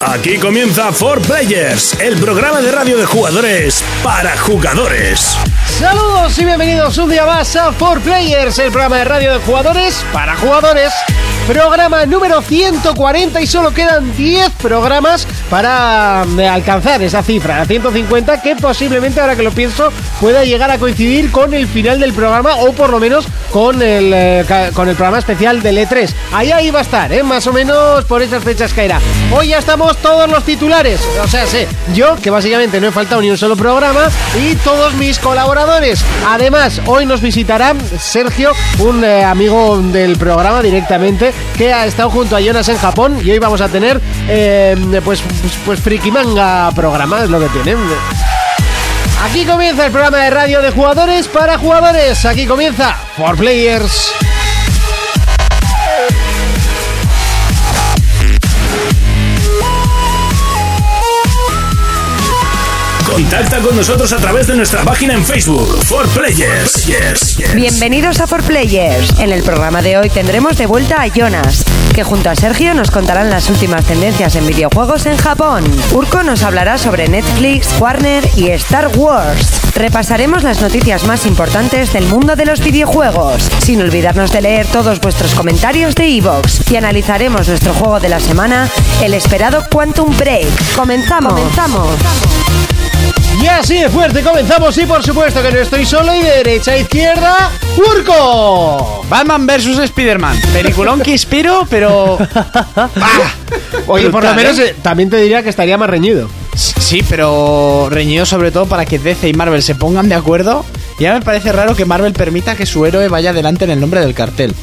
Aquí comienza For Players, el programa de radio de jugadores para jugadores. Saludos y bienvenidos un día más a For Players, el programa de radio de jugadores para jugadores. Programa número 140 y solo quedan 10 programas para mm, alcanzar esa cifra, 150, que posiblemente, ahora que lo pienso, pueda llegar a coincidir con el final del programa o por lo menos con el, eh, ca- con el programa especial E del E3. Allá iba a estar, ¿eh? más o menos por esas fechas caerá. Hoy ya estamos todos los titulares, o sea, sé, yo, que básicamente no he faltado ni un solo programa, y todos mis colaboradores. Además, hoy nos visitará Sergio, un eh, amigo del programa directamente, que ha estado junto a Jonas en Japón, y hoy vamos a tener, eh, pues, pues, pues, friki manga programa, es lo que tienen. Aquí comienza el programa de radio de jugadores para jugadores. Aquí comienza For Players. Contacta con nosotros a través de nuestra página en Facebook, For Players. Yes, yes. Bienvenidos a For Players. En el programa de hoy tendremos de vuelta a Jonas, que junto a Sergio nos contarán las últimas tendencias en videojuegos en Japón. Urko nos hablará sobre Netflix, Warner y Star Wars. Repasaremos las noticias más importantes del mundo de los videojuegos, sin olvidarnos de leer todos vuestros comentarios de Evox y analizaremos nuestro juego de la semana, el esperado Quantum Break. Comenzamos. Comenzamos. Y así de fuerte comenzamos y por supuesto que no estoy solo y de derecha a izquierda, Urco. Batman vs Spider-Man. Peliculón que inspiro, pero. ¡Bah! Oye, por lo Brutal, menos ¿eh? eh, también te diría que estaría más reñido. Sí, pero reñido sobre todo para que DC y Marvel se pongan de acuerdo. Ya me parece raro que Marvel permita que su héroe vaya adelante en el nombre del cartel.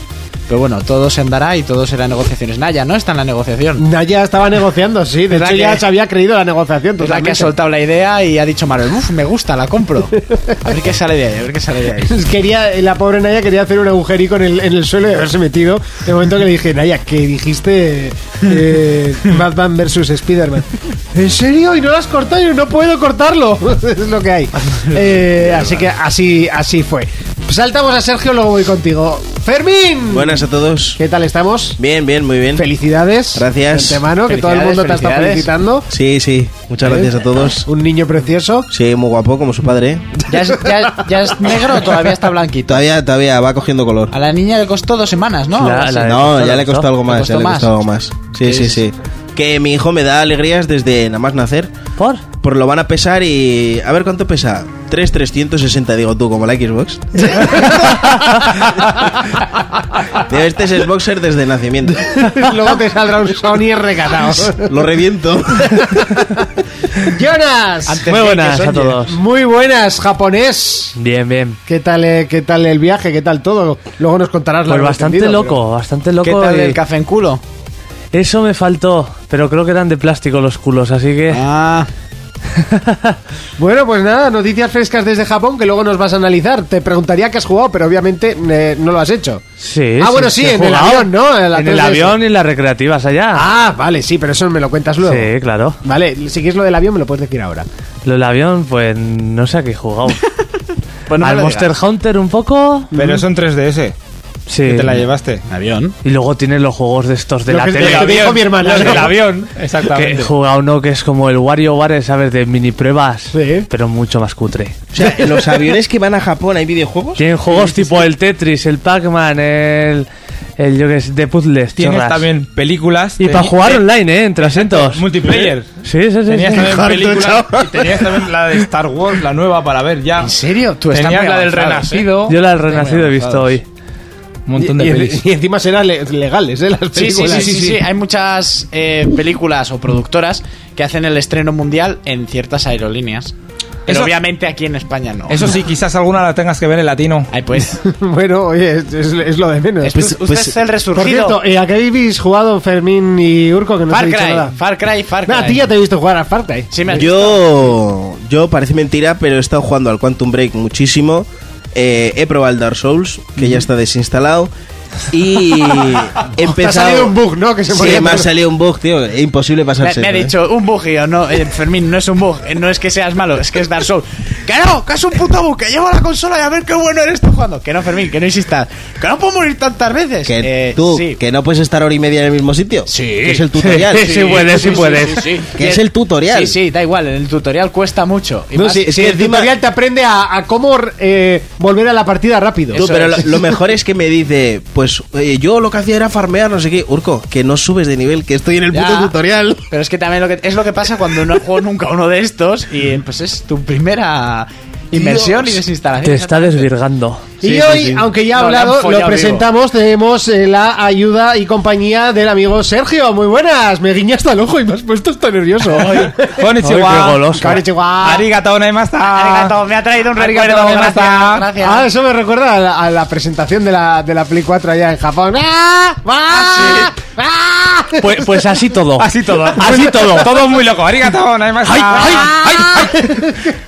Pero bueno, todo se andará y todo será negociaciones. Naya no está en la negociación. Naya estaba negociando, sí. De ¿Verdad hecho, ya que- se había creído la negociación. Es la que totalmente. ha soltado la idea y ha dicho Marvel, uff, me gusta, la compro. A ver qué sale de ahí, a ver qué sale de ahí. Quería, la pobre Naya quería hacer un agujerico en el, en el suelo y haberse metido. De momento que le dije, Naya, que dijiste eh, Batman versus Spider-Man. ¿En serio? ¿Y no lo has cortado? Yo no puedo cortarlo. es lo que hay. Eh, así que así, así fue. Saltamos a Sergio, luego voy contigo. ¡Fermín! Buenas a todos. ¿Qué tal estamos? Bien, bien, muy bien. Felicidades. Gracias. De antemano, que todo el Felicidades, mundo te está felicidades. felicitando. ¿Eh? Sí, sí. Muchas gracias a todos. Un niño precioso. Sí, muy guapo como su padre. ¿eh? ¿Ya es, ya- ya es negro o todavía está blanquito? Todavía, todavía va cogiendo color. A la niña le costó dos semanas, ¿no? La- Algo así. la- No, le ya le costó, le costó algo más, costó ya le más. costó algo más. Sí, sí, sí. Que mi hijo me da alegrías desde nada más nacer. ¿Por? Por lo van a pesar y. A ver cuánto pesa. 3,360, digo tú, como la Xbox. Digo, este es Xboxer desde nacimiento. luego te saldrá un Sony recatado. Lo reviento. ¡Jonas! Antes Muy que- buenas que sueñe. a todos. Muy buenas, japonés. Bien, bien. Pues ¿Qué tal, eh, ¿Qué tal el viaje? ¿Qué tal todo? Luego nos contarás la Pues bastante loco, bastante loco. ¿Qué tal y- el café en culo? Eso me faltó, pero creo que eran de plástico los culos, así que. Ah. Bueno, pues nada, noticias frescas desde Japón que luego nos vas a analizar. Te preguntaría qué has jugado, pero obviamente eh, no lo has hecho. Sí. Ah, bueno, sí, he en el jugado. avión, ¿no? En la En el 3DS. avión y en las recreativas allá. Ah, vale, sí, pero eso me lo cuentas luego. sí, claro. Vale, si quieres lo del avión me lo puedes decir ahora. Lo del avión, pues no sé a qué he jugado. Pues no me Al lo Monster Hunter un poco. Pero son 3DS. Sí. que te la llevaste? Avión. Y luego tienen los juegos de estos de Lo la que- tele. lo que dijo mi hermana. Los del avión. Que he Exactamente. jugado uno que es como el WarioWare, ¿sabes? De mini pruebas, Sí. pero mucho más cutre. O sea, ¿en los aviones que van a Japón hay videojuegos? Tienen juegos tipo el Tetris, el Pac-Man, el, el yo que sé, de puzzles, Tienes chorras. también películas. Y teni- para jugar te- online, ¿eh? Entre acentos. Multiplayer. Sí, sí, sí. Tenías sí. también películas. y Tenías también la de Star Wars, la nueva para ver ya. ¿En serio? pues Tú estás Tenías muy la del avanzado, Renacido. ¿eh? Yo la del Renacido he visto avanzados. hoy. Un montón de y, pelis. y encima serán le- legales, ¿eh? Las Sí, sí, películas. sí, sí, sí. Hay muchas eh, películas o productoras que hacen el estreno mundial en ciertas aerolíneas. Pero Eso- obviamente aquí en España no. Eso sí, quizás alguna la tengas que ver en latino. Ay, pues. Bueno, oye, es, es- es lo de menos. Es- usted es el pues, Por resurgido. cierto, eh, ¿a qué habéis jugado Fermín y Urco? Que no os he Far dicho Cry, nada. Far Cry, Far Cry. Nah, a ti ya te he visto jugar a Far Cry. Sí, me has visto. Yo, yo parece mentira, pero he estado jugando al Quantum Break muchísimo. Eh, he probado el Dark Souls, que ya está desinstalado. Y he Te ha empezado. salido un bug, ¿no? Que se Sí, ponía- me ha salido un bug, tío. Es imposible ¿eh? Me, pasarse. me ha dicho, un bug, y yo, no, eh, Fermín, no es un bug, eh, no es que seas malo, es que es Dark Souls. ¡Que no! ¡Que es un puto bug! ¡Que llevo la consola y a ver qué bueno eres tú jugando! ¡Que no, Fermín, que no insistas! ¡Que no puedo morir tantas veces! Que Eh, tú, sí. que no puedes estar hora y media en el mismo sitio. Sí. Que es el tutorial. Sí, sí puedes, sí puedes. Que es el tutorial. Sí, sí, da igual, el tutorial cuesta mucho. Y No, más- si, si el encima- tutorial te aprende a, a cómo eh, volver a la partida rápido. Tú, pero lo, lo mejor es que me dice, pues oye, yo lo que hacía era farmear, no sé qué. Urco, que no subes de nivel, que estoy en el Ya. puto tutorial. Pero es que también lo que, es lo que pasa cuando no juego nunca uno de estos y eh, pues es tu primera inmersión y desinstalación. Te está desvirgando. Y Sí, sí, hoy, sí. aunque ya ha No, le han hablado, follado lo presentamos, tenemos eh, la ayuda y compañía del amigo Sergio. Muy buenas, me guiñas al ojo y me has puesto hasta nervioso. ah. Ay, qué Konnichiwa. goloso. Konnichiwa. Arigato gonaimasta. Arigato, me ha traído un Ah, Arigato, recuerdo. gracias, Gracias. gracias. Ah, eso me recuerda a la, a la presentación de la, de la Play 4 allá en Japón. ¡Ah! ¡Ah! ¡Ah! Pues, pues así todo. Así todo. Así todo. Todo muy loco. Arigato gonaimasta. Ah.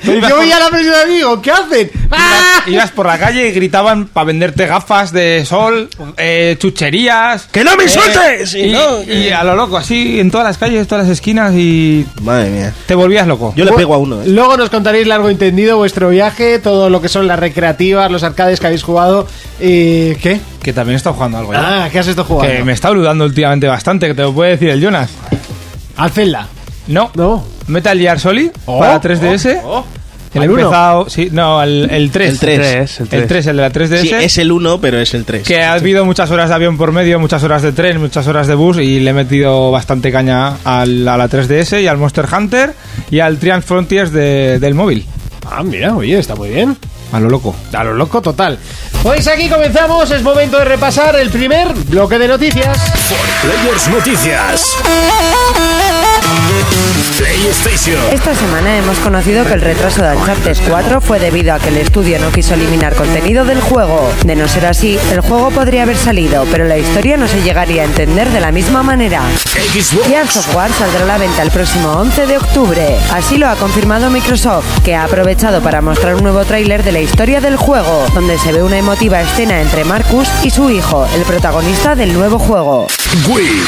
Ibas Yo por- veía la presentación y digo, ¿qué hacen? ¡Ah! ibas- Ibas por la calle y gritaban para venderte gafas de sol, eh, chucherías. ¡Que no me eh, insultes! y, Y no, que- y a lo loco, así en todas las calles, todas las esquinas y Madre mía. te volvías loco. Yo le Pues, pego a uno, ¿eh? Luego nos contaréis largo y entendido vuestro viaje, todo lo que son las recreativas, los arcades que habéis jugado. y ¿Qué? Que también he estado jugando algo ya. Ah, ¿qué has estado que jugando? me está olvidando últimamente bastante, que te lo puede decir el Jonas. Al Zelda. No. Oh. No. Metal Gear Solid para 3DS. Que le he ¿Al uno? empezado. Sí, no, el, el 3. El tres. Tres, el El 3, tres. el, de la 3DS. Sí, es el 1, pero es el 3. Que ha habido muchas horas de avión por medio, muchas horas de tren, muchas horas de bus y le he metido bastante caña al- a la 3DS y al Monster Hunter y al Triumph Frontiers de- del móvil. Ah, mira, oye, está muy bien. A lo loco. A lo loco total. Pues aquí comenzamos, es momento de repasar el primer bloque de noticias. Players Noticias. PlayStation. Esta semana hemos conocido que el retraso de Uncharted 4 fue debido a que el estudio no quiso eliminar contenido del juego. De no ser así, el juego podría haber salido, pero la historia no se llegaría a entender de la misma manera. Gears Xbox. of War saldrá a la venta el próximo 11 de octubre. Así lo ha confirmado Microsoft, que ha aprovechado para mostrar un nuevo tráiler de la historia del juego, donde se ve una emotiva escena entre Marcus y su hijo, el protagonista del nuevo juego. Wii.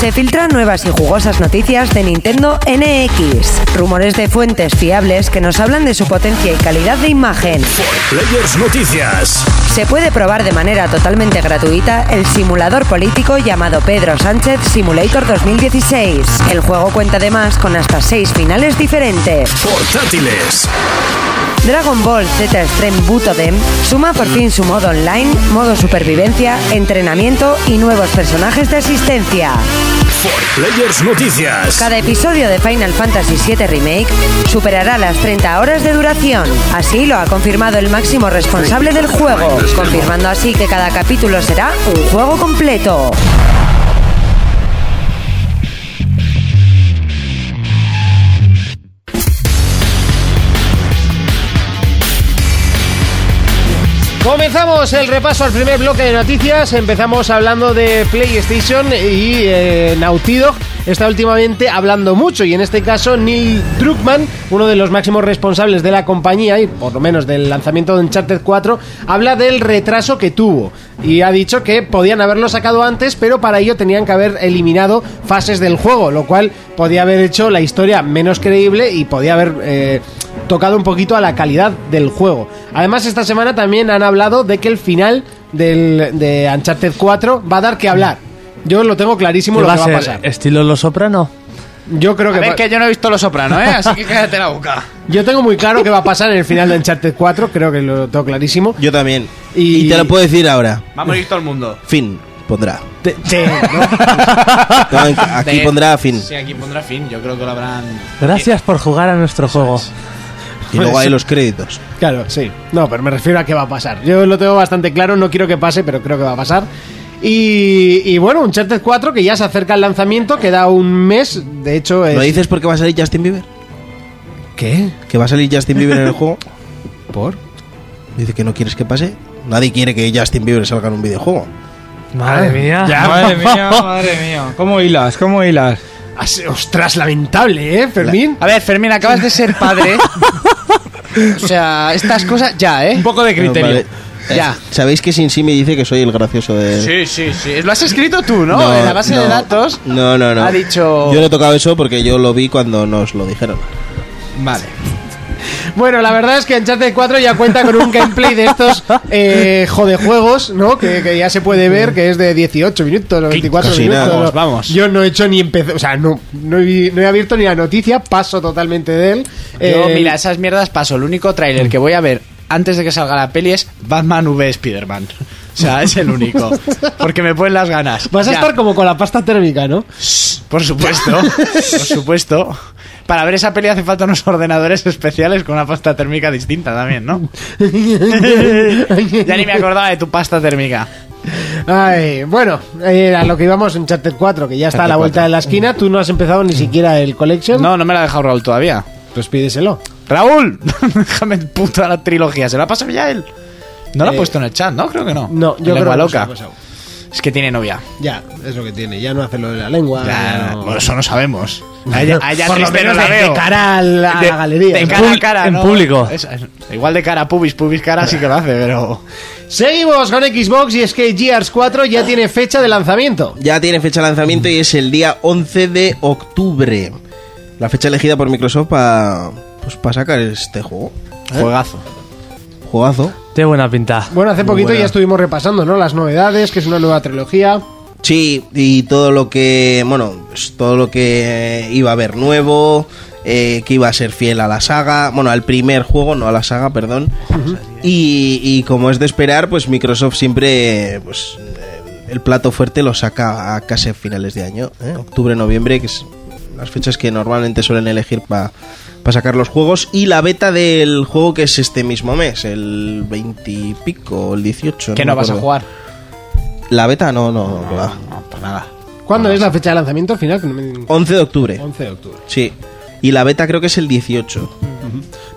Se filtran nuevas y jugosas noticias de Nintendo NX, rumores de fuentes fiables que nos hablan de su potencia y calidad de imagen. Players Noticias. Se puede probar de manera totalmente gratuita el simulador político llamado Pedro Sánchez Simulator 2016. El juego cuenta además con hasta seis finales diferentes. Portátiles. Dragon Ball Z Extreme Butoden suma por fin su modo online, modo supervivencia, entrenamiento y nuevos personajes de asistencia. Players Noticias. Pues Cada episodio de Final Fantasy VII Remake superará las 30 horas de duración. Así lo ha confirmado el máximo responsable del juego, confirmando así que cada capítulo será un juego completo. Comenzamos el repaso al primer bloque de noticias. Empezamos hablando de PlayStation y eh, Naughty Dog está últimamente hablando mucho y en este caso Neil Druckmann, uno de los máximos responsables de la compañía y por lo menos del lanzamiento de Uncharted 4, habla del retraso que tuvo y ha dicho que podían haberlo sacado antes, pero para ello tenían que haber eliminado fases del juego, lo cual podía haber hecho la historia menos creíble y podía haber eh, tocado un poquito a la calidad del juego. Además, esta semana también han hablado de que el final del, de Uncharted 4 va a dar que hablar. Yo lo tengo clarísimo ¿Qué lo va que a va a ser? eh, pasar. ¿Estilo Los Soprano? Yo creo que, va- yo no he visto Los Soprano, ¿eh? Así que cállate la boca. yo tengo muy claro que va a pasar en el final de Uncharted 4, creo que lo tengo clarísimo. Yo también. Y- Y... te lo puedo decir ahora. Va a morir todo el mundo. Fin, pondrá. Te- te- ¿no? No, en- aquí De- pondrá fin. Sí, aquí pondrá fin. Yo creo que lo habrán. Gracias por jugar a nuestro juego. Y luego hay los créditos. Claro, sí. No, pero me refiero a qué va a pasar. Yo lo tengo bastante claro, no quiero que pase, pero creo que va a pasar. Y, y bueno, Uncharted 4 que ya se acerca al lanzamiento, queda un mes. De hecho, Pues es. ¿Lo dices porque va a salir Justin Bieber? ¿Qué? ¿Que va a salir Justin Bieber en el juego? ¿Por? Dice que no quieres que pase. Nadie quiere que Justin Bieber salga en un videojuego. Madre mía. madre mía, madre mía. ¿Cómo hilas? ¿Cómo hilas? Ah, sí, Ostras, lamentable, ¿eh, Fermín? A ver, Fermín, acabas de ser padre. O sea, estas cosas ya, ¿eh? Un poco de Pero, criterio. vale, Eh, Ya. Sabéis que Sin sí me dice que soy el gracioso de. Eh. Sí, sí, sí. Lo has escrito tú, ¿no? en la base no. de datos. No, no, no. Ha dicho. Yo no he tocado eso porque yo lo vi cuando nos lo dijeron. Vale. Bueno, la verdad es que Uncharted 4 ya cuenta con un gameplay de estos eh, jodejuegos, ¿no? Que, que ya se puede ver que es de 18 minutos o 24 casi minutos. nada. ¿no? Vamos, vamos. Yo no he hecho ni empezar, o sea, no, no, he, vi- no he abierto ni la noticia, paso totalmente de él. Yo, Eh, mira, esas mierdas paso. El único tráiler que voy a ver antes de que salga la peli es Batman v Spider-Man. O sea, es el único. Porque me ponen las ganas. Vas a Ya. estar como con la pasta térmica, ¿no? Por supuesto, por supuesto. Para ver esa peli hace falta unos ordenadores especiales con una pasta térmica distinta también, ¿no? ya ni me acordaba de tu pasta térmica. Ay, bueno, eh, a lo que íbamos en Charter 4, que ya está a la vuelta de la esquina. Tú no has empezado ni siquiera el Collection. Mm. No, no me la ha dejado Raúl todavía. Pues pídeselo. ¡Raúl! Déjame en puta la trilogía. ¿Se la ha pasado ya él? No la ha Eh, puesto en el chat, ¿no? Creo que no. No, yo Lengua creo que no se loca. ha pasado. Es que tiene novia. Ya, es lo que tiene. Ya no hace lo de la lengua. Ya, Ah, no- bueno, eso no sabemos. A ella, a ella Por lo triste menos no la de- veo. de cara a la- a la galería, De ¿no? cara a Pub- cara, en ¿no? público. Es- es- igual de cara a pubis, pubis cara sí que lo hace, pero... Seguimos con Xbox y es que Gears 4 ya tiene fecha de lanzamiento. Ya tiene fecha de lanzamiento y es el día 11 de octubre. La fecha elegida por Microsoft para pues, pa sacar este juego. Juegazo. Juegazo. Tiene buena pinta. Bueno, hace poquito buena. ya estuvimos repasando, ¿no? Las novedades, que es una nueva trilogía. Sí, y todo lo que, bueno, pues, todo lo que iba a haber nuevo, eh, que iba a ser fiel a la saga, bueno, al primer juego, no a la saga, perdón. y, y como es de esperar, pues Microsoft siempre, pues, eh, el plato fuerte lo saca a casi a finales de año, ¿eh? octubre, noviembre, que es las fechas que normalmente suelen elegir para sacar los juegos y la beta del juego que es este mismo mes, el 20 y pico, el 18. Que me no vas a acuerdo. jugar. La beta no, no, no, que va. No, para nada. ¿Cuándo es la fecha de lanzamiento al final? Que no me- 11 de octubre. 11 de octubre. Sí. Y la beta creo que es el 18.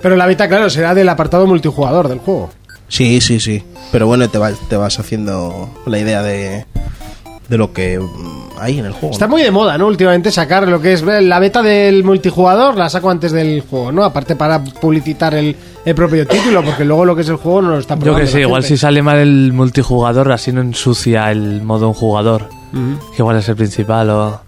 Pero la beta, claro, será del apartado multijugador del juego. Sí, sí, sí. Pero bueno, te, va- te vas haciendo la idea de, de lo que mm, hay en el juego. Está ¿no? muy de moda, ¿no? Últimamente sacar lo que es la beta del multijugador, la saco antes del juego, ¿no? Aparte para publicitar el, el propio título, porque luego lo que es el juego no lo está Yo probando. que la sé, igual gente. si sale mal el multijugador, así no ensucia el modo un jugador. Que igual es el principal o.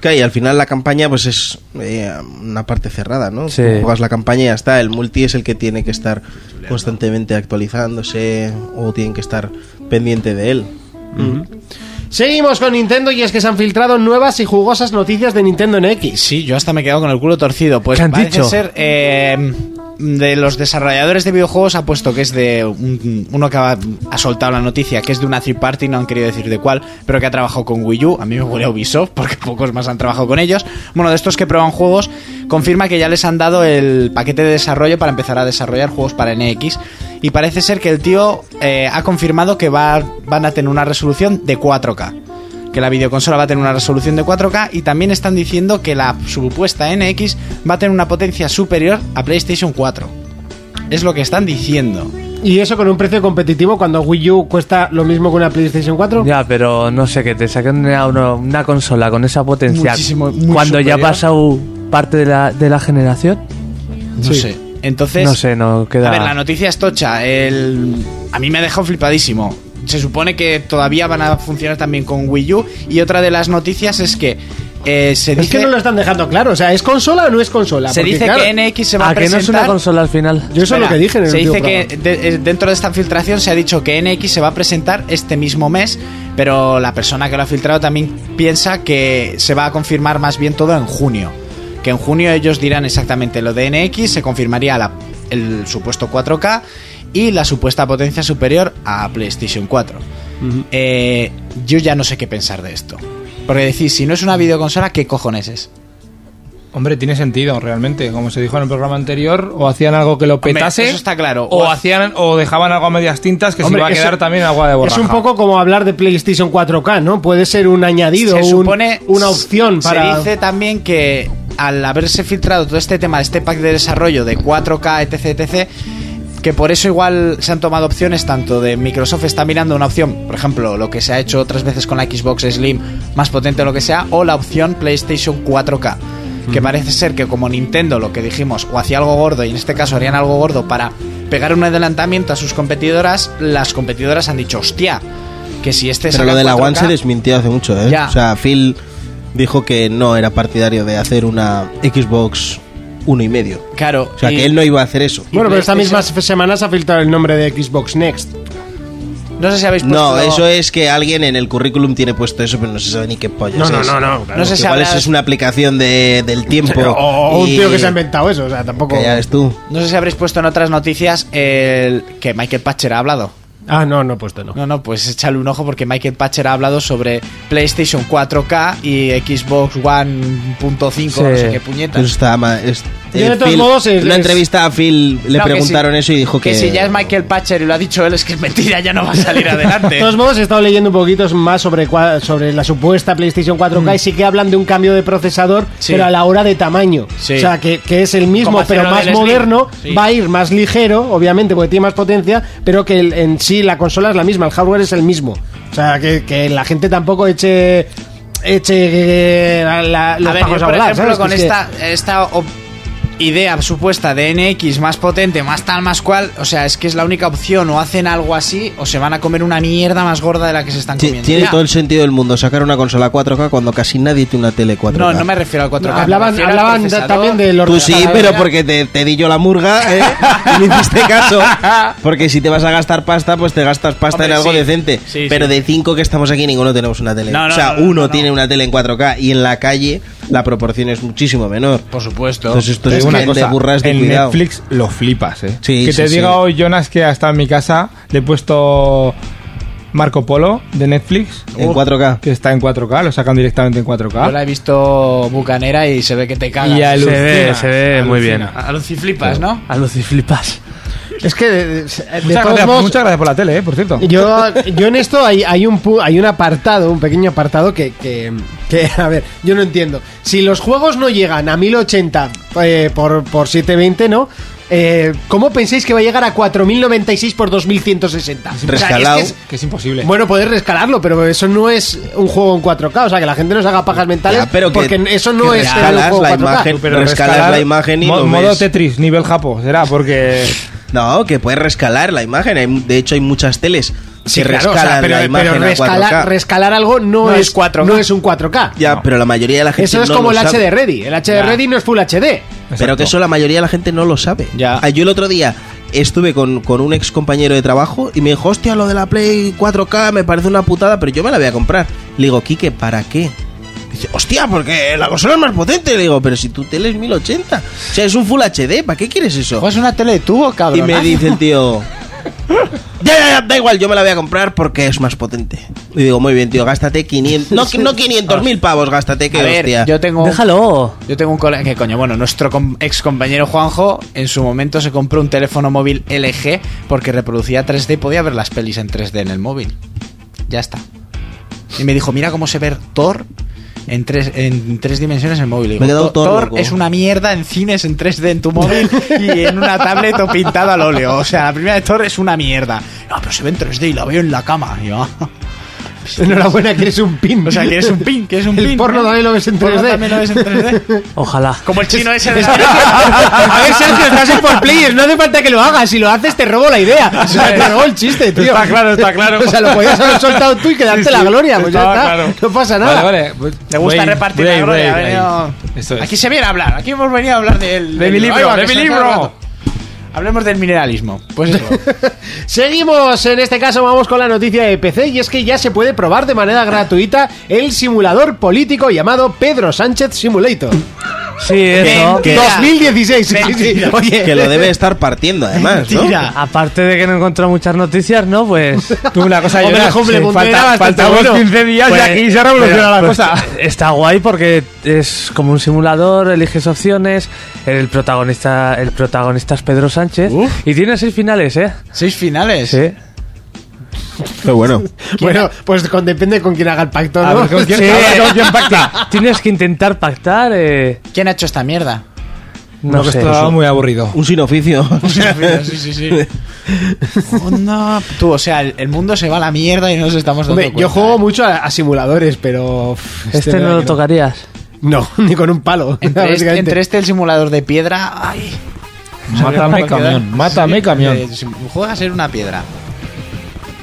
Que, y al final la campaña pues es eh, una parte cerrada, ¿no? Sí. Tú Juegas la campaña y ya está. El multi es el que tiene que estar constantemente actualizándose o tienen que estar pendiente de él. Seguimos con Nintendo y es que se han filtrado nuevas y jugosas noticias de Nintendo NX. Sí, yo hasta me he quedado con el culo torcido. Pues ¿Qué han parece dicho? ser eh, de los desarrolladores de videojuegos ha puesto que es de un- uno que ha, ha soltado la noticia, que es de una third party, no han querido decir de cuál, pero que ha trabajado con Wii U. A mí me huele a Ubisoft porque pocos más han trabajado con ellos. Bueno, de estos que prueban juegos, confirma que ya les han dado el paquete de desarrollo para empezar a desarrollar juegos para NX. Y parece ser que el tío eh, ha confirmado que va, van a tener una resolución de 4K que la videoconsola va a tener una resolución de 4K y también están diciendo que la supuesta NX va a tener una potencia superior a PlayStation 4. Es lo que están diciendo. Y eso con un precio competitivo cuando Wii U cuesta lo mismo que una PlayStation 4. Ya, pero no sé, que te saquen una, una- una consola con esa potencia. Muchísimo, muy cuando ya superior. ha pasado parte de la, de la generación. No sé. Entonces, No sé, no queda. a ver, la noticia es tocha. El... A mí me ha dejado flipadísimo. Se supone que todavía van a funcionar también con Wii U. Y otra de las noticias es que eh, se Es dice, que no lo están dejando claro, o sea, ¿es consola o no es consola? se Porque, dice claro, que NX se va a, ¿A Ah, que no presentar. es una consola al final? Yo eso es lo Espera, que dije en el Se último dice que de- eh, dentro de esta filtración se ha dicho que NX se va a presentar este mismo mes, pero la persona que lo ha filtrado también piensa que se va a confirmar más bien todo en junio. Que en junio ellos dirán exactamente lo de NX, se confirmaría la- el supuesto 4K y la supuesta potencia superior a PlayStation 4. Eh, yo ya no sé qué pensar de esto. Porque decís, si no es una videoconsola, ¿qué cojones es? Hombre, tiene sentido realmente, como se dijo en el programa anterior, o hacían algo que lo Hombre, petase, eso está claro. o hacían o dejaban algo a medias tintas que Hombre, se iba a eso- quedar también agua de borraja. Es un poco como hablar de PlayStation 4K, ¿no? Puede ser un añadido, se un- supone una opción para... se dice también que al haberse filtrado todo este tema de este pack de desarrollo de 4K etc etc que por eso igual se han tomado opciones tanto de Microsoft está mirando una opción por ejemplo lo que se ha hecho otras veces con la Xbox Slim más potente o lo que sea o la opción PlayStation 4K que parece ser que como Nintendo lo que dijimos o hacía algo gordo y en este caso harían algo gordo para pegar un adelantamiento a sus competidoras, las competidoras han dicho, hostia, que si este Pero saca lo de la 4K, One se desmintió hace mucho, ¿eh? Ya. O sea, Phil dijo que no era partidario de hacer una Xbox uno y medio. Claro, O sea, y que él no iba a hacer eso. Bueno, pero esta misma PlayStation- semana se ha filtrado el nombre de Xbox Next. no sé si habéis puesto... No, eso es que alguien en el currículum tiene puesto eso, pero no se sabe ni qué pollas No, no, es. no, no. No sé si Igual habrás- eso es una aplicación de- del tiempo. O, o un y- tío que se ha inventado eso, o sea, tampoco. Que ya ves tú. No sé si habréis puesto en otras noticias el que Michael Patcher ha hablado. Ah, no, no he puesto, no. No, no, pues échale un ojo porque Michael Patcher ha hablado sobre PlayStation 4K y Xbox One.5, no sé qué Eso puñetas. está ma- es- eh, Yo, de todos Phil- modos, es- en una es- entrevista a Phil le No, que preguntaron si- eso y dijo que. Que si ya es Michael Patcher y lo ha dicho él, es que es mentira, ya no va a salir De adelante. todos modos, he estado leyendo un poquito más sobre, cua- sobre la supuesta PlayStation 4K y sí que hablan de un cambio de procesador, Mm. Sí. pero a la hora de tamaño. Sí. O sea, que, que es el Como mismo, hacer pero lo más del Slim. moderno, Sí. va a ir más ligero, obviamente, porque tiene más potencia, pero que el- en sí la consola es la misma, el hardware es el mismo. O sea, que, que la gente tampoco eche... Eche eh, la- la- los a ver, yo, pajos a por volar, ejemplo, ¿sabes? Que con es que- esta, esta op- idea supuesta de NX más potente, más tal, más cual, o sea, es que es la única opción. O hacen algo así, o se van a comer una mierda más gorda de la que se están Ti- comiendo. Tiene Ya. todo el sentido del mundo sacar una consola 4K cuando casi nadie tiene una tele 4K. No, no me refiero al 4K. me hablaban refiero al hablaban procesador. también de los Tú sí, pero porque te, te di yo la murga ¿eh? y me hiciste caso. Porque si te vas a gastar pasta, pues te gastas pasta Hombre, en algo sí. decente. Sí, pero sí. de cinco que estamos aquí, ninguno tenemos una tele. No, no, o sea, no, no, uno no, no. tiene una tele en 4K y en la calle la proporción es muchísimo menor. Por supuesto. Entonces esto es Te digo una una cosa, burras de en cuidado. Netflix lo flipas, ¿eh? Sí, que sí, te sí. diga hoy, Jonas, que hasta en mi casa le he puesto Marco Polo de Netflix. En 4K. Que está en 4K, lo sacan directamente en 4K. Yo ¿Ah? la he visto bucanera y se ve que te cagas. Y Se alucina, ve, se ve muy bien. alucina. A los ciflipas, ¿no? A los flipas. Es que, de, de- de Muchas todos gracias, modos, muchas gracias por la tele, ¿eh? por cierto. Yo, yo en esto hay, hay, un, pu- hay un apartado, un pequeño apartado que, que, que, a ver, yo no entiendo. Si los juegos no llegan a 1080 eh, por, por 720, ¿no? Eh, ¿Cómo pensáis que va a llegar a 4096 por 2160? O sea, Rescalado. es que Que es imposible. es- bueno, poder rescalarlo, pero eso no es un juego en 4K. O sea, que la gente nos haga pajas mentales. Ya, pero que- porque eso no que es un rescalas juego la 4K. imagen. rescalas la imagen y mo- lo modo ves. Tetris, nivel japo, será porque No, que puedes rescalar la imagen. Hay- De hecho, hay muchas teles Sí, que claro, o rescalan sea, pero, la pero imagen a 4K. rescalar, rescalar algo no, No es, es 4K. no es un 4K. Ya, pero la mayoría de la gente Eso es no como lo el sabe. HD Ready. El HD Ready no es Full HD. Pero que eso la mayoría de la gente no lo sabe. Ya. Ah, Yo el otro día estuve con, con un ex compañero de trabajo y me dijo, hostia, lo de la Play 4K me parece una putada, pero yo me la voy a comprar. Le digo, Quique, ¿para qué? Dice, hostia, porque la consola es más potente. Le digo, pero si tu tele es 1080. O sea, es un Full HD, ¿para qué quieres eso? Pues una tele de tubo, cabrón. Ah. Y me dice el tío... Ya, ya, ya, da igual, yo me la voy a comprar porque es más potente. Y digo, muy bien, tío, gástate 500... No, no 500 mil pavos, gástate, que a ver, hostia. yo tengo. Déjalo. Yo tengo un colega que coño, bueno, nuestro com- ex compañero Juanjo en su momento se compró un teléfono móvil LG porque reproducía 3D y podía ver las pelis en 3D en el móvil. Ya está. Y me dijo, mira cómo se ve Thor en tres, en tres dimensiones en el móvil. Y digo, Me he "Thor- quedado Thor, Thor loco". es una mierda en cines en 3D en tu móvil y en una tablet o pintado al óleo. O sea, la primera de Thor es una mierda. No, pero se ve en 3D y la veo en la cama. Y yo, Enhorabuena, que eres un pin. o sea, que eres un pin, que eres un El pin. porno ¿no? también lo ves en El porno 3D. también lo ves en 3D. Ojalá. Como el chino ese de la- A ver, Sergio, estás en por players. No hace falta que lo hagas. Si lo haces, te robo la idea. O sea, te robo el chiste, tío. Está claro, está claro. O sea, lo podías haber soltado tú y quedarte Sí, sí, la gloria. Pues ya estaba está. claro. No pasa nada. Vale, vale. pues Le gusta voy- repartir voy la ahí, voy gloria. ha ahí, voy ahí. venido- Eso es. Aquí se viene a hablar. Aquí hemos venido a hablar del. De mi del- libro, Ahí va, de que se mi nos libro. ha hablado. Hablemos del mineralismo. Pues eso. Seguimos, en este caso vamos con la noticia de PC y es que ya se puede probar de manera gratuita el simulador político llamado Pedro Sánchez Simulator. Sí, eso. Mentira. 2016, sí, sí, sí. Oye, Que lo debe estar partiendo, además, ¿no? Mentira. Aparte de que no encontró muchas noticias, ¿no? Pues. Tú una cosa, Hombre, este Jonas, hombre, sí, Montero era falta, bastante faltamos bueno. 15 días Pues, y aquí se ha revolucionado pero, la pues, cosa. Está guay porque es como un simulador, eliges opciones, el protagonista, el protagonista es Pedro Sánchez y tiene seis finales, ¿eh? Seis finales. Sí. Pero bueno. bueno, pues con, depende con quién haga el pacto, A ¿no? ver, ¿con quién, Sí. a ver, ¿con quién pacta? Tienes que intentar pactar, eh, ¿Quién ha hecho esta mierda? no, No, que sé. estaba muy aburrido. Un sin oficio. sí, sí, sí. Onda, tú, o sea, el, el mundo se va a la mierda y no nos estamos dando Hombre, cuenta. ¿eh? yo juego mucho a, a simuladores, pero... uf, Este de no verdad lo que tocarías. No, ni con un palo. Entre este, básicamente. entre este y el simulador de piedra. Ay. Mátame camión, mátame ¿eh? camión. Juega a ser una piedra.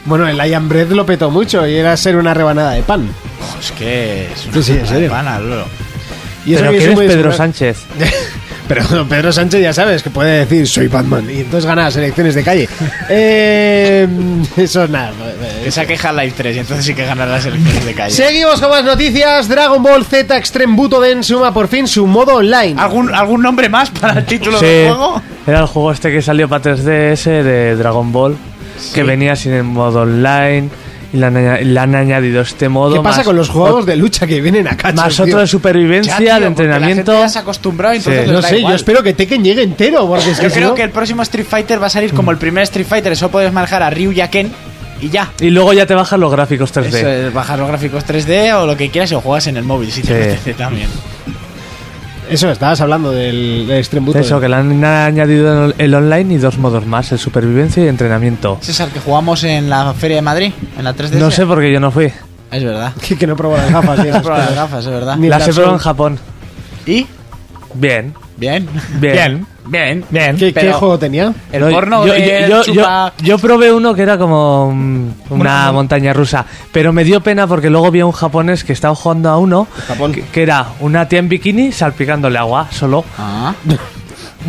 Bueno, el Iron Bread lo petó mucho y era ser una rebanada de pan. Oh, es que es Sí, sí, en serio. pana, bro. Y eso Pero que yo ¿quién soy es muy Pedro desconfiado. Sánchez? Pero don Pedro Sánchez ya sabes que puede decir soy Batman y entonces gana las elecciones de calle. Eh, eso es nada. Esa queja Live 3 y entonces sí que ganará las elecciones de calle. Seguimos con más noticias. Dragon Ball Z Extreme Butoden suma por fin su modo online. ¿Algún, ¿Algún nombre más para el título del juego? Era el juego este que salió para 3DS de Dragon Ball, que venía sin el modo online y le han, aña- le han añadido este modo. ¿Qué pasa más con los juegos de lucha que vienen a cachos? Más tío? otro de supervivencia, Ya, tío, de porque La entrenamiento. gente ya se ha acostumbrado, entonces Sí. les No da sé, igual. yo espero que Tekken llegue entero. Porque es que Yo si creo no- que el próximo Street Fighter va a salir Mm. como el primer Street Fighter, eso puedes manejar a Ryu y a Ken y ya. Y luego ya te bajan los gráficos 3D. Eso es, bajar los gráficos 3D o lo que quieras o juegas en el móvil si te Sí. apetece también. Eso, estabas hablando del, del Extreme Butoden. Eso, que le han añadido el- el online y dos modos más, el supervivencia y entrenamiento. Ese es el que jugamos en la Feria de Madrid, en la 3D. No sé por qué yo no fui. Es verdad. Que, que no probó las gafas. tío. Has probado las gafas, es verdad. Ni el Las he Dark probado en Souls. Japón. ¿Y? Bien, Bien. bien. Bien. Bien. ¿Qué, qué Pero- juego tenía? El No, porno yo, del yo- yo- chupa- yo probé uno que era como mm, una montaña rusa, pero me dio pena porque luego vi a un japonés que estaba jugando a uno Japón. que, que era una tía en bikini salpicándole agua, solo Ah.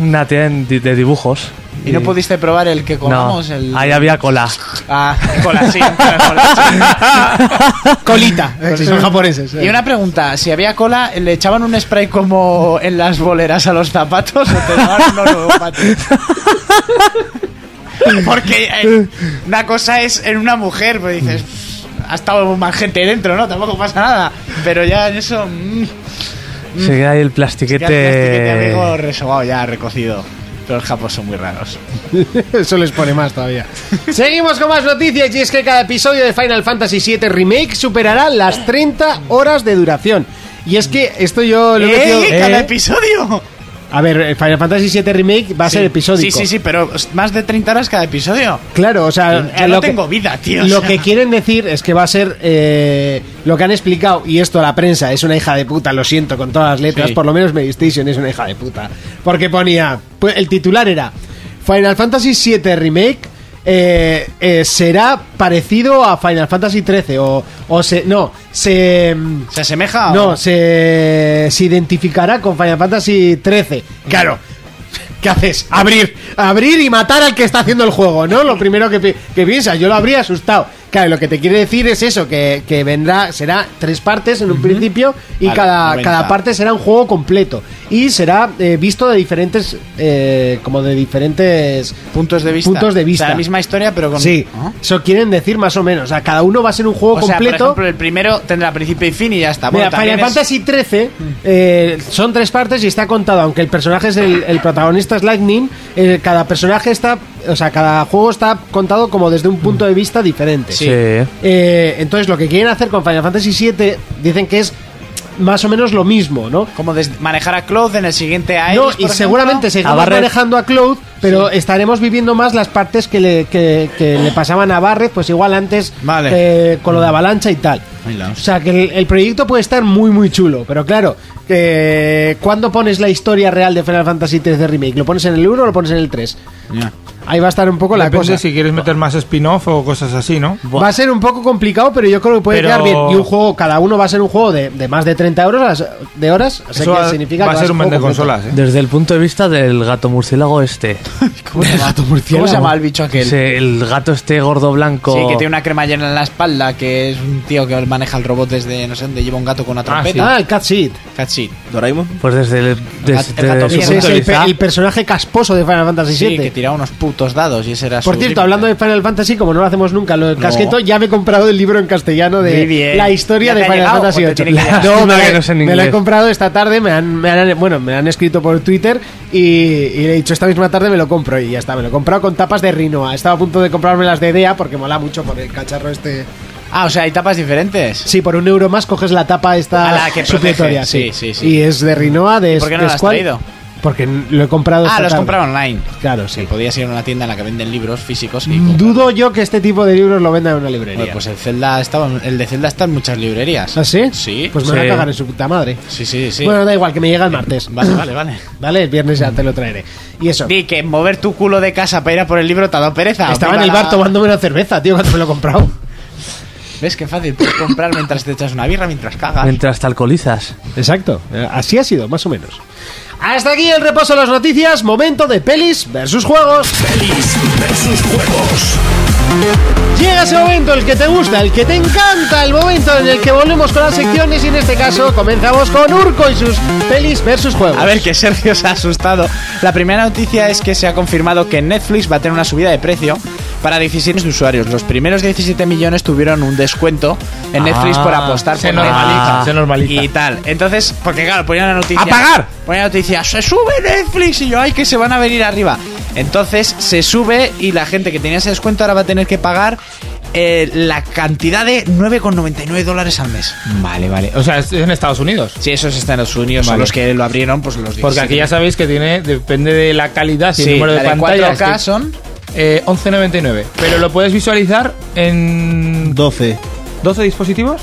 una tía en di- de dibujos. ¿Y no pudiste probar el que comamos? El... ahí había cola. Ah, cola, sí, cola, sí. Colita. Si son japoneses. eh. Y una pregunta, si había cola, ¿le echaban un spray como en las boleras a los zapatos o te daban unos neumáticos? Porque eh, una cosa es en una mujer, pues dices, ha estado más gente dentro, ¿no? Tampoco pasa nada. Pero ya en eso... mm, Se queda ahí el ya tienes tiquete, plastiquete. amigo resobado, ya recocido. Pero los japos son muy raros. Eso les pone más todavía. Seguimos con más noticias y es que cada episodio de Final Fantasy VII Remake superará las 30 horas de duración. Y es que esto yo lo he metido- ¡Eh! ¡Cada ¿Eh? episodio! A ver, eh, Final Fantasy VII Remake va a ser episódico. Sí, sí, sí, pero más de 30 horas cada episodio. Claro, o sea, eh, Ya lo no que- tengo vida, tío. o Lo sea. que quieren decir es que va a ser eh, lo que han explicado, y esto la prensa es una hija de puta, lo siento con todas las letras, Sí. por lo menos Medistation es una hija de puta. Porque ponía, pu- el titular era Final Fantasy VII Remake. eh, eh, será parecido a Final Fantasy XIII o, o se no se mm, ¿Se asemeja? o- no se, se identificará con Final Fantasy XIII claro ¿Qué haces? Abrir. Abrir y matar al que está haciendo el juego, ¿no? Lo primero que, pi- que piensas. Yo lo habría asustado. Claro, lo que te quiere decir es eso, que, que vendrá, será tres partes en un principio y Vale, cada, 90. cada parte será un juego completo. Y será eh, visto de diferentes, eh, como de diferentes... Puntos de vista. Puntos de vista. O sea, la misma historia, pero con. Sí, ¿No? eso quieren decir más o menos. O sea, cada uno va a ser un juego O sea, por completo. ejemplo, el primero tendrá principio y fin y ya está. Bueno, Mira, también Final es- Fantasy XIII eh, son tres partes y está contado, aunque el personaje es el, el protagonista es Lightning, eh, cada personaje está, o sea, cada juego está contado como desde un punto de vista diferente. Sí. Eh, entonces lo que quieren hacer con Final Fantasy VII dicen que es más o menos lo mismo, ¿no? Como des- manejar a Cloud en el siguiente Aeris, No, por y ejemplo. seguramente seguimos A Barret. manejando a Cloud, pero estaremos viviendo más las partes que le, que, que le pasaban a Barret, pues igual antes Vale. eh, con lo de Avalancha y tal. Mira. O sea, que el, el proyecto puede estar muy, muy chulo, pero claro, eh, ¿cuándo pones la historia real de Final Fantasy III de Remake? ¿Lo pones en el 1 o lo pones en el 3? Ya. Ahí va a estar un poco la Depende cosa. si quieres meter más spin-off o cosas así, ¿no? Va a ser un poco complicado, pero yo creo que puede Pero- quedar bien. Y un juego, cada uno va a ser un juego de, de más de 30 euros de horas. O sea, Eso que va, significa va que a ser un juego vende completo. consolas, ¿eh? Desde el punto de vista del gato murciélago este. ¿Cómo, se llama? ¿Cómo se llama el bicho aquel? Sí, el gato este gordo blanco. Sí, que tiene una crema llena en la espalda, que es un tío que maneja el robot desde no sé dónde, lleva un gato con una trompeta. Ah, el Cat Seed. Catshit. Doraemon. Pues desde el, desde gato mierda. su Ese es punto de el, pe- vista. el personaje casposo de Final Fantasy Sí, VII. que tiraba unos putos dados y ese era pues Por cierto, hablando de Final Fantasy, como no lo hacemos nunca, lo del No. casquito, ya me he comprado el libro en castellano Muy de bien. la historia ¿Ya de te ha Final llegado Fantasy o te tiene que llegar? VIII. Lástima me, que no sea en me lo he inglés. comprado esta tarde, me han, me han- bueno, me han escrito por Twitter y, y le he dicho esta misma tarde me lo compro y ya está, me lo he comprado con tapas de Rinoa. Estaba a punto de comprarme las de DEA porque mola mucho por el cacharro este. Ah, o sea, hay tapas diferentes. Sí, por un euro más coges la tapa esta A la que protege, supletoria, sí, sí, sí. Y es de Rinoa, de ¿Por qué no de la has Squall. traído? Porque lo he comprado. Ah, esta los tarde. compraba online. Claro, sí. Podías ir a una tienda en la que venden libros físicos y comprar- Dudo yo que este tipo de libros lo vendan en una Bueno, librería. pues el Zelda estaba, el de Zelda está en muchas librerías. ¿Ah, sí? Sí. Pues me van Sí. a cagar en su puta madre. Sí, sí, sí. Bueno, da igual, que me llega el martes. Vale, vale, vale. Vale, el viernes ya te lo traeré. Y eso. Di que mover tu culo de casa para ir a por el libro te ha dado pereza. Estaba en Mira el bar la- tomándome una cerveza, tío, cuando me lo he comprado. ¿Ves qué fácil? Puedes comprar mientras te echas una birra, mientras cagas. Mientras te alcoholizas. Exacto, eh, así ha sido, más o menos. Hasta aquí el repaso de las noticias, momento de pelis versus juegos. Pelis versus juegos. Llega ese momento, el que te gusta, el que te encanta, el momento en el que volvemos con las secciones y en este caso comenzamos con Urco y sus pelis versus juegos. A ver, que Sergio se ha asustado. La primera noticia es que se ha confirmado que Netflix va a tener una subida de precio para 17 millones de usuarios. Los primeros 17 millones tuvieron un descuento en Netflix por apostar Ah, se por normaliza, Netflix se normaliza. Y tal. Entonces, porque claro, ponían la noticia. ¡A pagar! Ponían la noticia, se sube Netflix y yo, ay, que se van a venir arriba. Entonces se sube y la gente que tenía ese descuento ahora va a tener que pagar eh, la cantidad de 9,99 dólares al mes. Vale, vale. O sea, es es en Estados Unidos. Si esos están en los Unidos, son Vale. los que lo abrieron, pues los 17. Porque aquí ya sabéis que tiene, depende de la calidad, si Sí, el número de la de pantalla. 4K es que- son- eh, 11.99. Pero lo puedes visualizar en 12. 12 dispositivos.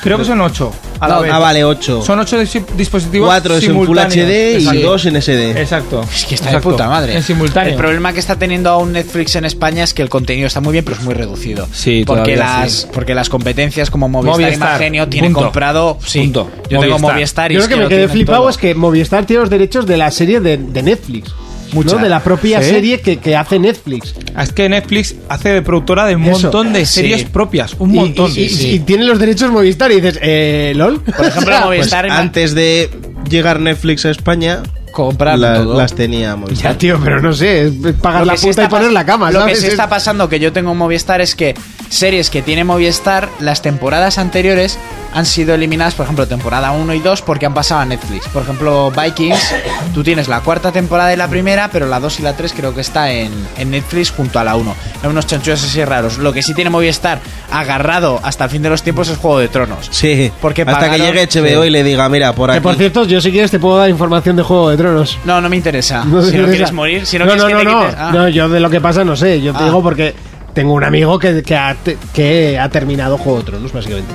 Creo que son 8. A la No, vez. ah, vale, 8. Son 8 dispositivos. 4 es en Full simultáneos. HD y Exacto. 2 en SD. Exacto. Es que está Exacto. de puta madre. En simultáneo. El problema que está teniendo aún Netflix en España es que el contenido está muy bien, pero es muy reducido. Sí, porque todavía las sí. Porque las competencias como Movistar, Movistar, y Magenio tienen punto. comprado. Sí, Punto. Yo tengo Movistar. Movistar y Yo es lo que lo me quedé tienen flipado todo. es que Movistar tiene los derechos de la serie de, de Netflix. Mucha. ¿no? De la propia ¿Sí? serie que, que hace Netflix. Es que Netflix hace de productora de un Eso. montón de Sí. series propias. Un Y- montón. Y, y- y tiene los derechos Movistar y dices, eh, LOL. Por ejemplo, O sea, Pues Movistar antes de llegar Netflix a España, comprar la- las teníamos. Ya, tío, pero no sé, es pagar Lo la que sí puta y está pas- poner la cama, Lo que ¿sabes? sí Es- está pasando que yo tengo en Movistar es que series que tiene Movistar, las temporadas anteriores han sido eliminadas, por ejemplo, temporada 1 y 2 porque han pasado a Netflix. Por ejemplo, Vikings, tú tienes la cuarta temporada y la primera, pero la 2 y la 3 creo que está en, en Netflix junto a la 1. Hay unos chanchullos así raros. Lo que sí tiene Movistar agarrado hasta el fin de los tiempos es Juego de Tronos. Sí, Porque hasta pagaron- que llegue HBO Sí. y le diga, mira, por Que aquí. por cierto, yo si quieres te puedo dar información de Juego de Tronos. No, no me interesa. No sé Ah, si no qué es quieres esa. morir, si no, no, quieres no, que te no, quites- Ah. no. No, yo de lo que pasa no sé. Yo te Ah. digo porque tengo un amigo que, que, ha, te- que ha terminado Juego de Tronos, básicamente.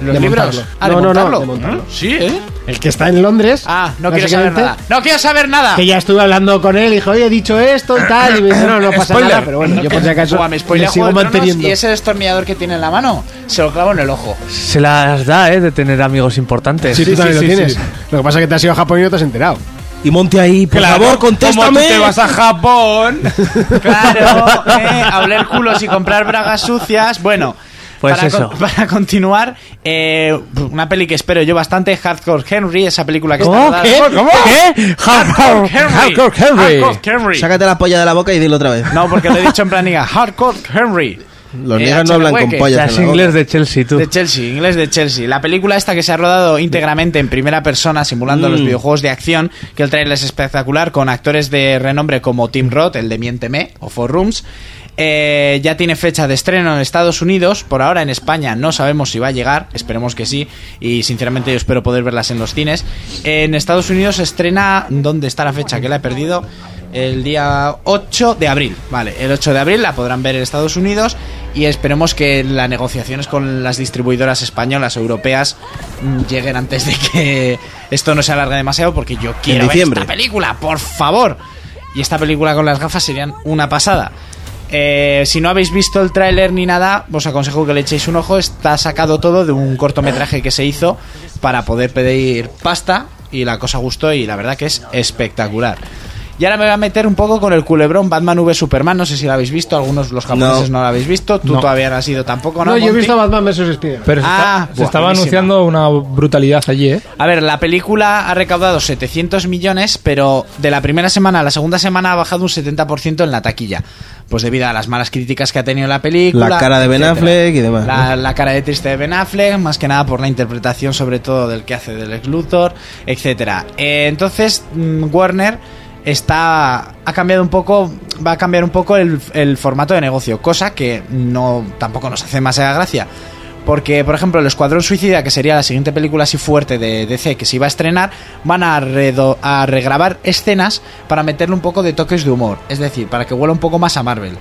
¿Los De libros? montarlo. Ah, de no, no, no, montarlo. de montarlo. Ah, Sí, ¿eh? El que está en Londres. Ah, no quiero saber básicamente, nada. ¡No quiero saber nada! Que ya estuve hablando con él y dije, oye, he dicho esto y tal. Y me dice, no, no pasa Spoiler. nada. Pero bueno, yo por si acaso Buah, me spoilea le sigo Juego de Tronos manteniendo. Y ese destornillador que tiene en la mano, se lo clavo en el ojo. Se las da, ¿eh? De tener amigos importantes. Sí, tú también sí, lo sí, tienes. sí. Lo que pasa es que te has ido a Japón y no te has enterado. Y monte ahí, por Claro, favor, Como tú contéstame. te vas a Japón. Claro, eh, hablar culos y comprar bragas sucias. Bueno. Pues para, eso. para continuar, eh, una peli que espero yo bastante, Hardcore Henry, esa película que ¿Cómo? está ¿Qué? rodada- ¿Cómo? ¿Qué? Hardcore Hardcore Henry. Hardcore Henry. Sácate la polla de la boca y dilo otra vez. No, porque lo he dicho en plan niga, Hardcore Henry. Los Eh, negros no hablan con Hueque. pollas. Las en la boca. ingles de Chelsea, tú. De Chelsea, inglés de Chelsea. La película esta que se ha rodado íntegramente en primera persona, simulando los videojuegos de acción, que el trailer es espectacular, con actores de renombre como Tim Roth, el de Miénteme, o Four Rooms. Eh, ya tiene fecha de estreno en Estados Unidos, por ahora en España no sabemos si va a llegar, esperemos que sí, y sinceramente yo espero poder verlas en los cines. En Estados Unidos se estrena, ¿dónde está la fecha? Que la he perdido. El día 8 de abril, vale, el 8 de abril la podrán ver en Estados Unidos y esperemos que las negociaciones con las distribuidoras españolas, europeas, mm, lleguen antes de que esto no se alargue demasiado porque yo quiero ver diciembre. esta película, por favor. Y esta película con las gafas serían una pasada. Eh, si no habéis visto el tráiler ni nada, os aconsejo que le echéis un ojo. Está sacado todo de un cortometraje que se hizo para poder pedir pasta y la cosa gustó y la verdad que es espectacular. Y ahora me voy a meter un poco con el culebrón Batman v Superman. No sé si lo habéis visto, algunos los japoneses no, No. lo habéis visto. Tú todavía no has ido tampoco, ¿no? No, yo he Monty? visto Batman vs. Spider-Man. Pero se, Ah, está- se buah, estaba buenísima. anunciando una brutalidad allí, ¿eh? A ver, la película ha recaudado 700 millones, pero de la primera semana a la segunda semana ha bajado un 70% en la taquilla. Pues debido a las malas críticas que ha tenido la película. La cara de Ben etcétera. Affleck y demás, La, la cara de triste de Ben Affleck, más que nada por la interpretación, sobre todo del que hace del ex Luthor, etcétera. Eh, entonces, mm, Warner está ha cambiado un poco va a cambiar un poco el, el formato de negocio cosa que no tampoco nos hace demasiada gracia Porque, por ejemplo, el Escuadrón Suicida, que sería la siguiente película así fuerte de DC que se iba a estrenar, van a, redo- a regrabar escenas para meterle un poco de toques de humor. Es decir, para que huela un poco más a Marvel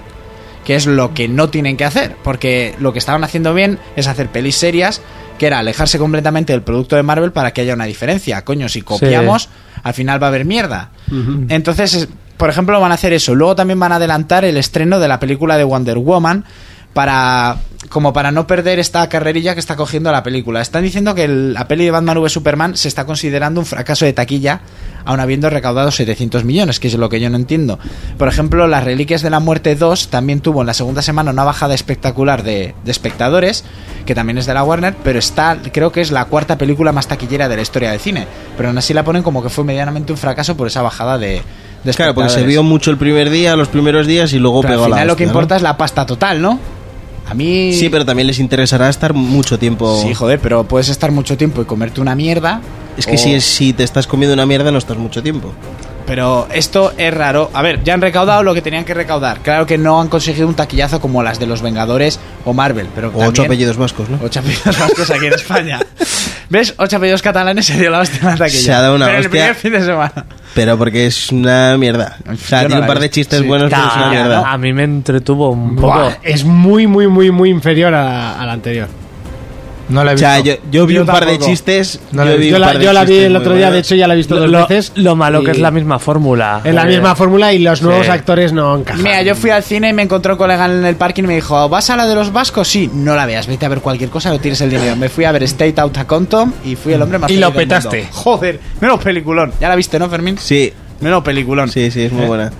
que es lo que no tienen que hacer, porque lo que estaban haciendo bien es hacer pelis serias, que era alejarse completamente del producto de Marvel para que haya una diferencia. Coño, si copiamos, al final va a haber mierda. Entonces, es- por ejemplo, van a hacer eso. Luego también van a adelantar el estreno de la película de Wonder Woman para como para no perder esta carrerilla que está cogiendo la película. Están diciendo que el- la peli de Batman v Superman se está considerando un fracaso de taquilla, aun habiendo recaudado 700 millones, que es lo que yo no entiendo. Por ejemplo, Las Reliquias de la Muerte 2 también tuvo en la segunda semana una bajada espectacular de, de espectadores, que también es de la Warner, pero está, creo que es la cuarta película más taquillera de la historia del cine. Pero aún así la ponen como que fue medianamente un fracaso por esa bajada de, de Claro, porque se espectadores. vio mucho el primer día, los primeros días y luego Pero pegó al final la lo que hostia, ¿no? importa es la pasta total, ¿no? A mí... Sí, pero también les interesará estar mucho tiempo. Sí, joder, pero puedes estar mucho tiempo y comerte una mierda. es que o- si, si te estás comiendo una mierda no estás mucho tiempo. Pero esto es raro. A ver, ya han recaudado lo que tenían que recaudar. Claro que no han conseguido un taquillazo como las de los Vengadores o Marvel, pero O ocho también- apellidos vascos, ¿no? Ocho apellidos vascos aquí en España. ¿Ves? Ocho apellidos catalanes se dio la hostia en la taquilla. Se ha dado una Pero el hostia. primer fin de semana. Pero porque es una mierda. O Yo sea, no tiene la un par he de visto, chistes sí. buenos, pero es una Ya, mierda. ¿no? A mí me entretuvo un poco. Buah, eh, es muy, muy, muy, muy inferior a, a la anterior. No la he O visto. sea, yo, yo vi Yo un par de tampoco. chistes. No la yo he vi, visto. Yo un la, par de yo la vi chistes el muy otro día, buenos. de hecho ya la he visto Lo, dos lo- veces. lo malo y- que es la misma fórmula. Eh, En la Joder. misma fórmula y los nuevos Sí. actores no encajan. Mira, yo fui al cine y me encontró un colega en el parking y me dijo, ¿vas a la de los vascos? Sí, no la veas, vete a ver cualquier cosa, no tienes el dinero. Me fui a ver State Out a Compton y fui el hombre más Y feliz lo del mundo. petaste. Joder, menos peliculón. Ya la viste, ¿no, Fermín? Sí, Menos peliculón. sí, sí, es muy buena. Eh.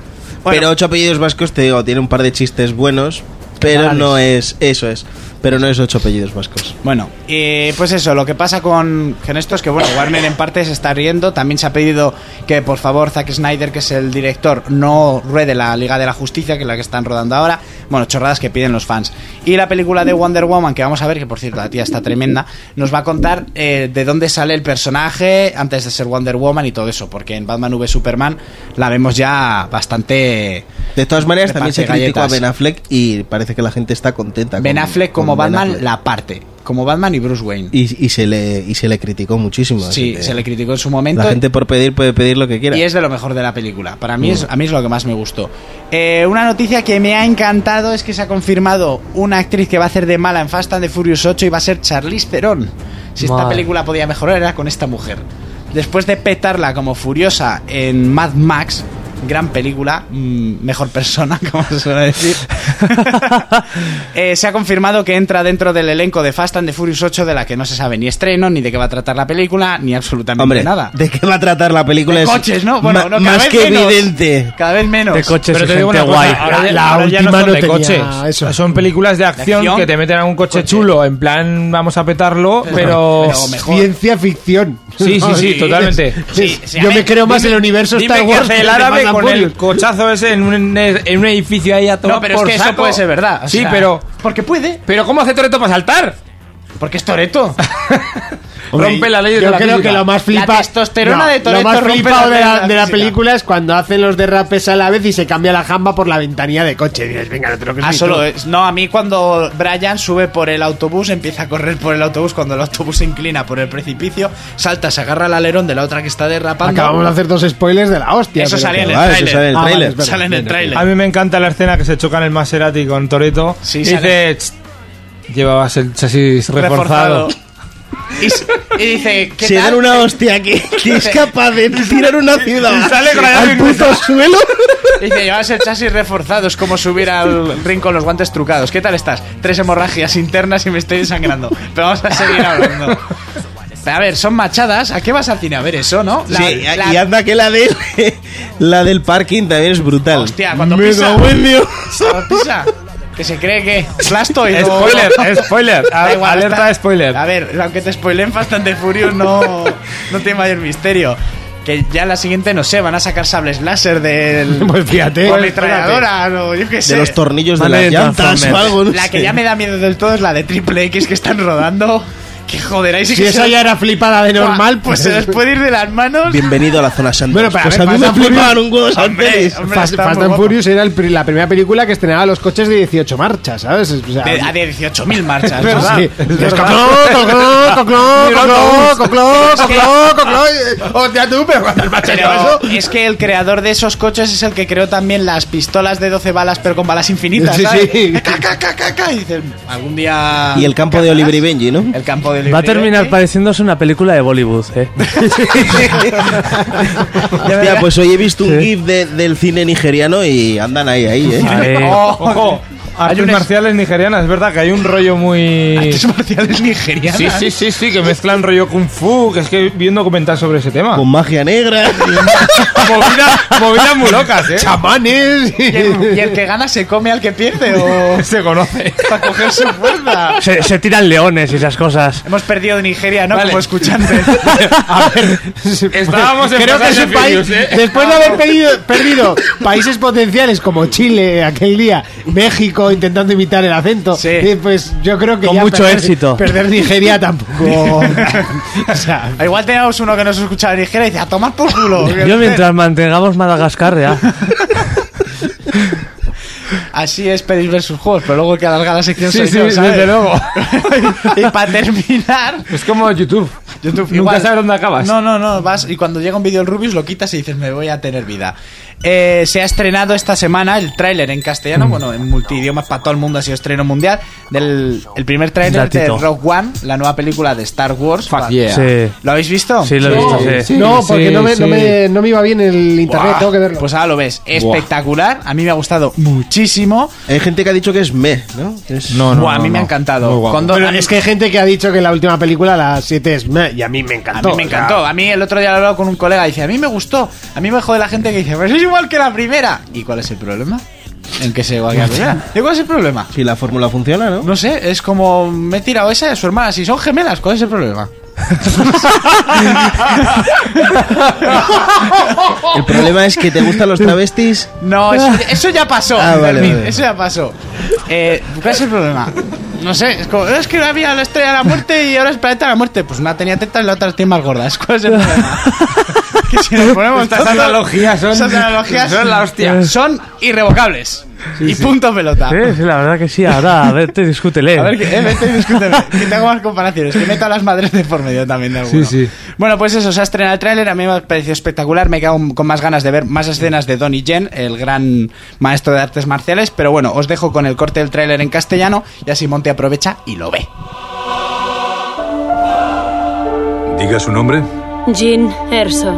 Bueno. Pero ocho apellidos vascos, te digo, tiene un par de chistes buenos. Pero Catalanes. no es. Eso es. Pero no es ocho apellidos vascos. Bueno, eh, pues eso, lo que pasa con, con esto es que, bueno, Warner en parte se está riendo. También se ha pedido que, por favor, Zack Snyder, que es el director, no ruede la Liga de la Justicia, que es la que están rodando ahora. Bueno, chorradas que piden los fans. Y la película de Wonder Woman, que vamos a ver, que por cierto, la tía está tremenda, nos va a contar eh, de dónde sale el personaje antes de ser Wonder Woman y todo eso, porque en Batman v Superman la vemos ya bastante. De todas maneras, Me también parece se criticó galletas. a Ben Affleck y parece que la gente está contenta. con- Ben Affleck como con Ben Batman, Affleck. la parte. Como Batman y Bruce Wayne. Y, y se le, y se le criticó muchísimo. así Sí, que se le criticó en su momento. La gente por pedir puede pedir lo que quiera. Y es de lo mejor de la película. Para mí es, a mí es lo que más me gustó. Eh, una noticia que me ha encantado es que se ha confirmado una actriz que va a hacer de mala en Fast and the Furious 8 y va a ser Charlize Theron. Si esta Madre. película podía mejorar era con esta mujer. Después de petarla como furiosa en Mad Max, gran película, mm, mejor persona, como se suele decir, eh, se ha confirmado que entra dentro del elenco de Fast and the Furious 8 de la que no se sabe ni estreno, ni de qué va a tratar la película, ni absolutamente Hombre, nada. ¿de qué va a tratar la película? De Es coches, ¿no? Bueno, ma- no, cada más vez que menos. evidente. Cada vez menos. De coches Pero y te digo gente una cosa, guay. ahora ya- La ahora ya no última son no de tenía coches. eso. Son películas de acción, acción. que te meten a un coche, chulo, en plan vamos a petarlo, pero... pero mejor. Ciencia ficción. Sí, sí, sí, totalmente. Sí, sí, yo a me ver, creo más dime- en el universo dime Star qué Wars. hace que el en árabe Batman con el Furious. cochazo ese en un, en un edificio ahí a todo No, pero es por que eso saco. puede ser verdad. o sí, sea, pero... Porque puede. ¿Pero cómo hace Toreto para saltar? Porque es Toreto. Hombre, Rompe la ley de yo la creo física. que lo más flipa La testosterona de Toretto lo más rompe la flipado ley de de la, la de la física. película es cuando hacen los derrapes a la vez y se cambia la jamba por la ventanilla de coche. Dices, venga, no te lo creo que Ah, soy solo tú. es. No, a mí cuando Brian sube por el autobús, empieza a correr por el autobús, cuando el autobús se inclina por el precipicio, salta, se agarra al alerón de la otra que está derrapando. Acabamos de hacer dos spoilers de la hostia. Eso pero- salía en el Ah, eso tráiler. sale en el Ah, vale, tráiler. espera. Sale en el tráiler. A mí me encanta la escena que se chocan el Maserati con Toreto. Sí, y sale. dice... "Tss, Llevabas el chasis reforzado. Y, s- y dice, ¿qué Se tal? dan una hostia que, que es capaz de tirar una ciudad sale con la llave al puto suelo. Dice, llevas el chasis reforzado, es como subir al ring con los guantes trucados. ¿Qué tal estás? Tres hemorragias internas y me estoy desangrando. Pero vamos a seguir hablando. A ver, son machadas. ¿A qué vas al cine a ver eso, no? La- Sí, la- y anda que la de la del parking también es brutal. Hostia, cuando Me pisa. cago en Dios. Cuando pisa, Que se cree que. Blastoid. o- Spoiler, spoiler. Da a- igual, alerta está- de spoiler. A ver, aunque te spoilen bastante Furious, no, no tiene mayor misterio. Que ya la siguiente, no sé, van a sacar sables láser del. Pues fíjate. o ametralladoras, o yo qué sé. De los tornillos de Vale, las llantas o Transformers. algo. no La que sé. ya me da miedo del todo es la de Triple X que están rodando. Que joder, ahí sí Si que esa se- ya era flipada de Buah, normal, pues se nos puede ir de las manos. Bienvenido a la zona Santa. Bueno, pero pues a a ver, mí me Fast and flipaban un huevo Hombre, Santelis. hombre, Fast, está Fast muy and guapo. Furious era el pri- la primera película que estrenaba los coches de 18 marchas, ¿sabes? O sea, De- a 18.000 marchas. ¿no? Sí. Sí. Es cocló, cocló, cocló, cocló, cocló, cocló, cocló, eh, Hostia, tú, pero cuando el macho Pero lleva eso. es que el creador de esos coches es el que creó también las pistolas de 12 balas, pero con balas infinitas. Sí, ¿sabes? sí. Ca, ca, ca, ca, ca, y dices, algún día. Y el campo de Oliver y Benji, ¿no? El campo de Oliver Va a y terminar Benji. pareciéndose una película de Bollywood, ¿eh? Hostia, pues hoy he visto un GIF de- del cine nigeriano y andan ahí, ahí, ¿eh? Ahí. Oh, Ojo, hay artes unas marciales nigerianas, es verdad que hay un rollo muy... artes marciales nigerianas. Sí, sí, sí, sí, que mezclan rollo kung fu, que es que vi un documental sobre ese tema. Con magia negra. Movidas movidas muy locas, ¿eh? Chamanes. ¿Y el, y el que gana se come al que pierde o Se conoce. para coger su fuerza. Se, se tiran leones y esas cosas. Hemos perdido de Nigeria, ¿no? Vale. Como escuchantes. Estábamos en Creo que Fast es and un país, Furious, ¿eh? después de haber perdido, perdido países potenciales como Chile aquel día, México intentando imitar el acento, Sí. eh, pues yo creo que Con ya mucho perder- éxito. Perder Nigeria tampoco. o sea, Igual teníamos uno que nos escuchaba de Nigeria y dice, a tomar por culo. Yo mientras mantengamos Madagascar ya. Así es pedir ver sus juegos, pero luego hay que alarga la sección Sí, soy sí, yo, ¿sabes? desde luego. y para terminar, Es como YouTube. YouTube Nunca igual. sabes dónde acabas. No, no, no, vas y cuando llega un vídeo en Rubius lo quitas y dices, me voy a tener vida. Eh, se ha estrenado esta semana el tráiler en Mm. castellano, bueno, en multidiomas para todo el mundo ha sido estreno mundial, del el primer tráiler de Datito. Rogue One, la nueva película de Star Wars. Pa- Sí. ¿Lo habéis visto? Sí, lo he no, visto, sí. no, porque Sí, no, me, no, sí. me, no me iba bien el internet, tengo que verlo. Pues ahora lo ves, espectacular, a mí me ha gustado muchísimo. Hay gente que ha dicho que es me, ¿no? Es- No, no, Buah, a no, mí me ha no. encantado. Con dos- Pero es que hay gente que ha dicho que la última película, la 7, es meh, y a mí me A encantó. mí me O encantó. A mí el otro día lo hablaba con un colega y dice, a mí me gustó. A mí me jode la gente que dice, pues es igual que la primera. ¿Y cuál es el problema? ¿En qué se igual que la primera? ¿Y cuál es el problema? Si la fórmula funciona, ¿no? No sé, es como me he tirado esa de su hermana. Si son gemelas, ¿cuál es el problema? El problema es que te gustan los travestis. No, eso, eso ya pasó. Ah, vale, Fermín, vale. Eso ya pasó. Eh, ¿Cuál es el problema? No sé, es como, es que había la estrella de la muerte y ahora es planeta de la muerte. Pues una tenía tetas y la otra las tiene más gordas. ¿Cuál es el problema? que si nos ponemos Estas tontos, analogías son- esas analogías son la hostia. Son irrevocables. y punto pelota. Sí, sí, la verdad que sí. Ahora, a ver, te discútele. A ver, que, eh, vete y discúteme, que te hago más comparaciones. Que meto a las madres de por medio también de alguno. Sí, sí. Bueno, pues eso, se ha estrenado el tráiler. A mí me ha parecido espectacular. Me he quedado con más ganas de ver más escenas de Donnie Yen, el gran maestro de artes marciales. Pero bueno, os dejo con el corte del tráiler en castellano. Y así Monte aprovecha y lo ve. Diga su nombre. Jean Erso.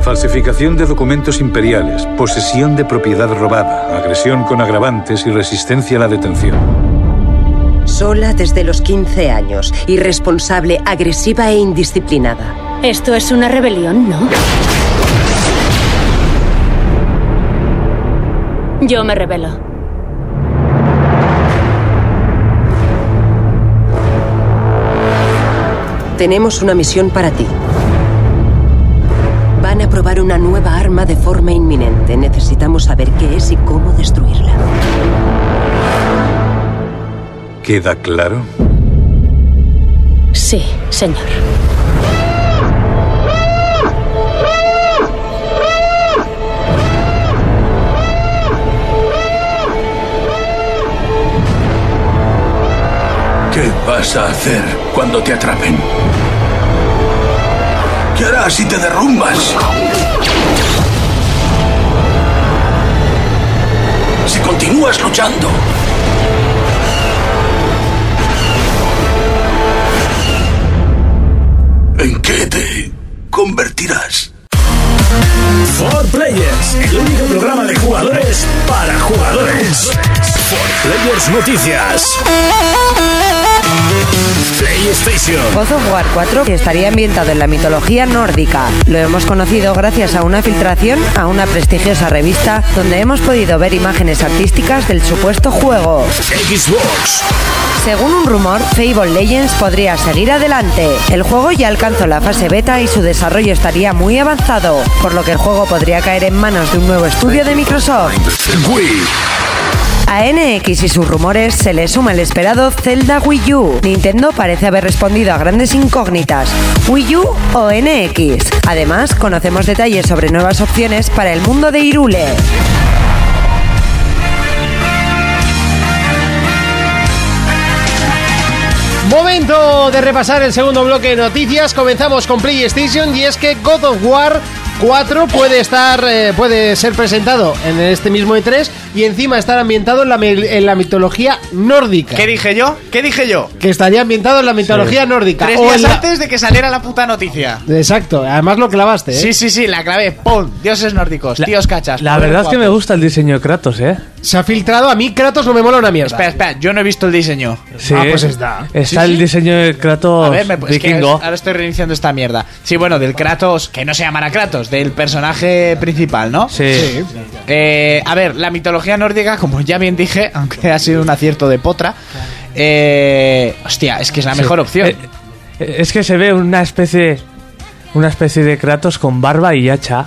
Falsificación de documentos imperiales, posesión de propiedad robada, agresión con agravantes y resistencia a la detención. Sola desde los 15 años, irresponsable, agresiva e indisciplinada. Esto es una rebelión, ¿no? Yo me rebelo. Tenemos una misión para ti. Van a probar una nueva arma de forma inminente. Necesitamos saber qué es y cómo destruirla. ¿Queda claro? Sí, señor. ¿Qué vas a hacer cuando te atrapen? ¿Qué harás si te derrumbas? Si continúas luchando. ¿En qué te convertirás? For Players, el único programa de jugadores para jugadores. For Players Noticias. PlayStation. God of War 4 estaría ambientado en la mitología nórdica. Lo hemos conocido gracias a una filtración a una prestigiosa revista donde hemos podido ver imágenes artísticas del supuesto juego. Xbox. Según un rumor, Fable Legends podría seguir adelante. El juego ya alcanzó la fase beta y su desarrollo estaría muy avanzado, por lo que el juego podría caer en manos de un nuevo estudio de Microsoft. Wii. A NX y sus rumores se le suma el esperado Zelda Wii U. Nintendo parece haber respondido a grandes incógnitas, Wii U o NX. Además, conocemos detalles sobre nuevas opciones para el mundo de Irule. Momento de repasar el segundo bloque de noticias. Comenzamos con PlayStation y es que God of War 4 puede estar eh, puede ser presentado en este mismo E3 y encima estar ambientado en la, mi- en la mitología nórdica. ¿Qué dije yo? ¿Qué dije yo? Que estaría ambientado en la mitología nórdica. Tres O días en la- antes de que saliera la puta noticia. Exacto, además lo clavaste. ¿eh? Sí, sí, sí, la clave. ¡Pum! Dioses nórdicos, tíos cachas. La poder verdad es que me guapos. gusta el diseño de Kratos, ¿eh? Se ha filtrado, a mí Kratos no me mola una mierda. Espera, espera, yo no he visto el diseño. Sí. Ah, pues está. Está Sí, el sí. diseño de Kratos A ver, me, es que vikingo. ahora estoy reiniciando esta mierda. Sí, bueno, del Kratos, que no se llamará Kratos, del personaje principal, ¿no? Sí. Eh, a ver, la mitología nórdica, como ya bien dije, aunque ha sido un acierto de potra, eh, hostia, es que es la mejor opción. Eh, eh, es que se ve una especie una especie de Kratos con barba y hacha.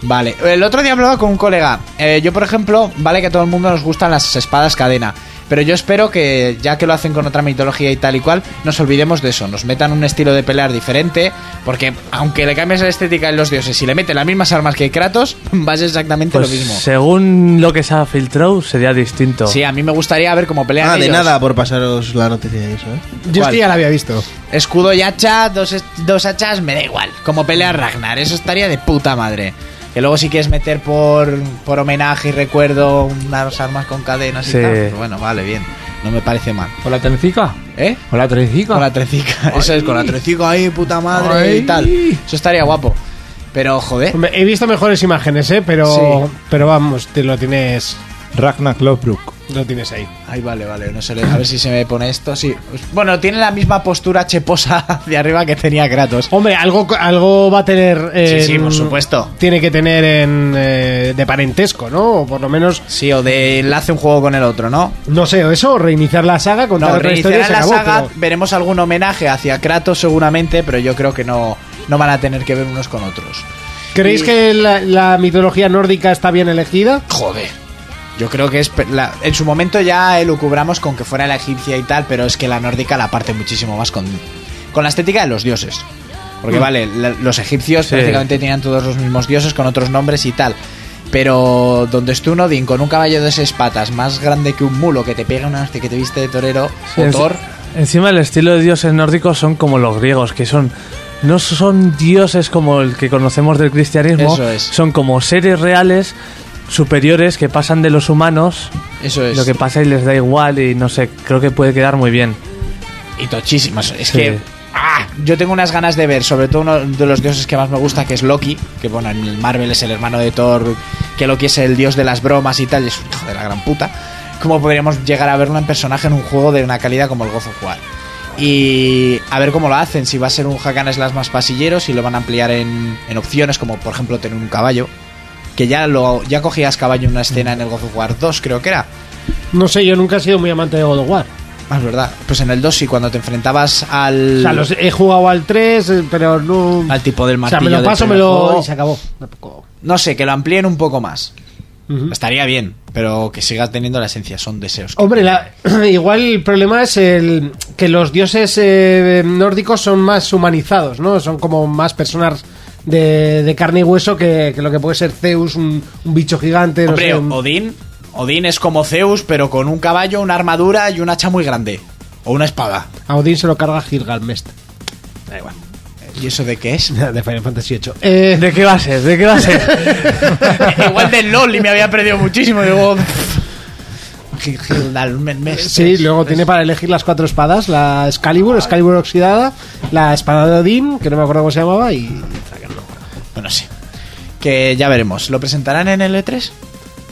Vale, el otro día hablaba con un colega. Eh, yo, por ejemplo, vale que a todo el mundo nos gustan las espadas cadena. Pero yo espero que, ya que lo hacen con otra mitología y tal y cual, nos olvidemos de eso. Nos metan un estilo de pelear diferente. Porque aunque le cambies la estética en los dioses y le meten las mismas armas que Kratos, va a ser exactamente Pues lo mismo. según lo que se ha filtrado sería distinto. Sí, a mí me gustaría ver cómo pelean. Ah, de ellos. nada por pasaros la noticia de eso, ¿eh? Yo es ¿Cuál? que ya la había visto. Escudo y hacha, dos, es- dos hachas, me da igual. Como pelea Ragnar, eso estaría de puta madre. Que luego si quieres meter por, por homenaje y recuerdo unas armas con cadenas Sí. y tal. pues bueno, vale, bien. No me parece mal. ¿Con la trencica? ¿Eh? ¿Con la trencica? Con la trencica. Eso es, con la trencica ahí, puta madre y Ay. tal. Eso estaría guapo. Pero, joder. Hombre, He visto mejores imágenes, ¿eh? pero, Sí. pero vamos, te lo tienes, Ragnar Lothbrok. lo tienes ahí. Ay, vale, vale. No sé, a ver si se me pone esto. Sí. Bueno, tiene la misma postura cheposa de arriba que tenía Kratos. Hombre, algo, algo va a tener. en- sí, por supuesto. Tiene que tener en, eh, de parentesco, ¿no? O por lo menos, Sí, o de enlace un juego con el otro, ¿no? no sé, o eso, o reiniciar la saga, contar No, otra historia. y reiniciarán se la acabó, saga, pero- veremos algún homenaje hacia Kratos seguramente, pero yo creo que no, no van a tener que ver unos con otros. ¿Creéis Y- que la, la mitología nórdica está bien elegida? Joder. Yo creo que es pe- la- en su momento ya elucubramos con que fuera la egipcia y tal, pero es que la nórdica la parte muchísimo más con, con la estética de los dioses. Mm. Porque vale, la- los egipcios Sí. prácticamente tenían todos los mismos dioses con otros nombres y tal. Pero donde esté un Odín con un caballo de seis patas más grande que un mulo que te pega una hostia que te viste de torero, o Enci- Thor, Encima el estilo de dioses nórdicos son como los griegos, que son no son dioses como el que conocemos del cristianismo, Eso es. son como seres reales superiores que pasan de los humanos, eso es. lo que pasa y les da igual y no sé, creo que puede quedar muy bien. y tochísimas. Es Sí. que ¡ah! yo tengo unas ganas de ver, sobre todo uno de los dioses que más me gusta, que es Loki, que bueno, en Marvel es el hermano de Thor, que Loki es el dios de las bromas y tal, y es un hijo de la gran puta. ¿Cómo podríamos llegar a verlo en personaje en un juego de una calidad como el God of War? Y a ver cómo lo hacen, si va a ser un hack and slash más pasillero, si lo van a ampliar en, en opciones, como por ejemplo tener un caballo. Que ya lo ya cogías caballo en una escena en el God of War 2, creo que era. No sé, yo nunca he sido muy amante de God of War. Ah, es verdad. Pues en el 2 sí, cuando te enfrentabas al. O sea, los- he jugado al 3, eh, pero no. al tipo del o martillo. sea, me lo del paso, me lo. pegajoy. Y se acabó. Tampoco- No sé, que lo amplíen un poco más. Ujú. Estaría bien, pero que sigas teniendo la esencia. Son deseos. que- Hombre, la- igual el problema es el que los dioses eh, nórdicos son más humanizados, ¿no? Son como más personas de, de carne y hueso que, que lo que puede ser Zeus, un, un bicho gigante. no Hombre, sé, un- Odín. Odín es como Zeus, pero con un caballo, una armadura y un hacha muy grande. O una espada. a Odín se lo carga Gilgamesh ¿Y eso de qué es? de Final Fantasy VIII. Eh, ¿De qué va a ser? ¿De qué va a ser? Igual del LOL y me había perdido muchísimo. Digo. Gil- Gildalmes. sí, luego tiene para elegir las cuatro espadas: la Excalibur, Excalibur oxidada, la espada de Odín, que no me acuerdo cómo se llamaba, y Bueno, sí. Que ya veremos. ¿Lo presentarán en el E3?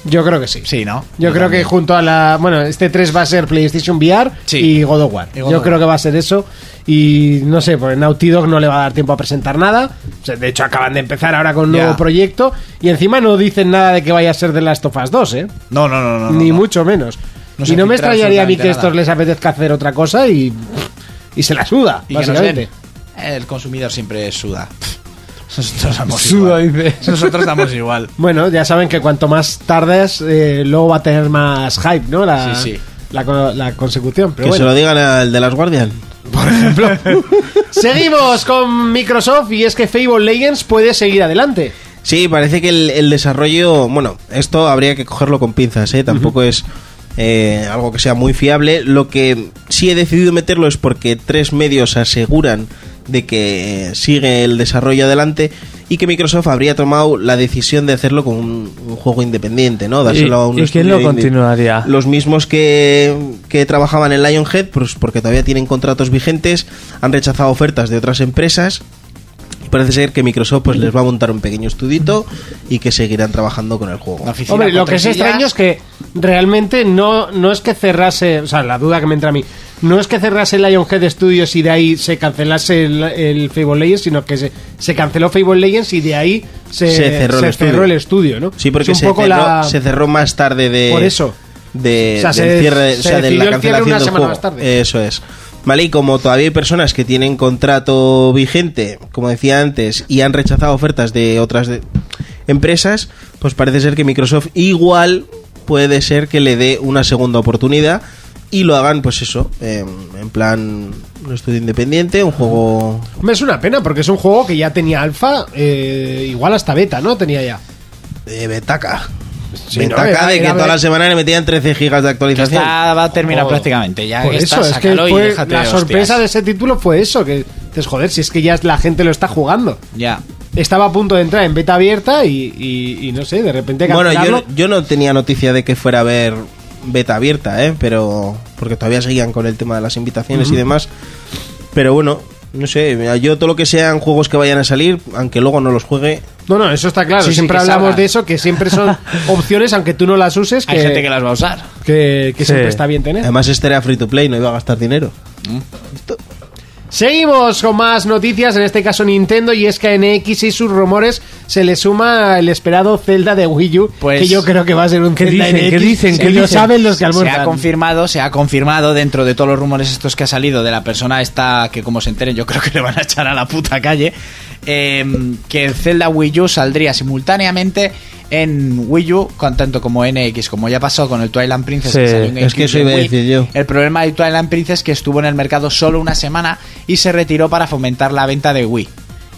yo creo que sí. Sí, ¿no? Yo creo que junto a la. Bueno, este 3 va a ser PlayStation VR Sí. y God of War. Y God Yo of creo War. que va a ser eso. Y no sé, porque Naughty Dog no le va a dar tiempo a presentar nada. O sea, de hecho, acaban de empezar ahora con un Ya. nuevo proyecto. Y encima no dicen nada de que vaya a ser de Last of Us 2, ¿eh? No, no, no, no. no, Ni no. mucho menos. No se y no me filtra extrañaría a mí absolutamente que estos nada. les apetezca hacer otra cosa y. Y se la suda, Y que nos básicamente. den. El consumidor siempre suda. Nosotros damos Suda, igual. dice. Nosotros damos igual. Bueno, ya saben que cuanto más tardes, eh, luego va a tener más hype, ¿no? La, Sí, sí. La, co- la consecución. Pero que se bueno. lo digan al de las guardias. Seguimos con Microsoft y es que Fable Legends puede seguir adelante. Sí, parece que el, el desarrollo, bueno, esto habría que cogerlo con pinzas, ¿eh? tampoco es eh, algo que sea muy fiable. Lo que sí he decidido meterlo es porque tres medios aseguran de que eh, sigue el desarrollo adelante y que Microsoft habría tomado la decisión de hacerlo con un, un juego independiente, ¿no? Dárselo ¿Y- a un y quién estudio lo continuaría? Los mismos que, que trabajaban en Lionhead, pues porque todavía tienen contratos vigentes, han rechazado ofertas de otras empresas Parece ser que Microsoft pues les va a montar un pequeño estudito y que seguirán trabajando con el juego. La oficina Hombre, lo con que es tresillas. extraño es que realmente no, no es que cerrase, o sea, la duda que me entra a mí, no es que cerrase Lionhead Studios y de ahí se cancelase el, el Fable Legends, sino que se, se canceló Fable Legends y de ahí se, Se cerró el estudio. cerró el estudio, ¿no? Sí, porque Es se, un poco cerró, la- se cerró más tarde de. Por eso. De, O sea, del se- cierre, se o sea, de decidió la el cierre cancelación una del semana juego. más tarde. Eso es. Vale, y como todavía hay personas que tienen contrato vigente, como decía antes, y han rechazado ofertas de otras de- empresas, pues parece ser que Microsoft igual puede ser que le dé una segunda oportunidad y lo hagan, pues eso, eh, en plan un estudio independiente, un juego Hombre, es una pena porque es un juego que ya tenía alfa, eh, igual hasta beta, ¿no? Tenía ya. de betaca. Sí, betaca no, era- de que era- todas las semanas le metían 13 gigas de Que actualización. está- va a terminar Oh. prácticamente. Ya Por está, eso, es que sácalo y fue- déjate la de sorpresa hostias. de ese título fue eso, que dices, joder, si es que ya es- la gente lo está jugando. Ya. Estaba a punto de entrar en beta abierta y, y- y no sé, de repente Bueno, cancelarlo. yo, yo no tenía noticia de que fuera a haber beta abierta, ¿eh? Pero. Porque todavía seguían con el tema de las invitaciones y demás. Pero bueno, no sé. mira, Yo todo lo que sean juegos que vayan a salir, aunque luego no los juegue. No, no, eso está claro. Sí, sí, siempre que hablamos salga. de eso, que siempre son opciones, aunque tú no las uses, que, Hay gente que las va a usar. que- que Sí. siempre está bien tener. Además, este era free to play, no iba a gastar dinero. Seguimos con más noticias, en este caso Nintendo, y es que a NX y sus rumores se le suma el esperado Zelda de Wii U, Pues- que yo creo que va a ser un ¿Qué Zelda dicen? NX, ¿Qué dicen? que ¿Qué lo dicen? saben los que se ha almuerzan. confirmado, se ha confirmado dentro de todos los rumores estos que ha salido de la persona esta que como se enteren yo creo que le van a echar a la puta calle, eh, que el Zelda Wii U saldría simultáneamente en Wii U con tanto como NX, como ya pasó con el Twilight Princess. Sí, salió en es que GameCube eso y en iba a Wii. decir yo. El problema de Twilight Princess es que estuvo en el mercado solo una semana y se retiró para fomentar la venta de Wii.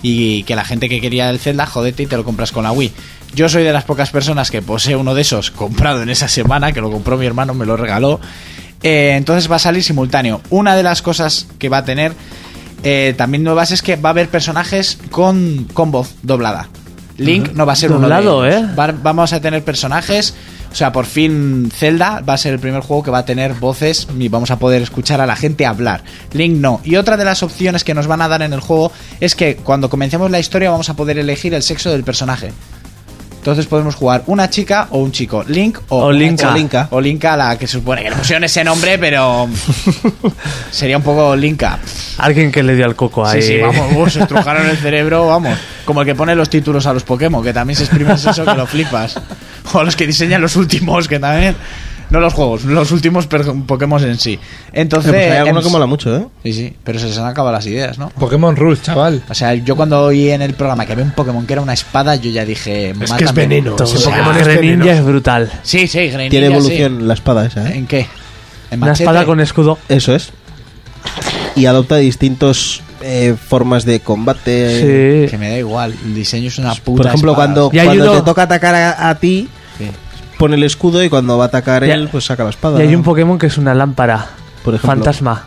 Y que la gente que quería el Zelda, jodete y te lo compras con la Wii. Yo soy de las pocas personas que posee uno de esos comprado en esa semana, que lo compró mi hermano, me lo regaló. Eh, entonces va a salir simultáneo. Una de las cosas que va a tener eh, también nuevas es que va a haber personajes con, con voz doblada. Link no va a ser Doblado, uno de ellos. ¿eh? Va- vamos a tener personajes. O sea, por fin Zelda va a ser el primer juego que va a tener voces y vamos a poder escuchar a la gente hablar. Link no. Y otra de las opciones que nos van a dar en el juego es que cuando comencemos la historia vamos a poder elegir el sexo del personaje. Entonces podemos jugar una chica o un chico. Link o, O Linka. O Linka. O Linka, la que se supone que le pusieron ese nombre, pero sería un poco Linka. Alguien que le dio al coco ahí. Sí, sí, vamos, uh, se estrujaron el cerebro, vamos. Como el que pone los títulos a los Pokémon, que también se exprimen eso que lo flipas. O los que diseñan los últimos, que también. No los juegos, los últimos per- Pokémon en sí. Entonces. Eh, pues hay alguno em, que mola mucho, ¿eh? Sí, sí, pero se les han acabado las ideas, ¿no? Pokémon Rules, chaval. O sea, yo cuando oí en el programa que había un Pokémon que era una espada, yo ya dije. es "Mátame". veneno. Todo. Ese O sea, Pokémon es Greninja veneno. es brutal. Sí, sí, Greninja, Tiene sí. evolución la espada esa, ¿eh? ¿En qué? ¿En Una machete? espada con escudo. Eso es. Y adopta distintos eh, formas de combate. Sí. Eh, Que me da igual, el diseño es Pues, una puta. Por ejemplo, espada. cuando, Y hay cuando uno- te toca atacar a, a ti, Sí. pone el escudo y cuando va a atacar Y- él, pues saca la espada. Y hay un ¿no? Pokémon que es una lámpara. Por ejemplo. Fantasma.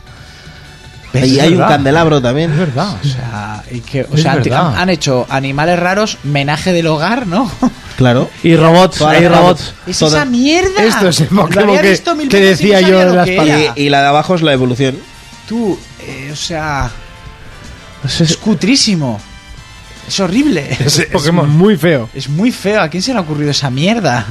¿Ves? Y Es hay un verdad. candelabro también. O sea, y que- o Es sea, te- verdad. han, han hecho animales raros, menaje del hogar, ¿no? Claro. Y robots. Toda la Hay cara- robots. ¿Es Toda- esa mierda? Esto es el Lo Pokémon había que- visto mil que veces y no decía sabía yo lo de la que espada. era. Y, y la de abajo es la evolución. Eh, Tú, eh, o sea, Pues es es- cutrísimo. Es horrible. Es, es Pokémon. muy feo. Es muy feo. ¿A quién se le ha ocurrido esa mierda?